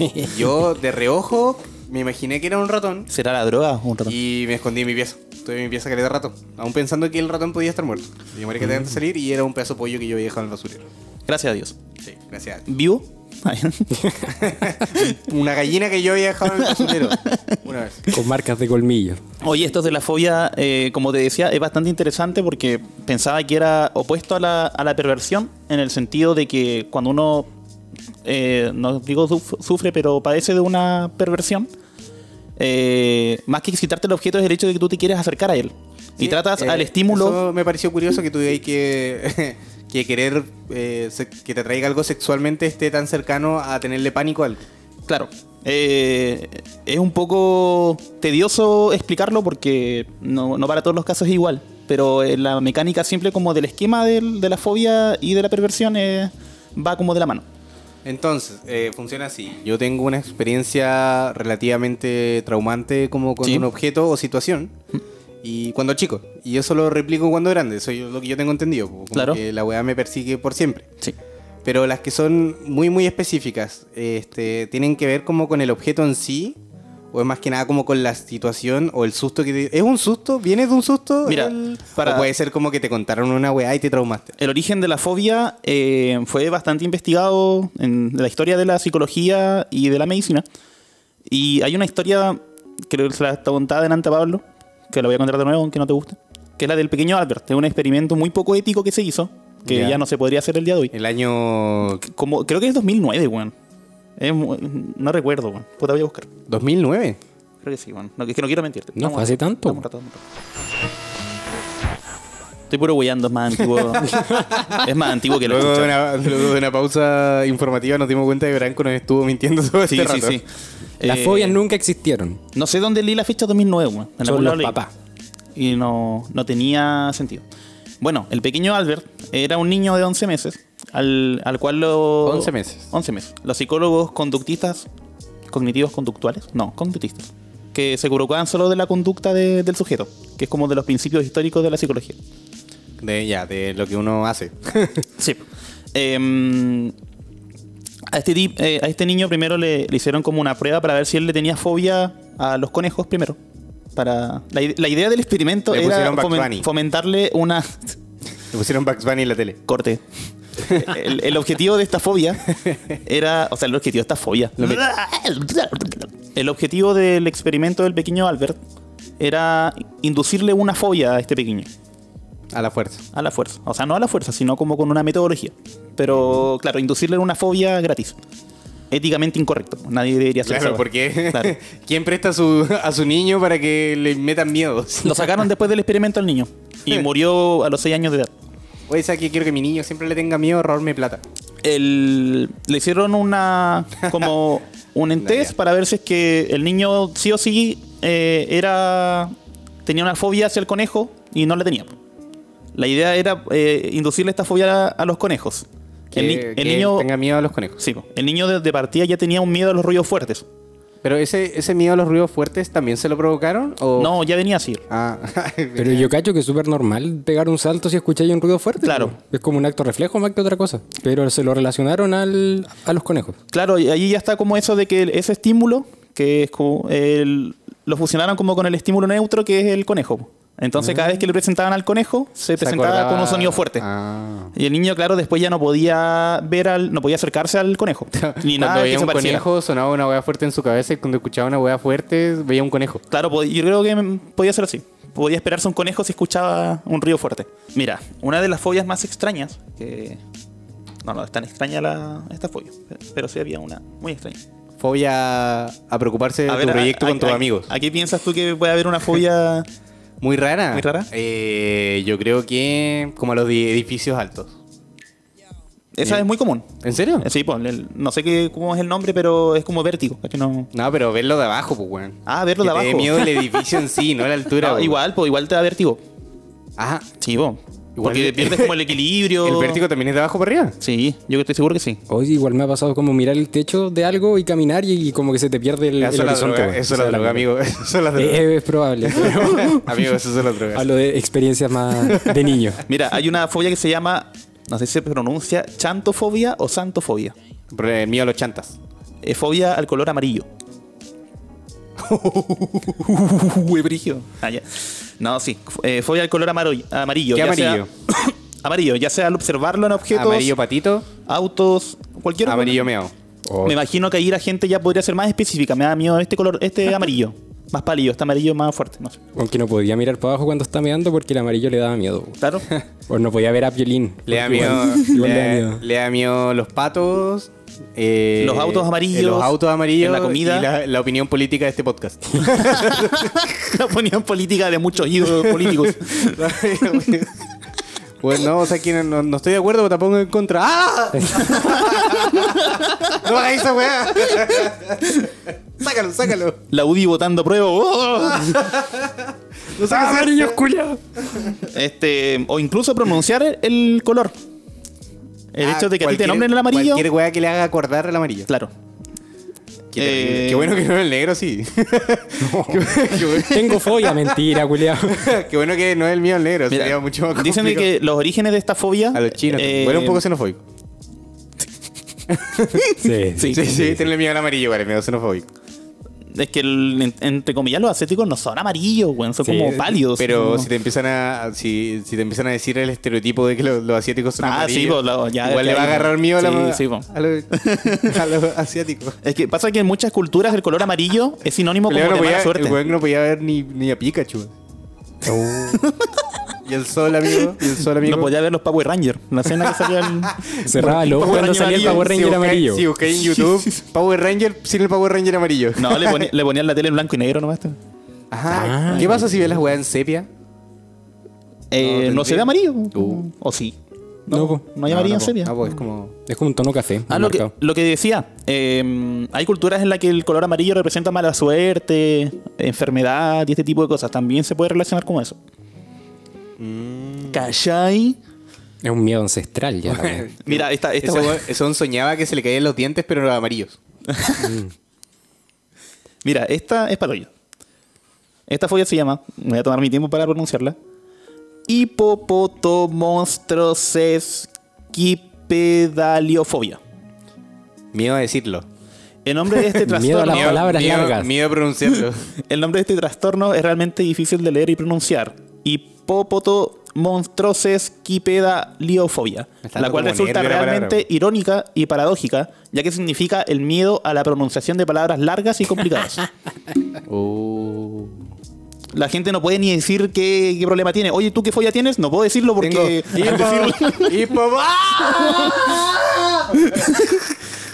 S4: Y yo de reojo me imaginé que era un ratón
S1: ¿Será la droga o un ratón?
S4: y me escondí en mi pieza. Estuve en mi pieza caleta de rato, aún pensando que el ratón podía estar muerto. Y yo marica tenía que salir y era un pedazo de pollo que yo había dejado en el basurero.
S1: Gracias a Dios.
S4: Sí, gracias.
S1: ¿Vivo?
S4: Una gallina que yo había dejado en el basurero. Una vez.
S2: con marcas de colmillo
S1: Oye, esto de la fobia, eh, como te decía, es bastante interesante porque pensaba que era opuesto a la, a la perversión en el sentido de que cuando uno, eh, no digo suf- sufre, pero padece de una perversión, eh, más que excitarte el objeto es el hecho de que tú te quieres acercar a él. Y
S4: Sí,
S1: tratas
S4: eh,
S1: al estímulo...
S4: eso me pareció curioso que tuvierais que, que querer eh, se- que te atraiga algo sexualmente esté tan cercano a tenerle pánico a algo.
S1: Claro. eh, es un poco tedioso explicarlo porque no, no para todos los casos es igual. Pero eh, la mecánica simple como del esquema del- de la fobia y de la perversión eh, va como de la mano.
S4: Entonces, eh, funciona así. Yo tengo una experiencia relativamente traumante como con
S1: Sí.
S4: un objeto o situación. Y cuando chico. Y eso lo replico cuando grande. Eso es lo que yo tengo entendido. Como
S1: Claro.
S4: que la weá me persigue por siempre.
S1: Sí.
S4: pero las que son muy muy específicas este, tienen que ver como con el objeto en sí o es más que nada como con la situación o el susto que te- es un susto vienes de un susto
S1: Mira,
S4: El-
S1: para-
S4: o puede ser como que te contaron una weá y te traumaste
S1: El origen de la fobia eh, fue bastante investigado en la historia de la psicología y de la medicina. Y hay una historia, creo que se la está contada delante Pablo, que la voy a contar de nuevo, aunque no te guste, que es la del pequeño Albert. Es un experimento muy poco ético que se hizo, que
S4: Ya.
S1: ya no se podría hacer el día de hoy.
S4: El año
S1: Como, creo que es 2009, weón. Es mu- no recuerdo, weón. Puta, voy a buscar.
S4: 2009.
S1: Creo que sí, weón. No, es que no quiero mentirte.
S2: No, fue hace tanto.
S1: estamos ratando, estamos ratando. Estoy puro weyando, es más antiguo. es más antiguo que lo
S4: Luego de,
S1: escucha.
S4: una, luego de una pausa informativa nos dimos cuenta de que Branco nos estuvo mintiendo sobre
S1: Sí,
S4: este
S1: sí,
S4: rato.
S1: sí.
S2: Las
S1: Eh,
S2: fobias nunca existieron.
S1: No sé dónde leí la fecha 2009, weón. En
S2: Son
S1: algún lado
S2: los
S1: leí.
S2: papás.
S1: Y no, no tenía sentido. Bueno, el pequeño Albert era un niño de 11 meses, al, al cual lo...
S4: 11 meses.
S1: 11 meses. Los psicólogos conductistas, cognitivos conductuales, no, conductistas, que se colocaban solo de la conducta de- del sujeto, que es como de los principios históricos de la psicología.
S4: De, ya, de lo que uno hace.
S1: Sí. Em, a, este tip- eh, a este niño primero le, le hicieron como una prueba para ver si él le tenía fobia a los conejos primero. Para, la, ide- la idea del experimento
S4: Le
S1: era
S4: pusieron Bugs
S1: fomen-
S4: Bunny.
S1: fomentarle una...
S4: Le pusieron Bugs Bunny en la tele.
S1: Corte. El, el objetivo de esta fobia era... O sea, el objetivo de esta fobia. El objetivo del experimento del pequeño Albert era inducirle una fobia a este pequeño.
S4: A la fuerza.
S1: A la fuerza. O sea, no a la fuerza, sino como con una metodología. Pero, claro, inducirle una fobia gratis. Éticamente incorrecto. Nadie debería hacer
S4: Claro,
S1: eso.
S4: porque
S1: Claro.
S4: ¿quién presta a su, a su niño para que le metan miedos?
S1: Lo sacaron después del experimento al niño. Y murió a los 6 años de edad.
S4: Oye, ¿sabes que quiero que mi niño siempre le tenga miedo a robarme plata?
S1: El- le hicieron una. como un test
S4: ya.
S1: para ver si es que el niño sí o sí eh, era. tenía una fobia hacia el conejo y no la tenía. La idea era eh, inducirle esta fobia a, a los conejos.
S4: Que,
S1: el, ni- el
S4: que
S1: niño.
S4: tenga miedo a los conejos.
S1: Sí, po. el niño de, de partida ya tenía un miedo a los ruidos fuertes.
S4: Pero ese, ese miedo a los ruidos fuertes también se lo provocaron o
S1: No, ya venía así.
S4: Ah,
S2: Pero yo cacho que es súper normal pegar un salto si escucháis un ruido fuerte.
S1: Claro.
S2: Es como un acto reflejo más que otra cosa. Pero se lo relacionaron al, a los conejos.
S1: Claro, y allí ya está como eso de que el- ese estímulo, que es como el- lo fusionaron como con el estímulo neutro que es el conejo. po. Entonces cada vez que le presentaban al conejo, se presentaba
S4: Mm. acordaba-
S1: con un sonido fuerte.
S4: Ah.
S1: Y el niño, claro, después ya no podía ver al, no podía acercarse al conejo. Ni
S4: cuando
S1: nada que
S4: veía
S1: se
S4: Ah, un
S1: pareciera.
S4: conejo sonaba una hueá fuerte en su cabeza y cuando escuchaba una hueá fuerte veía un conejo.
S1: Claro, pod- yo creo que mm, podía ser así. Podía esperarse un conejo si escuchaba un río fuerte. Mira, una de las fobias más extrañas que... No, no, es tan extraña la, esta fobia. Pero sí había una muy extraña.
S4: Fobia a preocuparse de
S1: A
S4: tu
S1: ver, a-
S4: proyecto
S1: a-
S4: con tus
S1: a-
S4: amigos.
S1: ¿A qué piensas tú que puede haber una fobia?
S4: ¿Muy rara?
S1: ¿Muy rara?
S4: Eh, yo creo que como a los di- edificios altos.
S1: Esa es muy común.
S4: ¿En serio?
S1: Sí, pues, el- no sé qué, cómo es el nombre, pero es como vértigo. es que no...
S4: No, pero verlo de abajo, pues, weón.
S1: Ah, verlo de
S4: Que te dé
S1: abajo.
S4: miedo el edificio en sí, no la altura.
S1: No,
S4: weón.
S1: igual, pues igual te da vértigo.
S4: Ajá.
S1: Sí, pues. Porque
S4: que-
S1: pierdes como el equilibrio.
S4: ¿El vértigo también es de abajo para arriba?
S1: Sí, yo estoy seguro que sí.
S2: Hoy igual me ha pasado como mirar el techo de algo y caminar y, y como que se te pierde el, el
S4: Eso es la
S2: horizonte.
S4: droga,
S2: weón.
S4: eso es
S2: O
S4: la
S2: sea,
S4: droga, amigo. Eso es la droga.
S2: Eh, eh, es probable. pero
S1: eh.
S4: Amigo, eso es la droga.
S2: Hablo de experiencias más de niño.
S1: Mira, hay una fobia que se llama, no sé si se pronuncia, chantofobia o santofobia.
S4: Pero El mío a los chantas.
S1: Es eh, fobia al color amarillo. Uy, brígido. Ah, ya. No, sí. eh, fobia al color amarillo. amarillo
S4: ¿Qué
S1: ya sea-
S4: amarillo?
S1: amarillo, ya sea al observarlo en objetos,
S4: Amarillo patito,
S1: autos, cualquier
S4: amarillo meao.
S2: Oh,
S1: Me imagino que ahí la gente ya podría ser más específica. Me da miedo este color, este amarillo. Más pálido, este amarillo más fuerte, no sé.
S2: aunque no podía mirar para abajo cuando está meando porque el amarillo le daba miedo. weón.
S1: Claro.
S2: O no podía ver a violín.
S4: Le da
S2: porque
S4: miedo.
S2: igual- igual le da
S4: le,
S2: miedo.
S4: le da miedo los patos. eh,
S1: Los autos amarillos,
S4: Los autos amarillos.
S1: en la comida.
S4: Y la, la opinión política de este podcast.
S1: la ponían política de muchos ídolos políticos.
S4: Pues no, o sea, que no, no estoy de acuerdo, pero tampoco en contra. ¡Ah! no hagáis esa weá. sácalo, sácalo.
S1: La UDI votando prueba. ¡Oh!
S4: No saques esa-
S2: culiao!
S1: Este, o incluso pronunciar el color. El
S4: Ah,
S1: hecho de que a ti te
S4: cualquier-
S1: nombren el amarillo.
S4: Cualquier weá que le haga acordar el amarillo.
S1: Claro.
S4: Qué, terrible.
S1: Eh,
S4: Qué bueno que no es el negro, sí. qué, qué bueno,
S2: Tengo fobia, mentira, culiao.
S4: qué bueno que no es el mío el negro.
S1: mira,
S4: sería mucho más
S1: dicen de
S4: complicado.
S1: que los orígenes de esta fobia.
S4: A los chinos.
S1: eh,
S4: bueno, un poco xenofóbico.
S2: Sí,
S1: Sí.
S2: sí.
S4: Sí, sí, tenle miedo al amarillo, vale, miedo xenofóbico.
S1: Es que, el- en- entre comillas, los asiáticos no son amarillos, weón, son
S2: Sí,
S1: como pálidos.
S4: Pero
S1: No.
S4: si te empiezan a si, si te empiezan a decir el estereotipo de que los, los asiáticos son
S1: Ah,
S4: amarillos,
S1: sí, pues, lo- ya-
S4: igual le
S1: ya-
S4: va a agarrar miedo a, la,
S1: Sí, sí, pues.
S4: a los a los asiáticos.
S1: Es que pasa que en muchas culturas el color amarillo es sinónimo como
S4: El
S1: de
S4: weón no
S1: mala
S4: podía- el
S1: suerte.
S4: weón no podía ver ni, ni a Pikachu. Y el sol, amigo. Y el sol, amigo.
S1: No podía ver los Power Rangers. La escena que salía el-
S2: Cerraba los ojos
S1: Power
S2: cuando
S1: Ranger
S2: salía el
S1: amarillo,
S2: Power
S4: Si
S2: Ranger
S4: buscáis-
S2: amarillo.
S4: Si buscáis en YouTube, Power Ranger sin el Power Ranger amarillo.
S1: No, le, ponía- le ponían la tele en blanco y negro nomás. este.
S4: Ajá.
S2: Ah.
S4: ¿Qué pasa si ves las weas en sepia?
S1: Eh, no,
S4: No,
S1: se ve amarillo.
S4: Uh.
S1: ¿O sí?
S2: No,
S1: No,
S2: po.
S1: no hay amarillo en
S4: no, po.
S1: sepia.
S4: No, pues es como.
S2: Es como un tono café.
S1: Ah, lo que,
S2: marcado.
S1: lo que decía, eh, hay culturas en las que el color amarillo representa mala suerte, enfermedad y este tipo de cosas. También se puede relacionar con eso.
S2: Mm.
S1: ¿Cachai?
S2: Es un miedo ancestral ya. la wea.
S1: Mira, esta, esta
S4: Ese
S1: wea-
S4: weón- ese weón soñaba que se le caían los dientes, pero los amarillos.
S1: mira, esta es para hoyo. Esta folla se llama, voy a tomar mi tiempo para pronunciarla. Hipopotomonstrosesquipedaliofobia.
S4: Miedo a decirlo.
S1: El nombre de este
S2: Miedo a
S1: trastorno.
S2: la Las palabras
S4: miedo,
S2: largas.
S4: Miedo a pronunciarlo.
S1: El nombre de este trastorno es realmente difícil de leer y pronunciar. Hipópoto monstroses quipeda liofobia,
S4: Está
S1: la cual
S4: como
S1: resulta
S4: nervio la palabra.
S1: realmente irónica y paradójica, ya que significa el miedo a la pronunciación de palabras largas y complicadas.
S4: Uh.
S1: la gente no puede ni decir qué, qué problema tiene. Oye, ¿tú qué folla tienes? No puedo decirlo porque... al decirlo-
S4: Tengo. Y ¡Ah!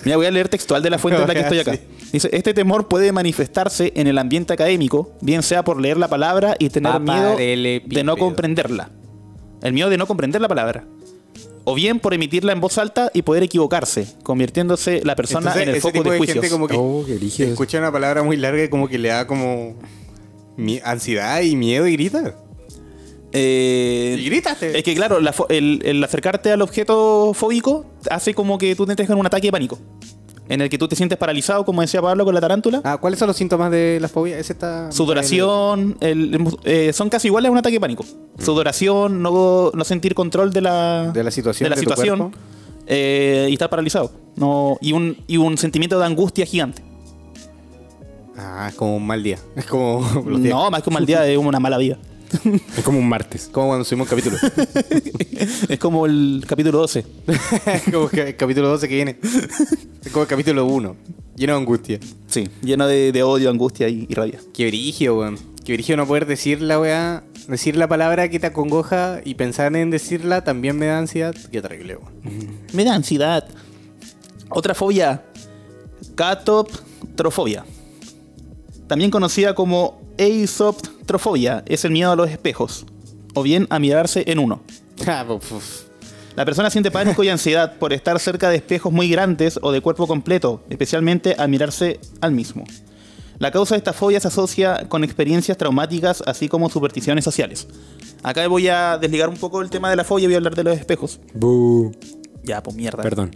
S1: Mira, voy a leer textual de la fuente de la que estoy acá. Dice, este temor puede manifestarse en el ambiente académico, bien sea por leer la palabra y tener miedo de no
S4: Paparelepipedo.
S1: comprenderla. El miedo de no comprender la palabra. O bien por emitirla en voz alta y poder equivocarse, convirtiéndose la persona en el foco de, juicios.
S4: como que
S2: Oh, qué brígido.
S4: escucha una palabra muy larga y como que le da como mi- ansiedad y miedo y grita.
S1: Eh,
S4: Y este. gritaste.
S1: Es que claro, la fo- el, el acercarte al objeto fóbico hace como que tú te entres en un ataque de pánico. En el que tú te sientes paralizado, como decía Pablo con la tarántula.
S4: Ah, ¿cuáles son los síntomas de la fobia? Ese está
S1: Sudoración, el- el- eh, son casi iguales a un ataque de pánico. Sudoración, no, no sentir control de la,
S4: Mm. De la situación,
S1: de la
S4: de tu
S1: situación,
S4: cuerpo.
S1: eh, y estar paralizado. No, y, un, y un sentimiento de angustia gigante.
S4: Ah, es como un mal día. Es como los días-
S1: No, más que un mal día, es una mala vida.
S2: Es como un martes.
S4: Como cuando subimos un capítulo.
S1: Es como el capítulo 12.
S4: como que el capítulo 12 que viene. Es como el capítulo 1. Lleno de angustia.
S1: Sí, lleno de, de odio, angustia y, y rabia.
S4: Qué brigio, weón. Qué brigio no poder decir la weá. Decir la palabra que te acongoja y pensar en decirla también me da ansiedad. Qué terrible, weón.
S1: Me da ansiedad. Otra fobia, catoptrofobia. También conocida como eisoptrofobia, es el miedo a los espejos, o bien a mirarse en uno.
S4: Ah, pues, pues.
S1: La persona siente pánico y ansiedad por estar cerca de espejos muy grandes o de cuerpo completo, especialmente al mirarse al mismo. La causa de esta fobia se asocia con experiencias traumáticas, así como supersticiones sociales. Acá voy a desligar un poco el tema de la fobia y voy a hablar de los espejos.
S2: Bu.
S1: Ya, pues mierda.
S2: Perdón.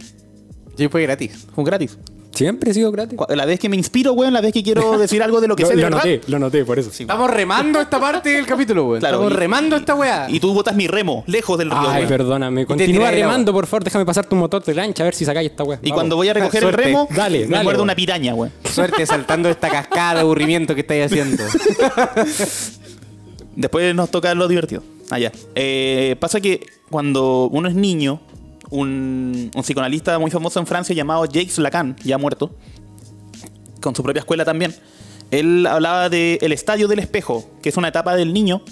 S4: Sí, fue gratis.
S1: Fue gratis.
S2: Siempre he sido gratis.
S1: Cu- La vez que me inspiro, weón, la vez que quiero decir algo de lo que
S2: Lo,
S1: sé de
S2: lo
S1: verdad.
S2: noté, lo noté, por eso.
S1: Sí.
S4: Estamos remando esta parte del capítulo, weón.
S1: Claro,
S4: Estamos
S1: y-
S4: remando esta weá.
S1: Y tú botas mi remo, lejos del río,
S2: Ay,
S1: weón.
S2: perdóname.
S4: tiras
S2: Continúa
S4: ahí la
S2: remando, por favor. Déjame pasar tu motor de lancha a ver si sacáis esta wea.
S1: Y cuando voy a recoger
S4: Suerte.
S1: el remo,
S2: Dale,
S1: me
S2: dale,
S1: muerdo
S2: weón.
S1: una piraña, weón.
S4: Suerte saltando esta cascada de aburrimiento que estáis haciendo.
S1: Después nos toca lo divertido. Allá. pasa que cuando uno es niño, un, un psicoanalista muy famoso en Francia llamado Jacques Lacan, ya muerto, con su propia escuela también, él hablaba de el estadio del espejo, que es una etapa del niño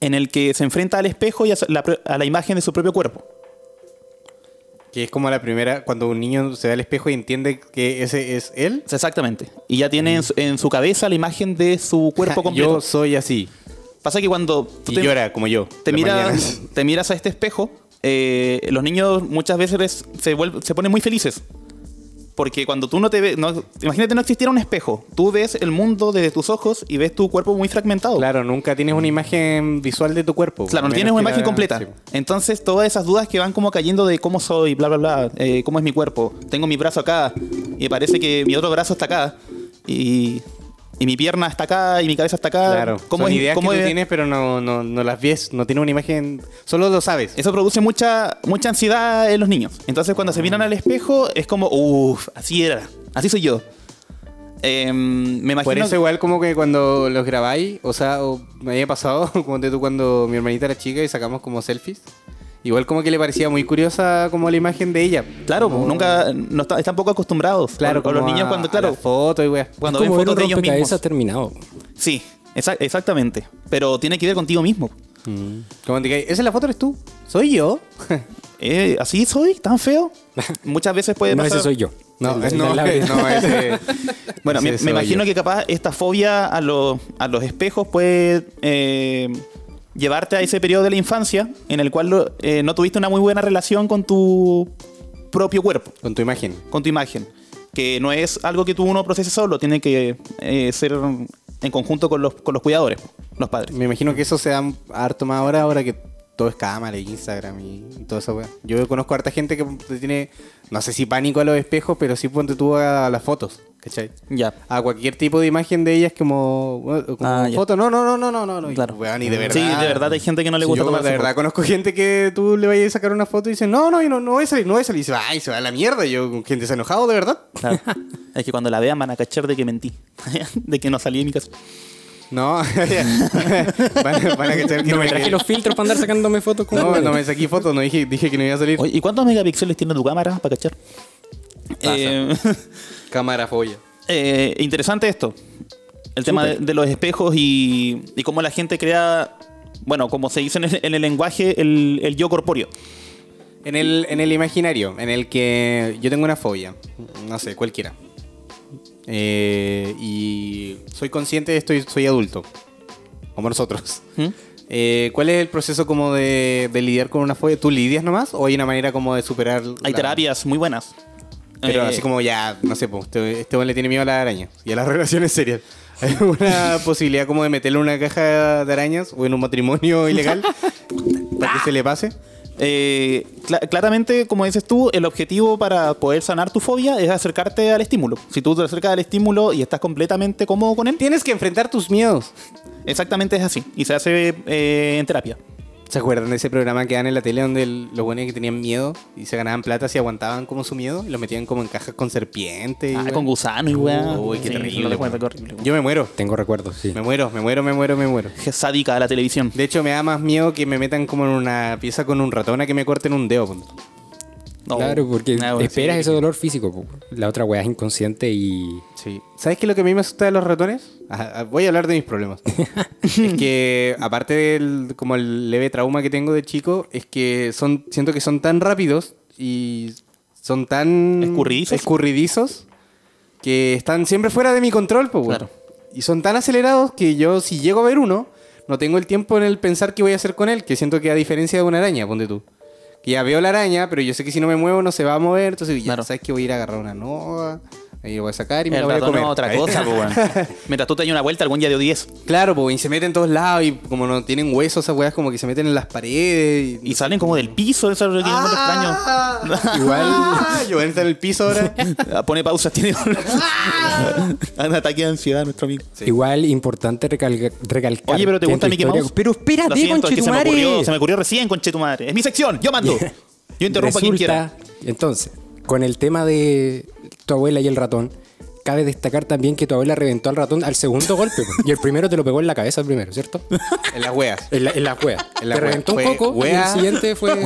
S1: en el que se enfrenta al espejo y a la, pro- a la imagen de su propio cuerpo.
S4: que es como la primera, cuando un niño se ve al espejo y entiende que ese es él.
S1: Exactamente. Y ya tiene en su, en su cabeza la imagen de su cuerpo completo.
S4: Ah, Yo soy así.
S1: Pasa que cuando tú
S4: Y
S1: te-
S4: llora como yo.
S1: te
S4: las
S1: miras,
S4: mañanas.
S1: te miras a este espejo, eh, los niños muchas veces se, vuelven, se ponen muy felices. Porque cuando tú no te ves, no- imagínate no existiera un espejo, tú ves el mundo desde tus ojos y ves tu cuerpo muy fragmentado.
S4: Claro, nunca tienes una imagen visual de tu cuerpo.
S1: Claro, no
S4: menos
S1: tienes una
S4: que
S1: imagen
S4: la-
S1: completa.
S4: sí.
S1: Entonces, todas esas dudas que van como cayendo de cómo soy, bla, bla, bla, eh, cómo es mi cuerpo. Tengo mi brazo acá y parece que mi otro brazo está acá. Y, y mi pierna está acá y mi cabeza está acá.
S4: Claro,
S1: Ah, ¿Cómo
S4: son
S1: es-
S4: ideas
S1: cómo
S4: que tú
S1: es?
S4: tienes, pero no, no, no las ves, no tienes una imagen, solo lo sabes.
S1: Eso produce mucha, mucha ansiedad en los niños. Entonces, cuando se miran al espejo, es como, uff, así era, así soy yo. Em, me imagino.
S4: Por eso igual como que cuando los grabáis, o sea, o me había pasado, como tú cuando mi hermanita era chica y sacamos como selfies, igual como que le parecía muy curiosa como la imagen de ella.
S1: Claro, nunca no está- están poco acostumbrados.
S4: Claro,
S1: con, los
S4: como
S1: niños
S4: a-
S1: cuando,
S4: a
S1: claro,
S4: las fotos y weá.
S1: cuando
S2: es
S1: ven
S2: como ver
S1: fotos
S2: un
S1: de ellos mismos.
S2: rompecabezas terminado.
S1: Sí, Exa- exactamente. Pero tiene que ver contigo mismo.
S4: Como digáis, esa es la foto, eres tú. Soy yo.
S1: Eh, ¿Así soy? ¿Tan feo? Muchas veces puede
S2: No,
S1: pasar.
S2: ese soy yo.
S4: No,
S2: El- el-
S4: no,
S2: la-
S4: no, ese-
S1: Bueno, me,
S4: ese
S1: me
S4: soy
S1: imagino
S4: yo.
S1: que capaz esta fobia a, los- a los espejos puede eh, llevarte a ese periodo de la infancia en el cual lo- eh, no tuviste una muy buena relación con tu propio cuerpo,
S4: Con tu imagen.
S1: con tu imagen. Que no es algo que tú uno procese solo, tiene que eh, ser en conjunto con los, con los cuidadores, los padres.
S4: Me imagino que eso se da harto más ahora, ahora que todo es cámara y Instagram y, y toda esa weá. Yo conozco harta gente que le tiene, no sé si pánico a los espejos, pero sí ponte tú a las fotos, ¿cachai?
S1: Ya.
S4: A cualquier tipo de imagen de ellas como, bueno, como
S1: Ah, ya.
S4: foto. No, no, no, no, no, no, no. Y,
S1: Claro.
S4: weón, y de verdad.
S1: Sí, de verdad hay gente que no le
S4: Sí,
S1: gusta
S4: yo
S1: tomarse
S4: de verdad
S1: fotos.
S4: conozco gente que tú le vayas a sacar una foto y dicen, no, no, yo no, no voy a salir, no voy a salir. Y se va, y se va a la mierda. Y Yo, gente se ha enojado, de verdad.
S1: Claro. es que cuando la vean van a cachar de que mentí, de que no salí de mi casa.
S4: No, van, van a cachar que
S2: No me
S4: me-
S2: traje los filtros para andar sacándome fotos con
S4: No, no me saqué fotos, no dije, dije que no iba a salir.
S1: Oye, ¿Y cuántos megapíxeles tiene tu cámara para cachar? Eh,
S4: Cámara folla.
S1: Eh, interesante esto. El tema de, de los espejos y, y cómo la gente crea, bueno, como se dice en el, en el lenguaje, el, el yo corpóreo.
S4: En el, en el imaginario, en el que yo tengo una fobia, no sé, cualquiera. Eh, y soy consciente de esto y soy adulto, como nosotros.
S1: ¿Mm?
S4: Eh, ¿Cuál es el proceso como de, de lidiar con una fobia? ¿Tú lidias nomás o hay una manera como de superar?
S1: Hay
S4: la-
S1: terapias muy buenas.
S4: Pero
S1: Eh,
S4: así como ya, no sé, pues, este este weón le tiene miedo a las arañas y a las relaciones serias. ¿Hay alguna posibilidad como de meterle en una caja de arañas o en un matrimonio ilegal para que se le pase?
S1: eh, cla- claramente, como dices tú, el objetivo para poder sanar tu fobia es acercarte al estímulo. Si tú te acercas al estímulo y estás completamente cómodo con él,
S4: Tienes que enfrentar tus miedos.
S1: exactamente es así. Y se hace eh, en terapia.
S4: ¿Se acuerdan de ese programa que dan en la tele donde el- los buenos que tenían miedo y se ganaban plata si aguantaban como su miedo y los metían como en cajas con serpiente? y
S1: Ah,
S4: weón?
S1: con gusano y weá.
S4: Uy, qué
S1: Sí,
S4: terrible.
S1: lo de cuenta,
S4: weón.
S1: qué horrible, weón.
S4: Yo me muero.
S2: Tengo recuerdos, sí.
S4: Me muero, me muero, me muero, me muero.
S1: Qué sádica la televisión.
S4: De hecho, me da más miedo que me metan como en una pieza con un ratón a que me corten un dedo. punto.
S1: No.
S2: Claro, porque
S1: Ah, bueno,
S2: esperas
S1: sí.
S2: ese dolor físico. po. La otra weá es inconsciente y.
S4: Sí. ¿Sabes qué es lo que a mí me asusta de los ratones? Ajá, ah, voy a hablar de mis problemas. es que, aparte del como el leve trauma que tengo de chico, es que son siento que son tan rápidos y son tan
S1: Escurridizos.
S4: escurridizos que están siempre fuera de mi control, pues, weón.
S1: Claro.
S4: Y son tan acelerados que yo, si llego a ver uno, no tengo el tiempo en el pensar qué voy a hacer con él, que siento que a diferencia de una araña, ponte tú. Que ya veo la araña, pero yo sé que si no me muevo no se va a mover, entonces ya
S1: Claro.
S4: sabes que voy a ir a agarrar una nova, ahí lo voy a sacar y me
S1: El
S4: la voy a
S1: ratón
S4: comer.
S1: es otra
S4: Ahí.
S1: cosa, po, weón. Mientras tú te das una vuelta, algún día dio 10
S4: Claro, pues, y se meten en todos lados y como no tienen huesos, esas weas como que se meten en las paredes.
S1: y salen como del piso, eso es lo que encuentro
S4: extraño. Ah. Igual, yo voy a estar en el piso ahora.
S1: extraño. Ah, Pone pausas, tiene un ataque de ansiedad, nuestro amigo.
S2: Igual importante recalca- recalcar.
S1: Oye, pero te
S2: que en
S1: gusta
S2: tu
S1: Mickey
S2: historia-
S1: Mouse.
S2: Pero
S1: Lo
S2: espérate,
S1: siento, es que se me,
S2: conchetumare.
S1: ocurrió, se me ocurrió recién, conche tu madre. Es mi sección, yo mando. Yo interrumpo a quien quiera.
S2: Resulta, Entonces, con el tema de tu abuela y el ratón, cabe destacar también que tu abuela reventó al ratón al segundo golpe. po. y el primero te lo pegó en la cabeza, el primero, ¿cierto?
S4: En las weas.
S2: En la, en la cueva.
S4: En la
S2: te
S4: cueva.
S2: reventó
S4: Fue
S2: un poco y el
S4: wea.
S2: siguiente fue.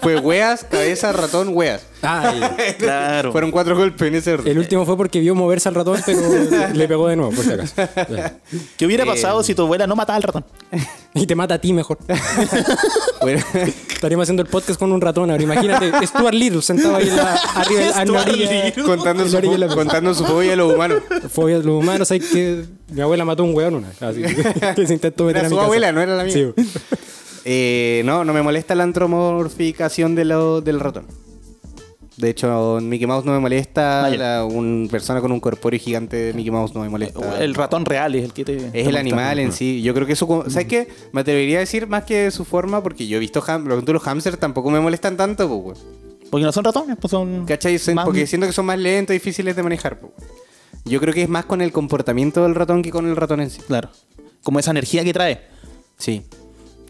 S4: Fue weas, cabeza, ratón, weas.
S2: ah, ya.
S1: Claro.
S4: Fueron cuatro golpes en ese orden.
S2: el último fue porque vio moverse al ratón, pero le pegó de nuevo, por si acaso. Ya.
S1: ¿Qué hubiera
S4: Eh,
S1: pasado si tu abuela no mataba al ratón?
S2: Y te mata a ti mejor.
S4: Bueno,
S2: Estaríamos haciendo el podcast con un ratón ahora. Imagínate, Stuart Little sentado ahí en la, arriba en la- en la
S1: Stuart
S2: orilla.
S1: Little.
S4: contando,
S2: El
S4: su,
S2: orillo de la-
S4: contando su fobia a los humanos.
S2: Fobia de los humanos, ¿sabes que Mi abuela mató a un weón una vez. Así que se intentó meter
S4: Era
S2: a mi
S4: su
S2: casa.
S4: abuela, no era la mía.
S2: Sí, güey.
S4: Eh, no, no me molesta la antromorficación de lo- del ratón. De hecho, en Mickey Mouse no me molesta.
S1: Ah, ya.
S4: la- un persona con un corpóreo gigante de Mickey Mouse no me molesta.
S1: Eh, El ratón real es el que te.
S4: es el animal en sí. Yo creo que eso. ¿Sabes qué? Me atrevería a decir más que su forma, porque yo he visto ham- los, los hamsters tampoco me molestan tanto, pues, güey.
S1: Porque no son ratones, pues son.
S4: ¿Cachai? Son-
S1: más-
S4: Porque siento que son más lentos y difíciles de manejar, pues, güey. Yo creo que es más con el comportamiento del ratón que con el ratón en sí.
S1: Claro. Como esa energía que trae.
S4: Sí.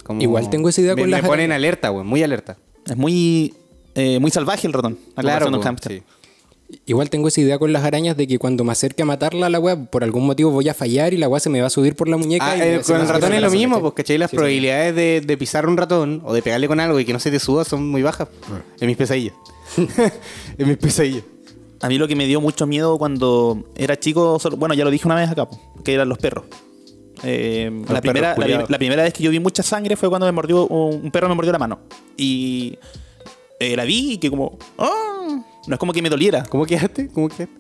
S4: Como-
S2: Igual tengo esa idea
S4: me,
S2: con
S4: me
S2: las-
S4: ponen alerta, güey. Muy alerta.
S1: Es muy. eh, muy salvaje el ratón. a comparación de un
S4: pues,
S1: hámster.
S4: sí.
S2: Igual tengo esa idea con las arañas de que cuando me acerque a matarla la weá, por algún motivo voy a fallar y la weá se me va a subir por la muñeca.
S4: Ah,
S2: y
S4: eh,
S2: se
S4: con
S2: me
S4: el
S2: va a
S4: ratón es
S2: subir
S4: lo
S2: por la
S4: mismo,
S2: cabeza,
S4: pues, ¿cachai? Las
S2: Sí, sí.
S4: probabilidades de, de pisar un ratón o de pegarle con algo y que no se te suba son muy bajas
S2: Ah.
S4: en mis pesadillas. en mis pesadillas.
S1: A mí lo que me dio mucho miedo cuando era chico, solo- bueno, ya lo dije una vez acá, po, que eran pues, los perros. Eh,
S4: Los
S1: la,
S4: perros
S1: primera, la,
S4: culiados.
S1: la primera vez que yo vi mucha sangre fue cuando me mordió un, un perro me mordió la mano. Y eh, la vi y que como... "Ah", No es como que me doliera.
S4: ¿Cómo quedaste? ¿Cómo quedaste?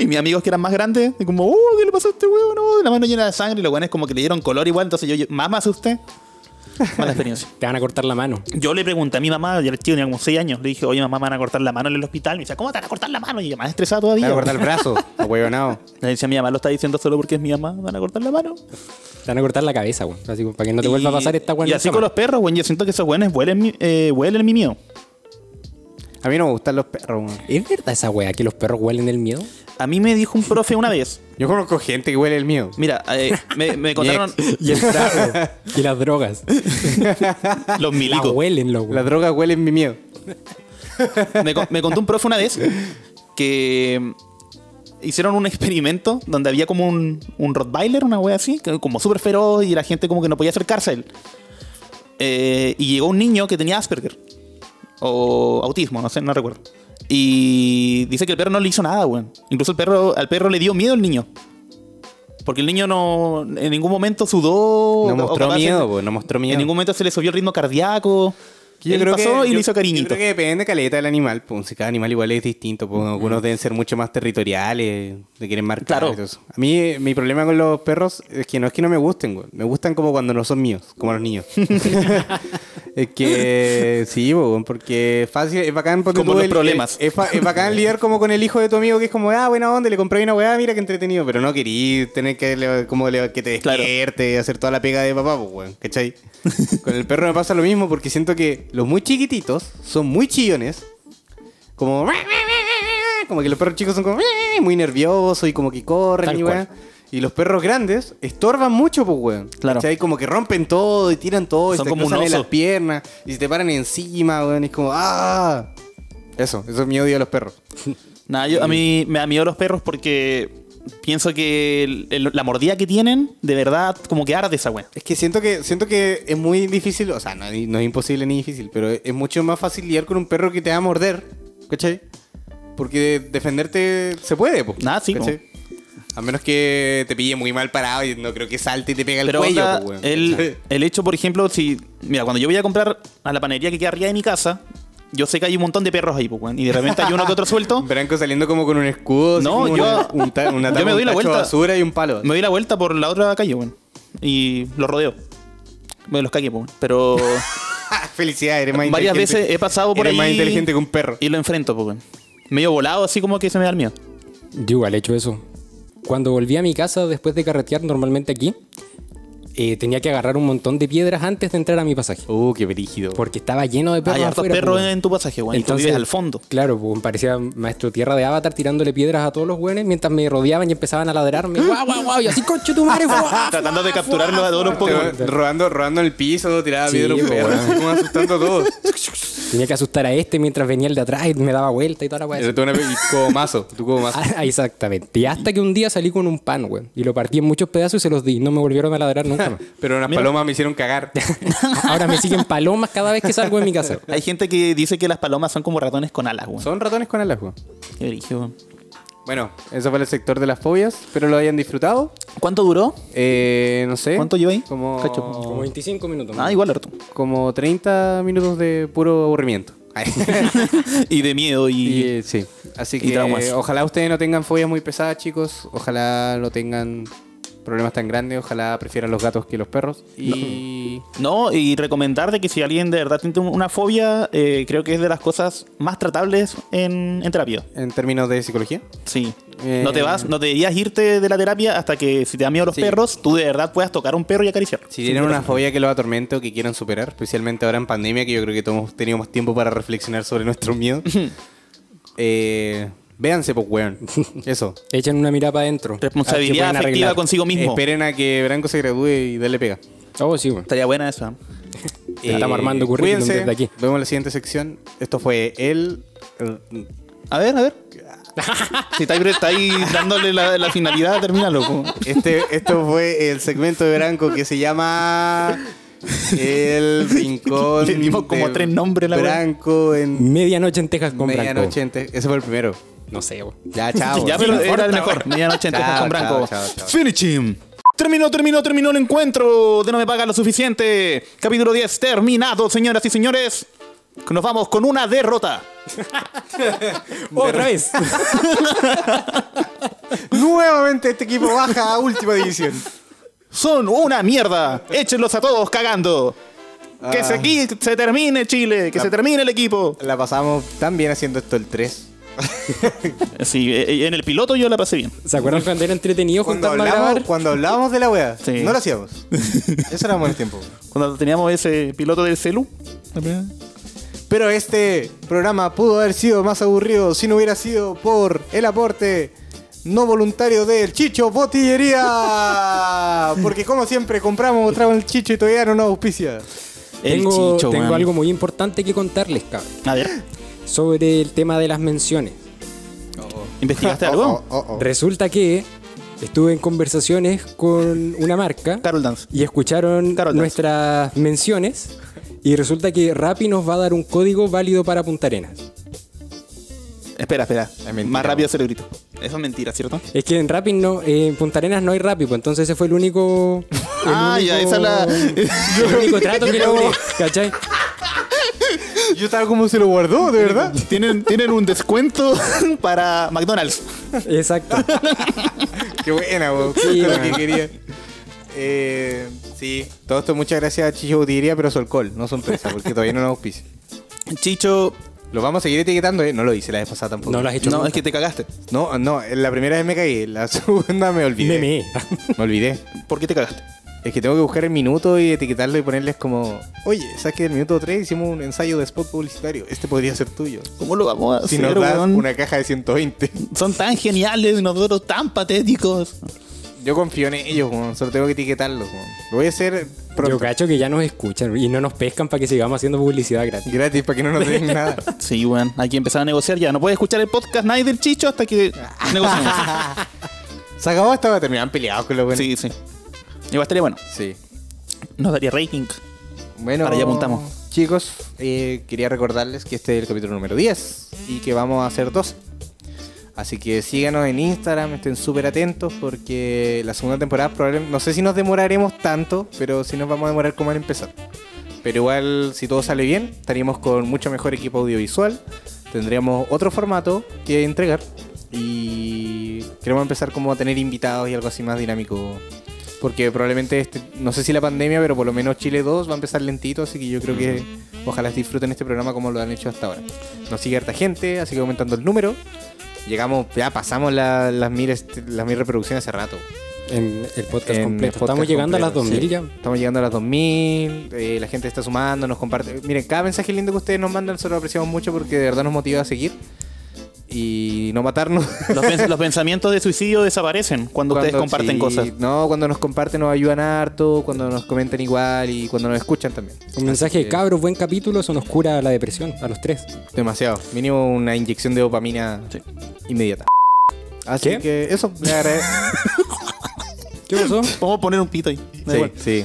S1: Y mis amigos que eran más grandes, y como, oh, ¿qué le pasó a este huevo? No, la mano llena de sangre. Y los guanes como que le dieron color igual. Entonces yo, yo- más me asusté. Mala experiencia.
S2: Te van a cortar la mano.
S1: Yo le pregunté a mi mamá, yo era chico, tenía como 6 años. Le dije, oye, mamá, me van a cortar la mano en el hospital. Me decía, ¿cómo te van a cortar la mano? Y yo, más estresada
S4: Te
S1: todavía.
S4: van a cortar el brazo, ahuevonao.
S1: Le decía, mi mamá lo está diciendo solo porque es mi mamá, me van a cortar la mano.
S2: Te van a cortar la cabeza, weón. Así como para que no te vuelva a pasar esta weón.
S1: Y así con los perros, güey. Yo siento que esos güeyes huelen, mi- eh, huelen mi miedo.
S4: A mí no me gustan los perros, weón.
S2: ¿Es verdad esa weá que los perros huelen el miedo?
S1: A mí me dijo un profe una vez,
S4: Yo conozco gente que huele el mío.
S1: mira, eh, me, me contaron
S2: Y el trago. y las drogas.
S1: los
S2: Las
S1: milicos.
S2: huelen, los
S4: Las drogas huelen mi miedo.
S1: me, co- me contó un profe una vez que mm, hicieron un experimento donde había como un, un Rottweiler, una wea así, que como súper feroz y la gente como que no podía acercarse a él. Eh, y llegó un niño que tenía Asperger o autismo, no sé, no recuerdo. Y dice que el perro no le hizo nada, weón. Incluso el perro, al perro le dio miedo el niño. Porque el niño no en ningún momento sudó.
S4: No
S1: o
S4: mostró
S1: capaz
S4: miedo,
S1: en-
S4: weón. No mostró miedo.
S1: En ningún momento se le subió el ritmo cardíaco.
S4: Yo
S1: Él
S4: creo que-
S1: pasó y
S4: yo-
S1: le hizo cariñito.
S4: Yo creo que depende caleta del animal. Pues, si cada animal igual es distinto. pues, algunos deben ser mucho más territoriales, te quieren marcar.
S1: Claro.
S4: y todo eso. A mí eh, mi problema con los perros es que no es que no me gusten, güey. Me gustan como cuando no son míos, como los niños. es que sí, güey, porque es fácil, es bacán ponte
S1: Como
S4: tú
S1: los
S4: el-
S1: problemas.
S4: Es, fa- es bacán lidiar como con el hijo de tu amigo que es como, ah, buena onda, le compré una weá, mira qué entretenido. Pero no querí tener que, le- como le- que te
S1: Claro.
S4: despierte, hacer toda la pega de papá, pues, weón, ¿cachai? Con el perro me pasa lo mismo porque siento que los muy chiquititos son muy chillones. Como. Como que los perros chicos son como. Muy nerviosos y como que corren
S2: Tal
S4: y weón.
S2: cual.
S4: Y los perros grandes estorban mucho, pues, weón.
S1: Claro.
S4: ¿Cachai? como que rompen todo y tiran todo y
S1: Son
S4: te
S1: como un
S4: cruzan en
S1: oso.
S4: las piernas y se te paran encima, weón. Y es como, ¡ah! Eso, eso es mi odio a los perros.
S1: Nada, yo, a mí me da miedo los perros porque pienso que el- el- la mordida que tienen, de verdad, como que arde esa wea.
S4: Es que siento que siento que es muy difícil, o sea, no, es- no es imposible ni difícil, pero es mucho más fácil lidiar con un perro que te va a morder, ¿cachai? Porque defenderte se puede, pues.
S1: Nada, sí,
S4: A menos que te pille muy mal parado y no creo que salte y te pega el
S1: Pero
S4: cuello,
S1: onda,
S4: po, weón, ¿cachai?
S1: el, el hecho, por ejemplo, si. Mira, cuando yo voy a comprar a la panería que queda arriba de mi casa, yo sé que hay un montón de perros ahí, pues, weón, Y de repente hay uno que otro suelto.
S4: Branco saliendo como con un escudo, así
S1: No,
S4: como
S1: yo-
S4: una- un ta- una
S1: yo
S4: tapa,
S1: me
S4: un
S1: doy la
S4: tacho de
S1: vuelta.
S4: basura y un palo.
S1: Me doy la vuelta por la otra calle, weón. Y los rodeo. Me los cagué, pues, weón. Pero.
S4: Felicidades, eres más
S1: Varias
S4: inteligente.
S1: veces he pasado por
S4: Eres más
S1: ahí-
S4: inteligente que un perro.
S1: y lo enfrento, pues, weón. Medio volado, así como que se me da el miedo.
S2: Yo igual he hecho eso. Cuando volví a mi casa después de carretear normalmente aquí, eh, tenía que agarrar un montón de piedras antes de entrar a mi pasaje.
S4: Uh, qué brígido.
S2: Porque estaba lleno de perros.
S1: hay Ah, hartos
S2: afuera,
S1: perros
S2: pues,
S1: en tu pasaje, weón. Y tú vives al fondo.
S2: Claro, pues, parecía maestro tierra de Avatar tirándole piedras a todos los güeyes mientras me rodeaban y empezaban a ladrarme. ¡Guau, guau, guau! Y así, conche tu madre, guau, guau,
S1: ¿Mm? Tratando de
S2: guau".
S1: capturarlos a todos los Pokémon.
S4: Te- Rodando, rodando en el piso, tiraba
S2: Sí,
S4: vidrio,
S2: po,
S4: perro,
S2: weón.
S4: así como asustando a todos.
S2: Tenía que asustar a este mientras venía el de atrás y me daba vuelta y toda la weá.
S4: Era tú una- y como mazo, tú como mazo.
S2: Ah, exactamente. Y hasta que un día salí con un pan, güey. Y lo partí en muchos pedazos y se los di. No me volvieron a ladrar nunca más.
S4: Pero unas palomas me hicieron cagar.
S2: Ahora me siguen palomas cada vez que salgo de mi casa.
S1: Hay gente que dice que las palomas son como ratones con alas, weón.
S4: Son ratones con alas, weón.
S1: Qué brillo, weón.
S4: Bueno, eso fue el sector de las fobias. Espero lo hayan disfrutado.
S1: ¿Cuánto duró?
S4: Eh, no sé.
S1: ¿Cuánto lleva ahí?
S4: Como,
S1: Cacho.
S2: Como 25 minutos.
S1: Ah, igual, harto.
S4: como 30 minutos de puro aburrimiento.
S1: y de miedo
S4: Y,
S1: y.
S4: eh, sí. Así
S1: y
S4: que
S1: traumas.
S4: ojalá ustedes no tengan fobias muy pesadas, chicos. Ojalá no tengan problemas tan grandes. Ojalá prefieran los gatos que los perros. Y
S1: No, y recomendar de que si alguien de verdad tiene una fobia, eh, creo que es de las cosas más tratables en, en terapia.
S4: en términos de psicología.
S1: Sí.
S4: Eh.
S1: No te vas, no deberías irte de la terapia hasta que si te dan miedo los
S4: Sí.
S1: perros, tú de verdad puedas tocar a un perro y acariciarlo.
S4: Si tienen una fobia que los atormente o que quieran superar, especialmente ahora en pandemia, que yo creo que todos hemos tenido más tiempo para reflexionar sobre nuestro miedo, eh, véanse, pues, weón. Eso.
S2: Echen una mirada para adentro.
S1: Responsabilidad
S2: A ver qué Ah, pueden
S1: afectiva
S2: arreglar.
S1: consigo mismo.
S4: Esperen a que Branco se gradúe y dale pega.
S2: Oh, sí, güey.
S1: Estaría buena esa.
S2: Estamos armando currículum
S4: Eh, cuídense.
S2: desde aquí.
S4: Nos vemos en la siguiente sección. Esto fue el... el-
S1: A ver, a ver. si estáis estáis dándole la, la finalidad, termínalo. po.
S4: este, esto fue el segmento de Branco que se llama...
S5: El rincón.
S1: Le dimos como
S5: de
S1: tres nombres a la wea.
S5: Branco en
S2: Medianoche en Texas con
S5: medianoche.
S2: Branco.
S5: en Te- Ese fue el primero.
S2: No sé, bo.
S5: Ya, chao.
S1: ya, pero era el mejor. Medianoche en Texas
S5: Chao,
S1: con Branco.
S5: chao, chao, chao.
S1: Finish him. Terminó, terminó, terminó el encuentro de No Me Paga lo Suficiente. Capítulo 10 terminado, señoras y señores. Nos vamos con una derrota.
S2: Otra vez.
S4: Nuevamente este equipo baja a última división.
S1: Son una mierda. Échenlos a todos cagando.
S5: Ah.
S1: Que se, qui- se termine Chile, que se termine el equipo.
S4: La pasamos tan bien haciendo esto el 3.
S1: Sí, eh, en el piloto yo la pasé bien.
S2: ¿Se acuerdan cuando era entretenido
S4: Cuando
S2: juntarnos a
S4: hablábamos,
S2: grabar?
S4: cuando hablábamos de la wea,
S1: Sí.
S4: no lo hacíamos. Eso era un buen tiempo.
S1: Cuando teníamos ese piloto del celu.
S4: Pero este programa pudo haber sido más aburrido si no hubiera sido por el aporte no voluntario del Chicho Botillería. Porque como siempre compramos trago en el Chicho y todavía no nos auspicia.
S2: Tengo,
S1: Chicho,
S2: tengo
S1: man.
S2: algo muy importante que contarles, cabrón.
S1: A ver,
S2: Sobre el tema de las menciones.
S1: ¿investigaste algo?
S4: Oh, oh, oh.
S2: Resulta que estuve en conversaciones con una marca
S1: Carol Dance.
S2: y escucharon
S1: Carol Dance.
S2: nuestras menciones y resulta que Rappi nos va a dar un código válido para Punta Arenas.
S1: Espera, espera.
S4: mentira,
S1: Más rápido
S4: weón.
S1: se lo grito. Eso es mentira, ¿cierto?
S2: Es que en Rappi no, eh, en Punta Arenas no hay Rappi, pues entonces ese fue el único. el
S1: Ah, ya, esa la-
S2: el único trato que logré, ¿cachai?
S4: Yo estaba como se lo guardó, de verdad.
S1: ¿Tienen, tienen un descuento para McDonald's.
S2: Exacto.
S4: Qué buena, vos.
S2: Sí,
S4: Justo lo
S2: man.
S4: que quería. Eh, sí, todo esto muchas gracias a Chicho Botillería, pero su alcohol, no su empresa, porque todavía no nos auspicia.
S1: Chicho.
S4: Lo vamos a seguir etiquetando, ¿eh? No lo hice la vez pasada tampoco.
S2: No lo has hecho.
S1: no,
S2: nunca.
S1: es que te cagaste.
S4: No, no, la primera vez me caí, la segunda me olvidé.
S2: Me meé.
S4: Me olvidé.
S1: ¿Por qué te cagaste?
S4: Es que tengo que buscar el minuto y etiquetarlo y ponerles como, oye, saque el minuto 3, hicimos un ensayo de spot publicitario, este podría ser tuyo.
S1: ¿Cómo lo vamos a
S4: Si
S1: hacer,
S4: nos das
S1: weón?
S4: una caja de 120.
S1: Son tan geniales y nosotros tan patéticos.
S4: Yo confío en ellos, weón, solo tengo que etiquetarlos. weón. Lo voy a hacer
S2: Yo
S4: pronto.
S2: cacho que ya nos escuchan y no nos pescan para que sigamos haciendo publicidad gratis.
S4: Gratis, para que no nos den nada.
S1: Sí, weón. Hay que empezar a negociar ya. No puedes escuchar el podcast nadie del Chicho hasta que negociemos.
S4: Se acabó esta, terminaban peleados con los buenos.
S1: sí, sí. Igual estaría bueno.
S4: Sí.
S1: Nos daría rating.
S4: Bueno,
S1: Para allá apuntamos.
S4: Chicos, eh, quería recordarles que este es el capítulo número 10 y que vamos a hacer 12. Así que síganos en Instagram, estén súper atentos porque la segunda temporada probablemente, no sé si nos demoraremos tanto, pero sí nos vamos a demorar como al empezar. Pero igual, si todo sale bien, estaríamos con mucho mejor equipo audiovisual, tendríamos otro formato que entregar y queremos empezar como a tener invitados y algo así más dinámico. Porque probablemente, este, no sé si la pandemia, pero por lo menos Chile 2 va a empezar lentito, así que yo creo que ojalá disfruten este programa como lo han hecho hasta ahora. Nos sigue harta gente, así que aumentando el número. Llegamos, ya pasamos la- las, mil, este- las mil reproducciones hace rato.
S2: En el podcast completo.
S4: En el podcast
S2: Estamos llegando a las
S4: completo,
S2: 2000
S4: sí.
S2: ya.
S4: Estamos llegando a las 2000, eh, la gente está sumando, nos comparte. Miren, cada mensaje lindo que ustedes nos mandan, se lo apreciamos mucho porque de verdad nos motiva a seguir y no matarnos.
S1: Los, pens- los pensamientos de suicidio desaparecen cuando, ustedes
S4: Cuando-
S1: comparten
S4: sí,
S1: cosas.
S4: No, cuando nos comparten nos ayudan harto, cuando nos comentan igual y cuando nos escuchan también.
S2: Un mensaje de
S4: que-
S2: cabros, buen capítulo, eso nos cura la depresión a los tres.
S4: Demasiado. Mínimo una inyección de dopamina
S1: Sí.
S4: inmediata. Así
S2: ¿Qué?
S4: que eso le agradezco.
S2: ¿Qué pasó?
S1: Vamos a poner un pito ahí. Da igual.
S4: sí,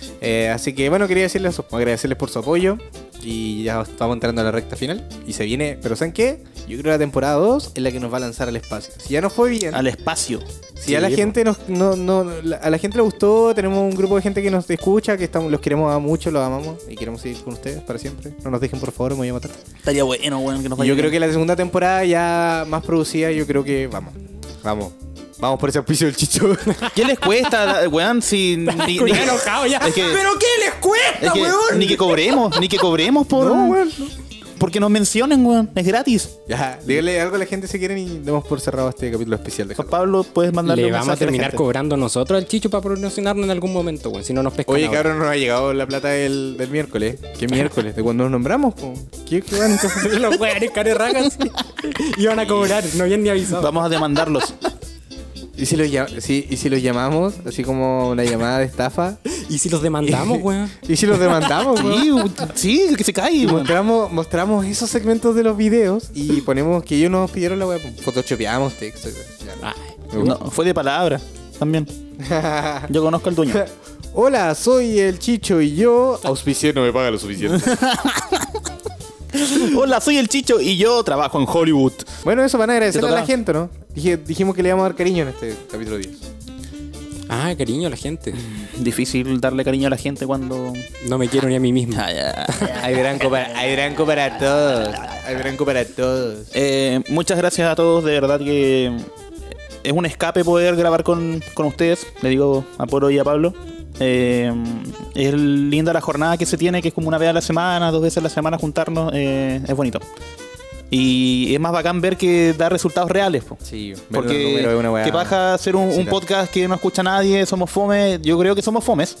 S4: sí. Eh, así que bueno, quería decirles eso, agradecerles por su apoyo. Y ya estamos entrando a la recta final. Y se viene, pero ¿saben qué? Yo creo que la temporada 2 es la que nos va a lanzar al espacio. Si ya no fue bien,
S1: Al espacio.
S4: si a la gente nos, no, no, la- a la gente le gustó, tenemos un grupo de gente que nos escucha, que estamos, los queremos a mucho, los amamos y queremos seguir con ustedes para siempre. No nos dejen por favor, me voy a matar.
S1: Estaría bueno, weón, que nos
S4: Y
S1: vaya
S4: yo creo
S1: bien.
S4: que la segunda temporada ya más producida, yo creo que vamos. Vamos. Vamos por ese auspicio del chicho.
S1: ¿Qué les cuesta, weón? Si ni, ni-
S2: Ya enojado ya.
S1: es que-
S2: qué les cuesta,
S1: es que ni que cobremos, ni que cobremos por. Porque nos mencionen, weón. Es gratis.
S4: ya, díganle algo a la gente si quieren y demos por cerrado este capítulo especial de
S1: Juan
S4: Halloween.
S1: Pablo, puedes mandarle
S2: Le
S1: un
S2: vamos a
S1: mensaje la
S2: terminar
S1: gente.
S2: cobrando nosotros al Chicho para promocionarnos en algún momento, güey. Si no nos pescan.
S4: Oye,
S2: ahora.
S4: cabrón, no ha llegado la plata del, del miércoles. ¿Qué miércoles? ¿De cuando nos nombramos? po? ¿Qué, qué van?
S2: Los weones carerracas iban a cobrar, no habían ni avisado.
S1: Vamos a demandarlos.
S4: ¿Y si, los llam- sí, ¿Y si los llamamos? Así como una llamada de estafa.
S2: ¿Y si los demandamos, weón?
S4: ¿Y si los demandamos? po?
S1: sí, u- sí, que se cae,
S4: Y
S1: weón.
S4: mostramos, mostramos esos segmentos de los videos y ponemos que ellos nos pidieron la web. Photoshopeamos texto. ya.
S2: Ay,
S4: Me gusta.
S1: No, fue de palabra también. Yo conozco al dueño.
S4: Hola, soy el Chicho y yo. Auspicié no me paga lo suficiente.
S1: Hola, soy el Chicho y yo trabajo en Hollywood.
S4: bueno, eso van a agradecer
S1: Te
S4: a la
S1: tocaba.
S4: gente, ¿no? Dije- dijimos que le íbamos a dar cariño en este capítulo 10.
S2: Ah, cariño a la gente.
S1: Difícil darle cariño a la gente cuando.
S2: No me quiero ni a mí mismo.
S4: Hay branco para, hay branco para todos. Hay branco para todos.
S1: Eh, muchas gracias a todos, de verdad que es un escape poder grabar con, con ustedes, le digo a Poro y a Pablo. Eh, es linda la jornada que se tiene, que es como una vez a la semana, dos veces a la semana juntarnos, eh, es bonito. Y es más bacán ver que da resultados reales. po.
S4: Sí, ver los
S1: Porque
S4: números es una weá.
S1: que baja hacer un, un
S4: excitante.
S1: podcast que no escucha nadie, somos fome, yo creo que somos fomes.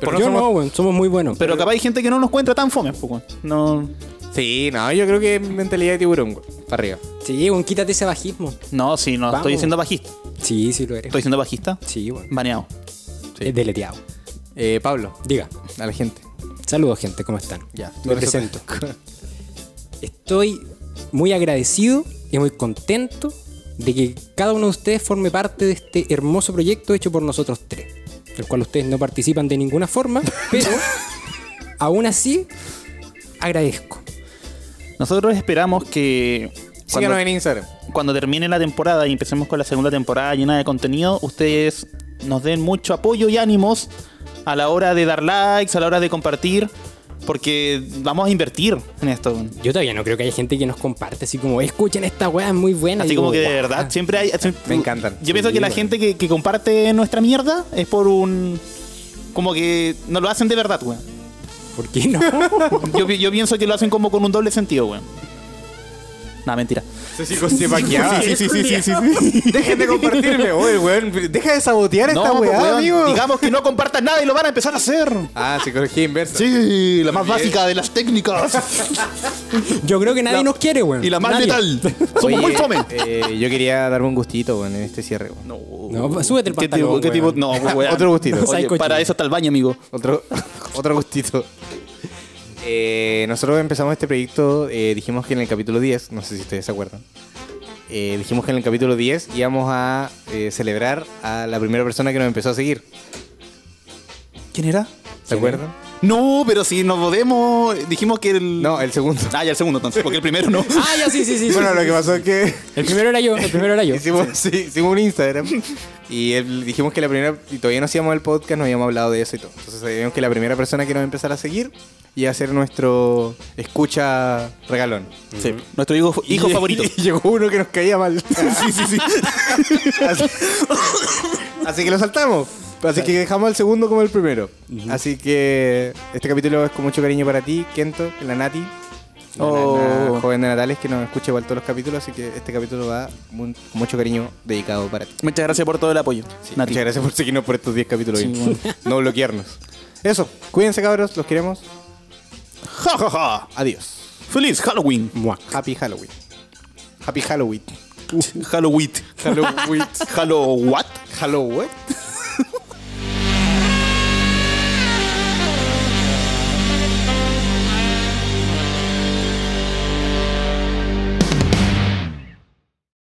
S4: Pero
S2: yo
S4: no somos-
S2: no, weón, somos muy buenos.
S1: Pero capaz hay gente que no nos encuentra tan fomes. po, weón. No,
S4: Sí, no, yo creo que es mentalidad de tiburón, güey. Para arriba.
S2: Sí, weón, quítate ese bajismo.
S1: no, sí, no,
S2: Vamos.
S1: estoy siendo bajista.
S2: Sí, sí lo eres.
S1: Estoy siendo bajista,
S2: Sí, weón.
S1: baneado.
S2: Es deleteado.
S4: Eh, Pablo,
S2: Diga.
S4: a la gente.
S2: Saludos, gente, ¿cómo están?
S4: Ya,
S2: me
S4: por eso te-
S2: presento. Estoy muy agradecido y muy contento de que cada uno de ustedes forme parte de este hermoso proyecto hecho por nosotros tres, del cual ustedes no participan de ninguna forma, pero aún así agradezco.
S1: Nosotros esperamos que cuando,
S4: Síganos en Instagram.
S1: cuando termine la temporada y empecemos con la segunda temporada llena de contenido, ustedes nos den mucho apoyo y ánimos a la hora de dar likes, a la hora de compartir, porque vamos a invertir en esto.
S2: Yo todavía no creo que haya gente que nos comparte así como, escuchen esta weá, es muy buena.
S1: Así
S2: Y
S1: como que de
S2: "Guau".
S1: verdad, siempre hay... siempre-
S4: Me encantan.
S1: Yo pienso que la gente que, que comparte nuestra mierda es por un... Como que no lo hacen de verdad, weón.
S2: ¿Por qué no?
S1: Yo, pi- yo pienso que lo hacen como con un doble sentido, weón. Nada, mentira.
S4: Se se paqueaba.
S1: Sí, sí, sí, sí, sí, sí.
S4: Dejen de compartirme, oye, weón. Deja de sabotear esta
S1: pues,
S4: weá,
S1: weón,
S4: amigo.
S1: Digamos que no compartan nada y lo van a empezar a hacer.
S4: Ah, psicología inversa.
S1: Sí, la más básica de las técnicas.
S2: Yo creo que nadie nos quiere, weón.
S1: y la más
S2: Nadie.
S1: letal. Somos
S4: Oye,
S1: muy fome.
S4: eh, yo quería darme un gustito, weón, en este cierre, weón.
S1: pues,
S2: No, súbete el
S1: ¿Qué
S2: pantalón,
S1: tipo- qué tipo-
S2: weón.
S1: No, pues, weón.
S4: Otro gustito.
S1: Oye,
S2: Psycho
S1: para
S2: chino.
S1: eso está el baño, amigo.
S4: Otro, otro gustito. Eh, nosotros empezamos este proyecto, eh, dijimos que en el capítulo 10, no sé si ustedes se acuerdan, eh, dijimos que en el capítulo 10 íbamos a eh, celebrar a la primera persona que nos empezó a seguir.
S1: ¿Quién era?
S4: ¿Se acuerdan?
S1: No, pero si nos podemos. Dijimos que el.
S4: No, el segundo.
S1: Ah, ya el segundo entonces, porque el primero no.
S2: Ah, ya, sí, sí, sí. sí,
S4: Bueno,
S2: sí,
S4: lo
S2: sí,
S4: que pasó es que
S2: El primero era yo, el primero era yo.
S4: hicimos, sí, hicimos un Instagram y el- dijimos que la primera, y todavía no hacíamos el podcast, no habíamos hablado de eso y todo. Entonces sabíamos que la primera persona que nos empezara a seguir iba a ser nuestro escucha regalón.
S1: Sí, Nuestro hijo, hijo
S4: Y-
S1: favorito.
S4: y llegó uno que nos caía mal. sí, sí, sí. Así, así que lo saltamos. Así que dejamos al segundo como el primero. Así que este capítulo es con mucho cariño para ti, Kento, la Nati. La,
S1: Oh.
S4: la joven de Natales que nos escucha igual todos los capítulos, así que este capítulo va mu- con mucho cariño dedicado para ti.
S1: Muchas gracias por todo el apoyo.
S4: Sí,
S1: Nati.
S4: Muchas gracias por seguirnos por estos 10 capítulos.
S1: Sí,
S4: y
S1: bueno.
S4: No bloquearnos. Eso, cuídense cabros, los queremos.
S1: Ja, ja, ja.
S4: Adiós.
S1: Feliz Halloween.
S2: Mua.
S4: Happy Halloween. Happy Halloween.
S1: Halloween.
S4: Halloween.
S1: Halloween.
S4: Halloween.